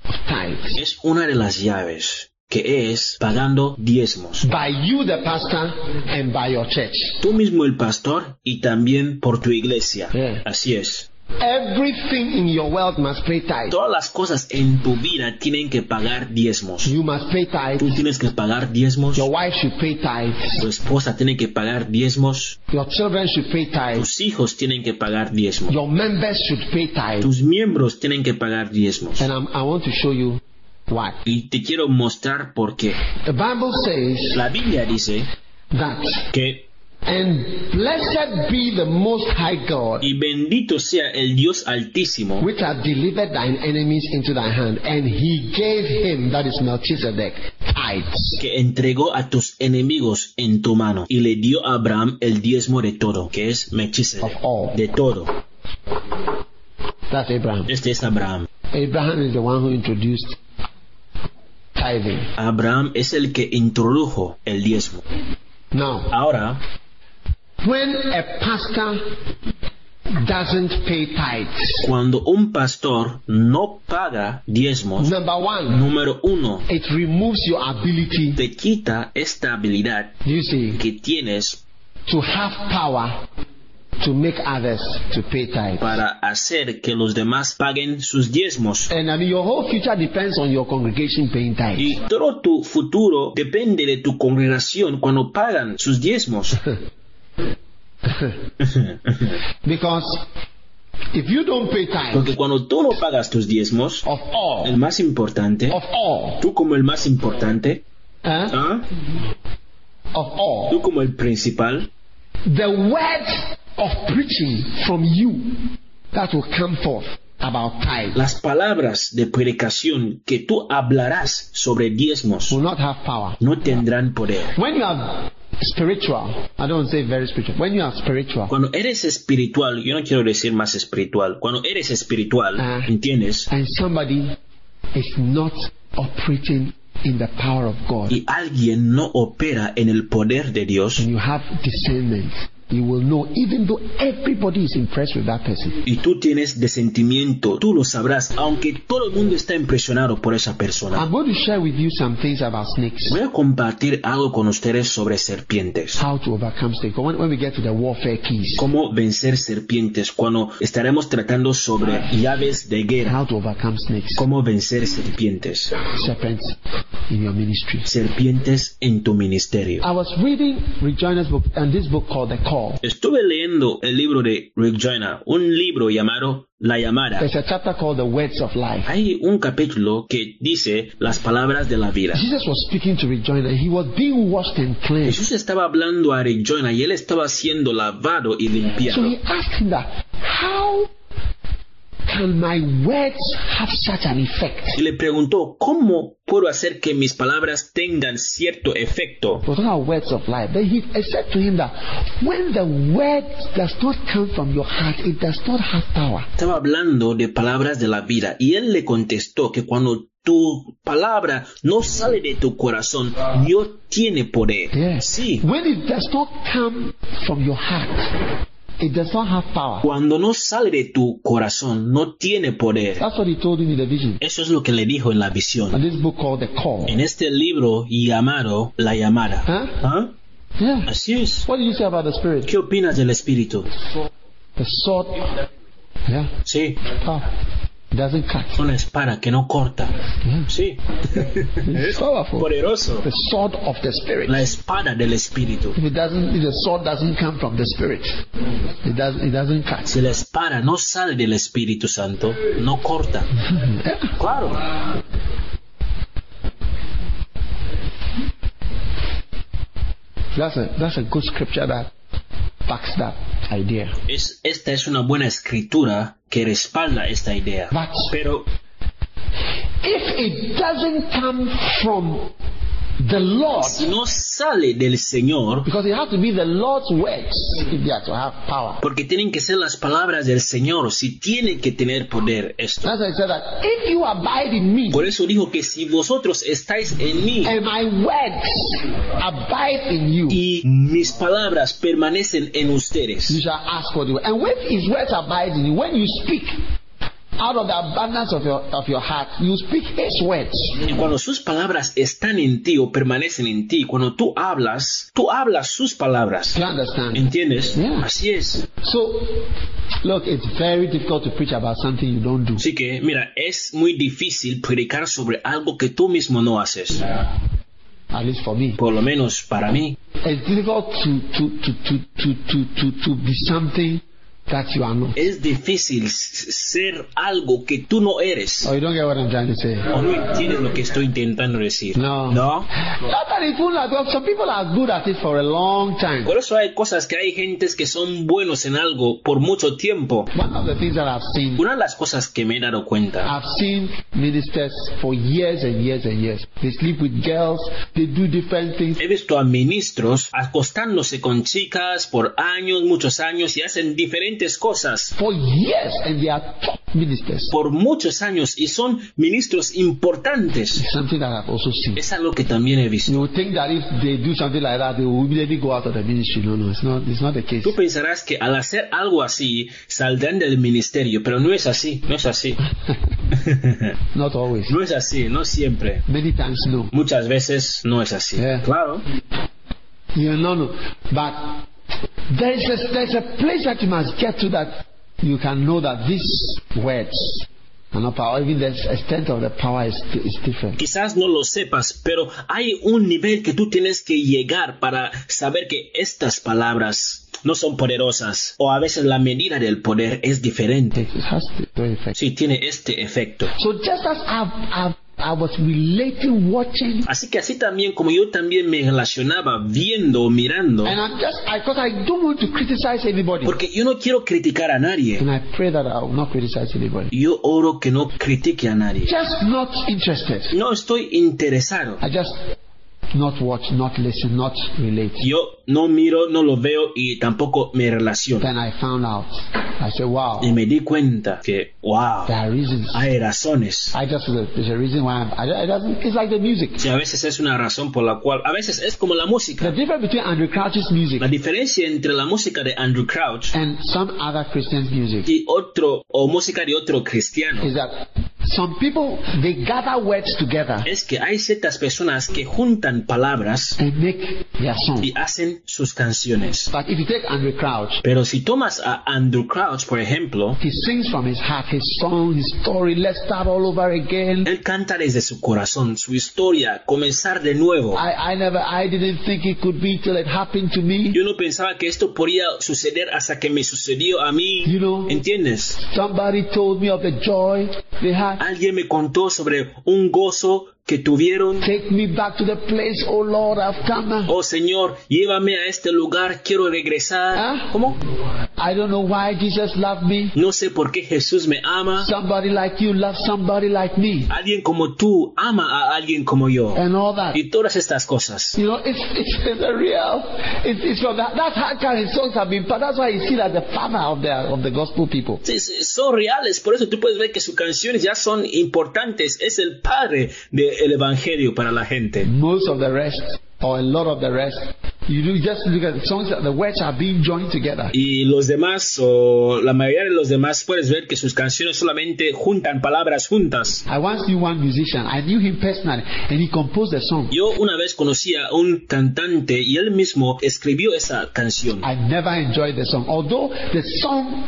S2: of tithes.
S3: Es una de las llaves, que es pagando diezmos.
S2: By you, the pastor, and by your church.
S3: Tú mismo el pastor y también por tu iglesia.
S2: Yeah.
S3: Así es.
S2: Everything in your wealth must pay tithe.
S3: Todas las cosas en tu vida tienen que pagar diezmos.
S2: You must pay tithe.
S3: Tú tienes que pagar diezmos.
S2: Your wife should pay tithes.
S3: Tu esposa tiene que pagar diezmos.
S2: Your children should pay tithes.
S3: Tus hijos tienen que pagar diezmos.
S2: Your members should pay tithes.
S3: Tus miembros tienen que pagar diezmos.
S2: And I'm, I want to show you why.
S3: Y te quiero mostrar por qué.
S2: The Bible says
S3: La Biblia dice
S2: that,
S3: que,
S2: and blessed be the Most High God,
S3: y bendito sea el Dios altísimo,
S2: which hath delivered thine enemies into thy hand, and he gave him, that is Melchizedek, tithes.
S3: que entregó a tus enemigos en tu mano y le dio a Abraham el diezmo de todo, que es Melchizedek,
S2: Of all.
S3: de todo.
S2: That's Abraham.
S3: Este es Abraham.
S2: Abraham is the one who introduced tithing.
S3: Abraham es el que introdujo el diezmo.
S2: Now,
S3: Ahora,
S2: when a pastor doesn't pay tithes,
S3: cuando un pastor no paga diezmos,
S2: number one,
S3: número uno,
S2: it removes your ability,
S3: te quita esta habilidad
S2: you see,
S3: que tienes
S2: to have power to make others to pay tithes.
S3: para hacer que los demás paguen sus diezmos.
S2: And I mean, your whole future depends on your congregation paying tithes.
S3: Y todo tu futuro depende de tu congregación cuando pagan sus diezmos.
S2: Because if you don't pay tithes
S3: Porque cuando tú no pagas tus diezmos,
S2: of
S3: el
S2: all,
S3: más importante,
S2: of all,
S3: tú como el más importante,
S2: eh,
S3: ¿ah?
S2: of all,
S3: tú como el principal,
S2: the word of preaching from you that will come forth about tithes
S3: las palabras de predicación que tú hablarás sobre diezmos
S2: will not have power.
S3: no tendrán poder.
S2: When you are spiritual, I don't say very spiritual, when you are spiritual
S3: Cuando eres espiritual, yo no quiero decir más espiritual, cuando eres espiritual,
S2: Ah.
S3: ¿entiendes?
S2: and somebody is not operating in the power of God,
S3: y alguien no opera en el poder de Dios
S2: and you have discernment, you will know, even though everybody is impressed with that person.
S3: y tú tienes desentimiento, tú lo sabrás, aunque todo el mundo está impresionado por esa persona.
S2: I'm going to share with you some things about snakes,
S3: Voy a compartir algo con ustedes sobre serpientes.
S2: how to overcome snakes. When, when we get to the warfare keys,
S3: Cómo vencer serpientes cuando estaremos tratando sobre llaves de guerra.
S2: how to overcome snakes,
S3: Cómo vencer serpientes.
S2: serpents in your ministry.
S3: Serpientes en tu ministerio.
S2: I was reading Rejoiner's book and this book called The Call.
S3: Estuve leyendo el libro de Rick Joyner, un libro llamado La llamada.
S2: There's a chapter called The Words of Life.
S3: Hay un capítulo que dice las palabras de la vida.
S2: Jesus was speaking to Rejoiner. He was being washed and cleansed.
S3: Jesús estaba hablando a Rick Joyner y él estaba siendo lavado y
S2: So
S3: limpiado.
S2: he asked him that, how can my words have such an effect?
S3: Y le preguntó, ¿cómo puedo hacer que mis palabras tengan cierto efecto?
S2: But what are words of life? Then he I said to him that when the word does not come from your heart, it does not have power.
S3: Estaba hablando de palabras de la vida y él le contestó que cuando tu palabra no sale de tu corazón, Dios tiene poder.
S2: Yes.
S3: Sí,
S2: When it does not come from your heart, it does not have power.
S3: Cuando no sale de tu corazón, no tiene poder.
S2: That's what he told him in the vision.
S3: Eso es lo que le dijo en la visión.
S2: And this book called The Call.
S3: En este libro llamado La llamada.
S2: ¿Ah?
S3: ¿Ah?
S2: Yeah.
S3: Así es.
S2: What do you say about the Spirit?
S3: ¿Qué opinas del Espíritu?
S2: The sword. Yeah.
S3: Sí,
S2: Power. It doesn't cut.
S3: una espada que no corta.
S2: Yeah.
S3: Sí,
S2: It's powerful.
S3: poderoso.
S2: The sword of the Spirit.
S3: La espada del Espíritu.
S2: If it doesn't, if the sword doesn't come from the Spirit, it doesn't, it doesn't cut.
S3: Si la espada no sale del Espíritu Santo, no corta. Claro.
S2: That's a, that's a good scripture that backs that idea.
S3: Es, esta es una buena escritura que respalda esta idea.
S2: But
S3: Pero
S2: if it doesn't come from the Lord,
S3: si no sale del Señor,
S2: because it has to be the Lord's words if they are to have power.
S3: porque tienen que ser las palabras del Señor, si tiene que tener poder esto.
S2: That's why I said that if you abide in me
S3: Por eso dijo que si vosotros estáis en mí
S2: and my words abide in you,
S3: y mis palabras permanecen en
S2: you
S3: ustedes,
S2: shall ask what you will. And when his words abide in you, when you speak out of the abundance of your of your heart, you speak his words.
S3: y cuando sus palabras están en ti o permanecen en ti, cuando tú hablas, tú hablas sus palabras.
S2: Do you understand?
S3: ¿Entiendes?
S2: Yeah.
S3: Así es.
S2: So look, it's very difficult to preach about something you don't do.
S3: Así que, mira, es muy difícil predicar sobre algo que tú mismo no haces,
S2: At least for me.
S3: por lo menos para mí.
S2: It's difficult to to to to to to to, to be something that you are not.
S3: Es difícil s- ser algo que tú no eres.
S2: Oh, you don't get what I'm trying to say.
S3: ¿O no entiendes lo que estoy intentando decir?
S2: No.
S3: ¿No?
S2: Not that it's not like- some people are good at it for a long time.
S3: Por eso hay cosas que hay gentes que son buenos en algo por mucho tiempo.
S2: One of the things that I've seen
S3: Una de las cosas que me he dado cuenta,
S2: I've seen ministers for years and years and years. They sleep with girls, they do different things.
S3: he visto a ministros acostándose con chicas por años, muchos años y hacen diferentes cosas
S2: For years, and they are top ministers.
S3: por muchos años y son ministros importantes.
S2: It's something that I've also seen.
S3: Es algo que también he visto.
S2: You would think that if they do something like that, they will immediately go out of the ministry. No, no, it's not, it's not the case.
S3: Tú pensarás que al hacer algo así saldrán del ministerio, pero no es así, no es así,
S2: Not always.
S3: no es así, no siempre.
S2: Many times, no.
S3: Muchas veces no es así.
S2: Yeah.
S3: Claro.
S2: Yeah, no, no. But there's a, there's a place that you must get to that you can know that these words are not power. Even the extent of the power is, is different.
S3: Quizás no lo sepas, pero hay un nivel que tú tienes que llegar para saber que estas palabras no son poderosas o a veces la medida del poder es diferente.
S2: It has to do effect.
S3: Sí, tiene este efecto.
S2: So just as I, I, I was relating, watching,
S3: Así que así también como yo también me relacionaba viendo o mirando,
S2: and I'm just, I, because I don't want to criticize anybody.
S3: porque yo no quiero criticar a nadie.
S2: And I pray that I will not criticize anybody.
S3: Yo oro que no critique a nadie.
S2: Just not interested.
S3: No estoy interesado.
S2: I just not watch, not listen, not relate.
S3: Yo no miro, no lo veo y tampoco me relaciono.
S2: Then I found out. I said, wow,
S3: Y me di cuenta que, wow,
S2: there are reasons.
S3: hay razones.
S2: I just, there's a reason why I'm, I, I doesn't, it's like the music.
S3: Sí, a veces es una razón por la cual, a veces es como la
S2: The
S3: música.
S2: difference between Andrew Crouch's music
S3: La diferencia entre la música de Andrew Crouch
S2: and some other Christians' music
S3: y otro, o música de otro cristiano,
S2: is that some people, they gather words together
S3: es que hay ciertas personas que juntan palabras
S2: and make their song.
S3: y hacen sus canciones.
S2: But if you take Andrew Crouch,
S3: Pero si tomas a Andrew Crouch, por ejemplo,
S2: he sings from his heart, his song, his story. Let's start all over again.
S3: él canta desde su corazón, su historia, comenzar de nuevo.
S2: I, I never, I didn't think it could be till it happened to me.
S3: Yo no pensaba que esto podía suceder hasta que me sucedió a mí.
S2: You know,
S3: ¿Entiendes?
S2: somebody told me of the joy they had.
S3: Alguien me contó sobre un gozo que tuvieron
S2: Take me back to the place, oh Lord, I've come.
S3: Oh Señor, llévame a este lugar, quiero regresar.
S2: Ah.
S3: ¿Cómo?
S2: I don't know why Jesus loved me.
S3: No sé por qué Jesús me ama.
S2: Somebody like you loves somebody like me,
S3: Alguien como tú ama a alguien como yo.
S2: and all that.
S3: Y todas estas cosas.
S2: You know, it's it's, it's a real. It's, it's from that. That's how come his songs have been. But that's why you see that the father of the of the gospel people.
S3: Sí, sí, Son reales, por eso tú puedes ver que sus canciones ya son importantes. Es el padre del Evangelio para la gente.
S2: Most of the rest or a lot of the rest. You do just look at songs that the words are being joined together.
S3: Y los demás, o la mayoría de los demás, puedes ver que sus canciones solamente juntan palabras juntas.
S2: I once knew one musician. I knew him personally, and he composed a song.
S3: Yo una vez conocí a un cantante y él mismo escribió esa canción.
S2: I never enjoyed the song, although the song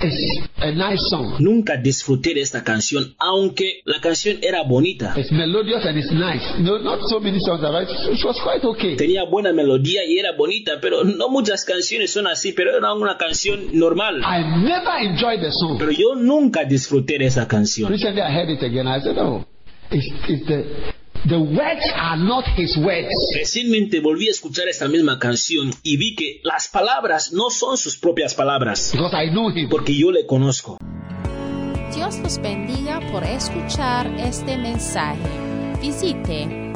S2: is a nice song.
S3: Nunca disfruté de esta canción, aunque la canción era bonita.
S2: It's melodious and it's nice. No, not so many songs are right. It was quite okay.
S3: Tenía buena melodía y era bonita, pero no muchas canciones son así, pero era una canción normal.
S2: I never enjoyed the song.
S3: Pero yo nunca disfruté de esa canción.
S2: Recently, I heard it again. I said, "Oh, it's, it's the the words are not his words."
S3: Recientemente volví a escuchar esta misma canción y vi que las palabras no son sus propias palabras,
S2: Because I know him.
S3: porque yo le conozco.
S1: Dios los bendiga por escuchar este mensaje. Visite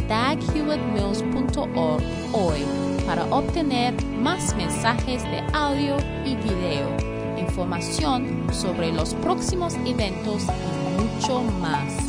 S1: daghewittmills.org hoy para obtener más mensajes de audio y video, información sobre los próximos eventos y mucho más.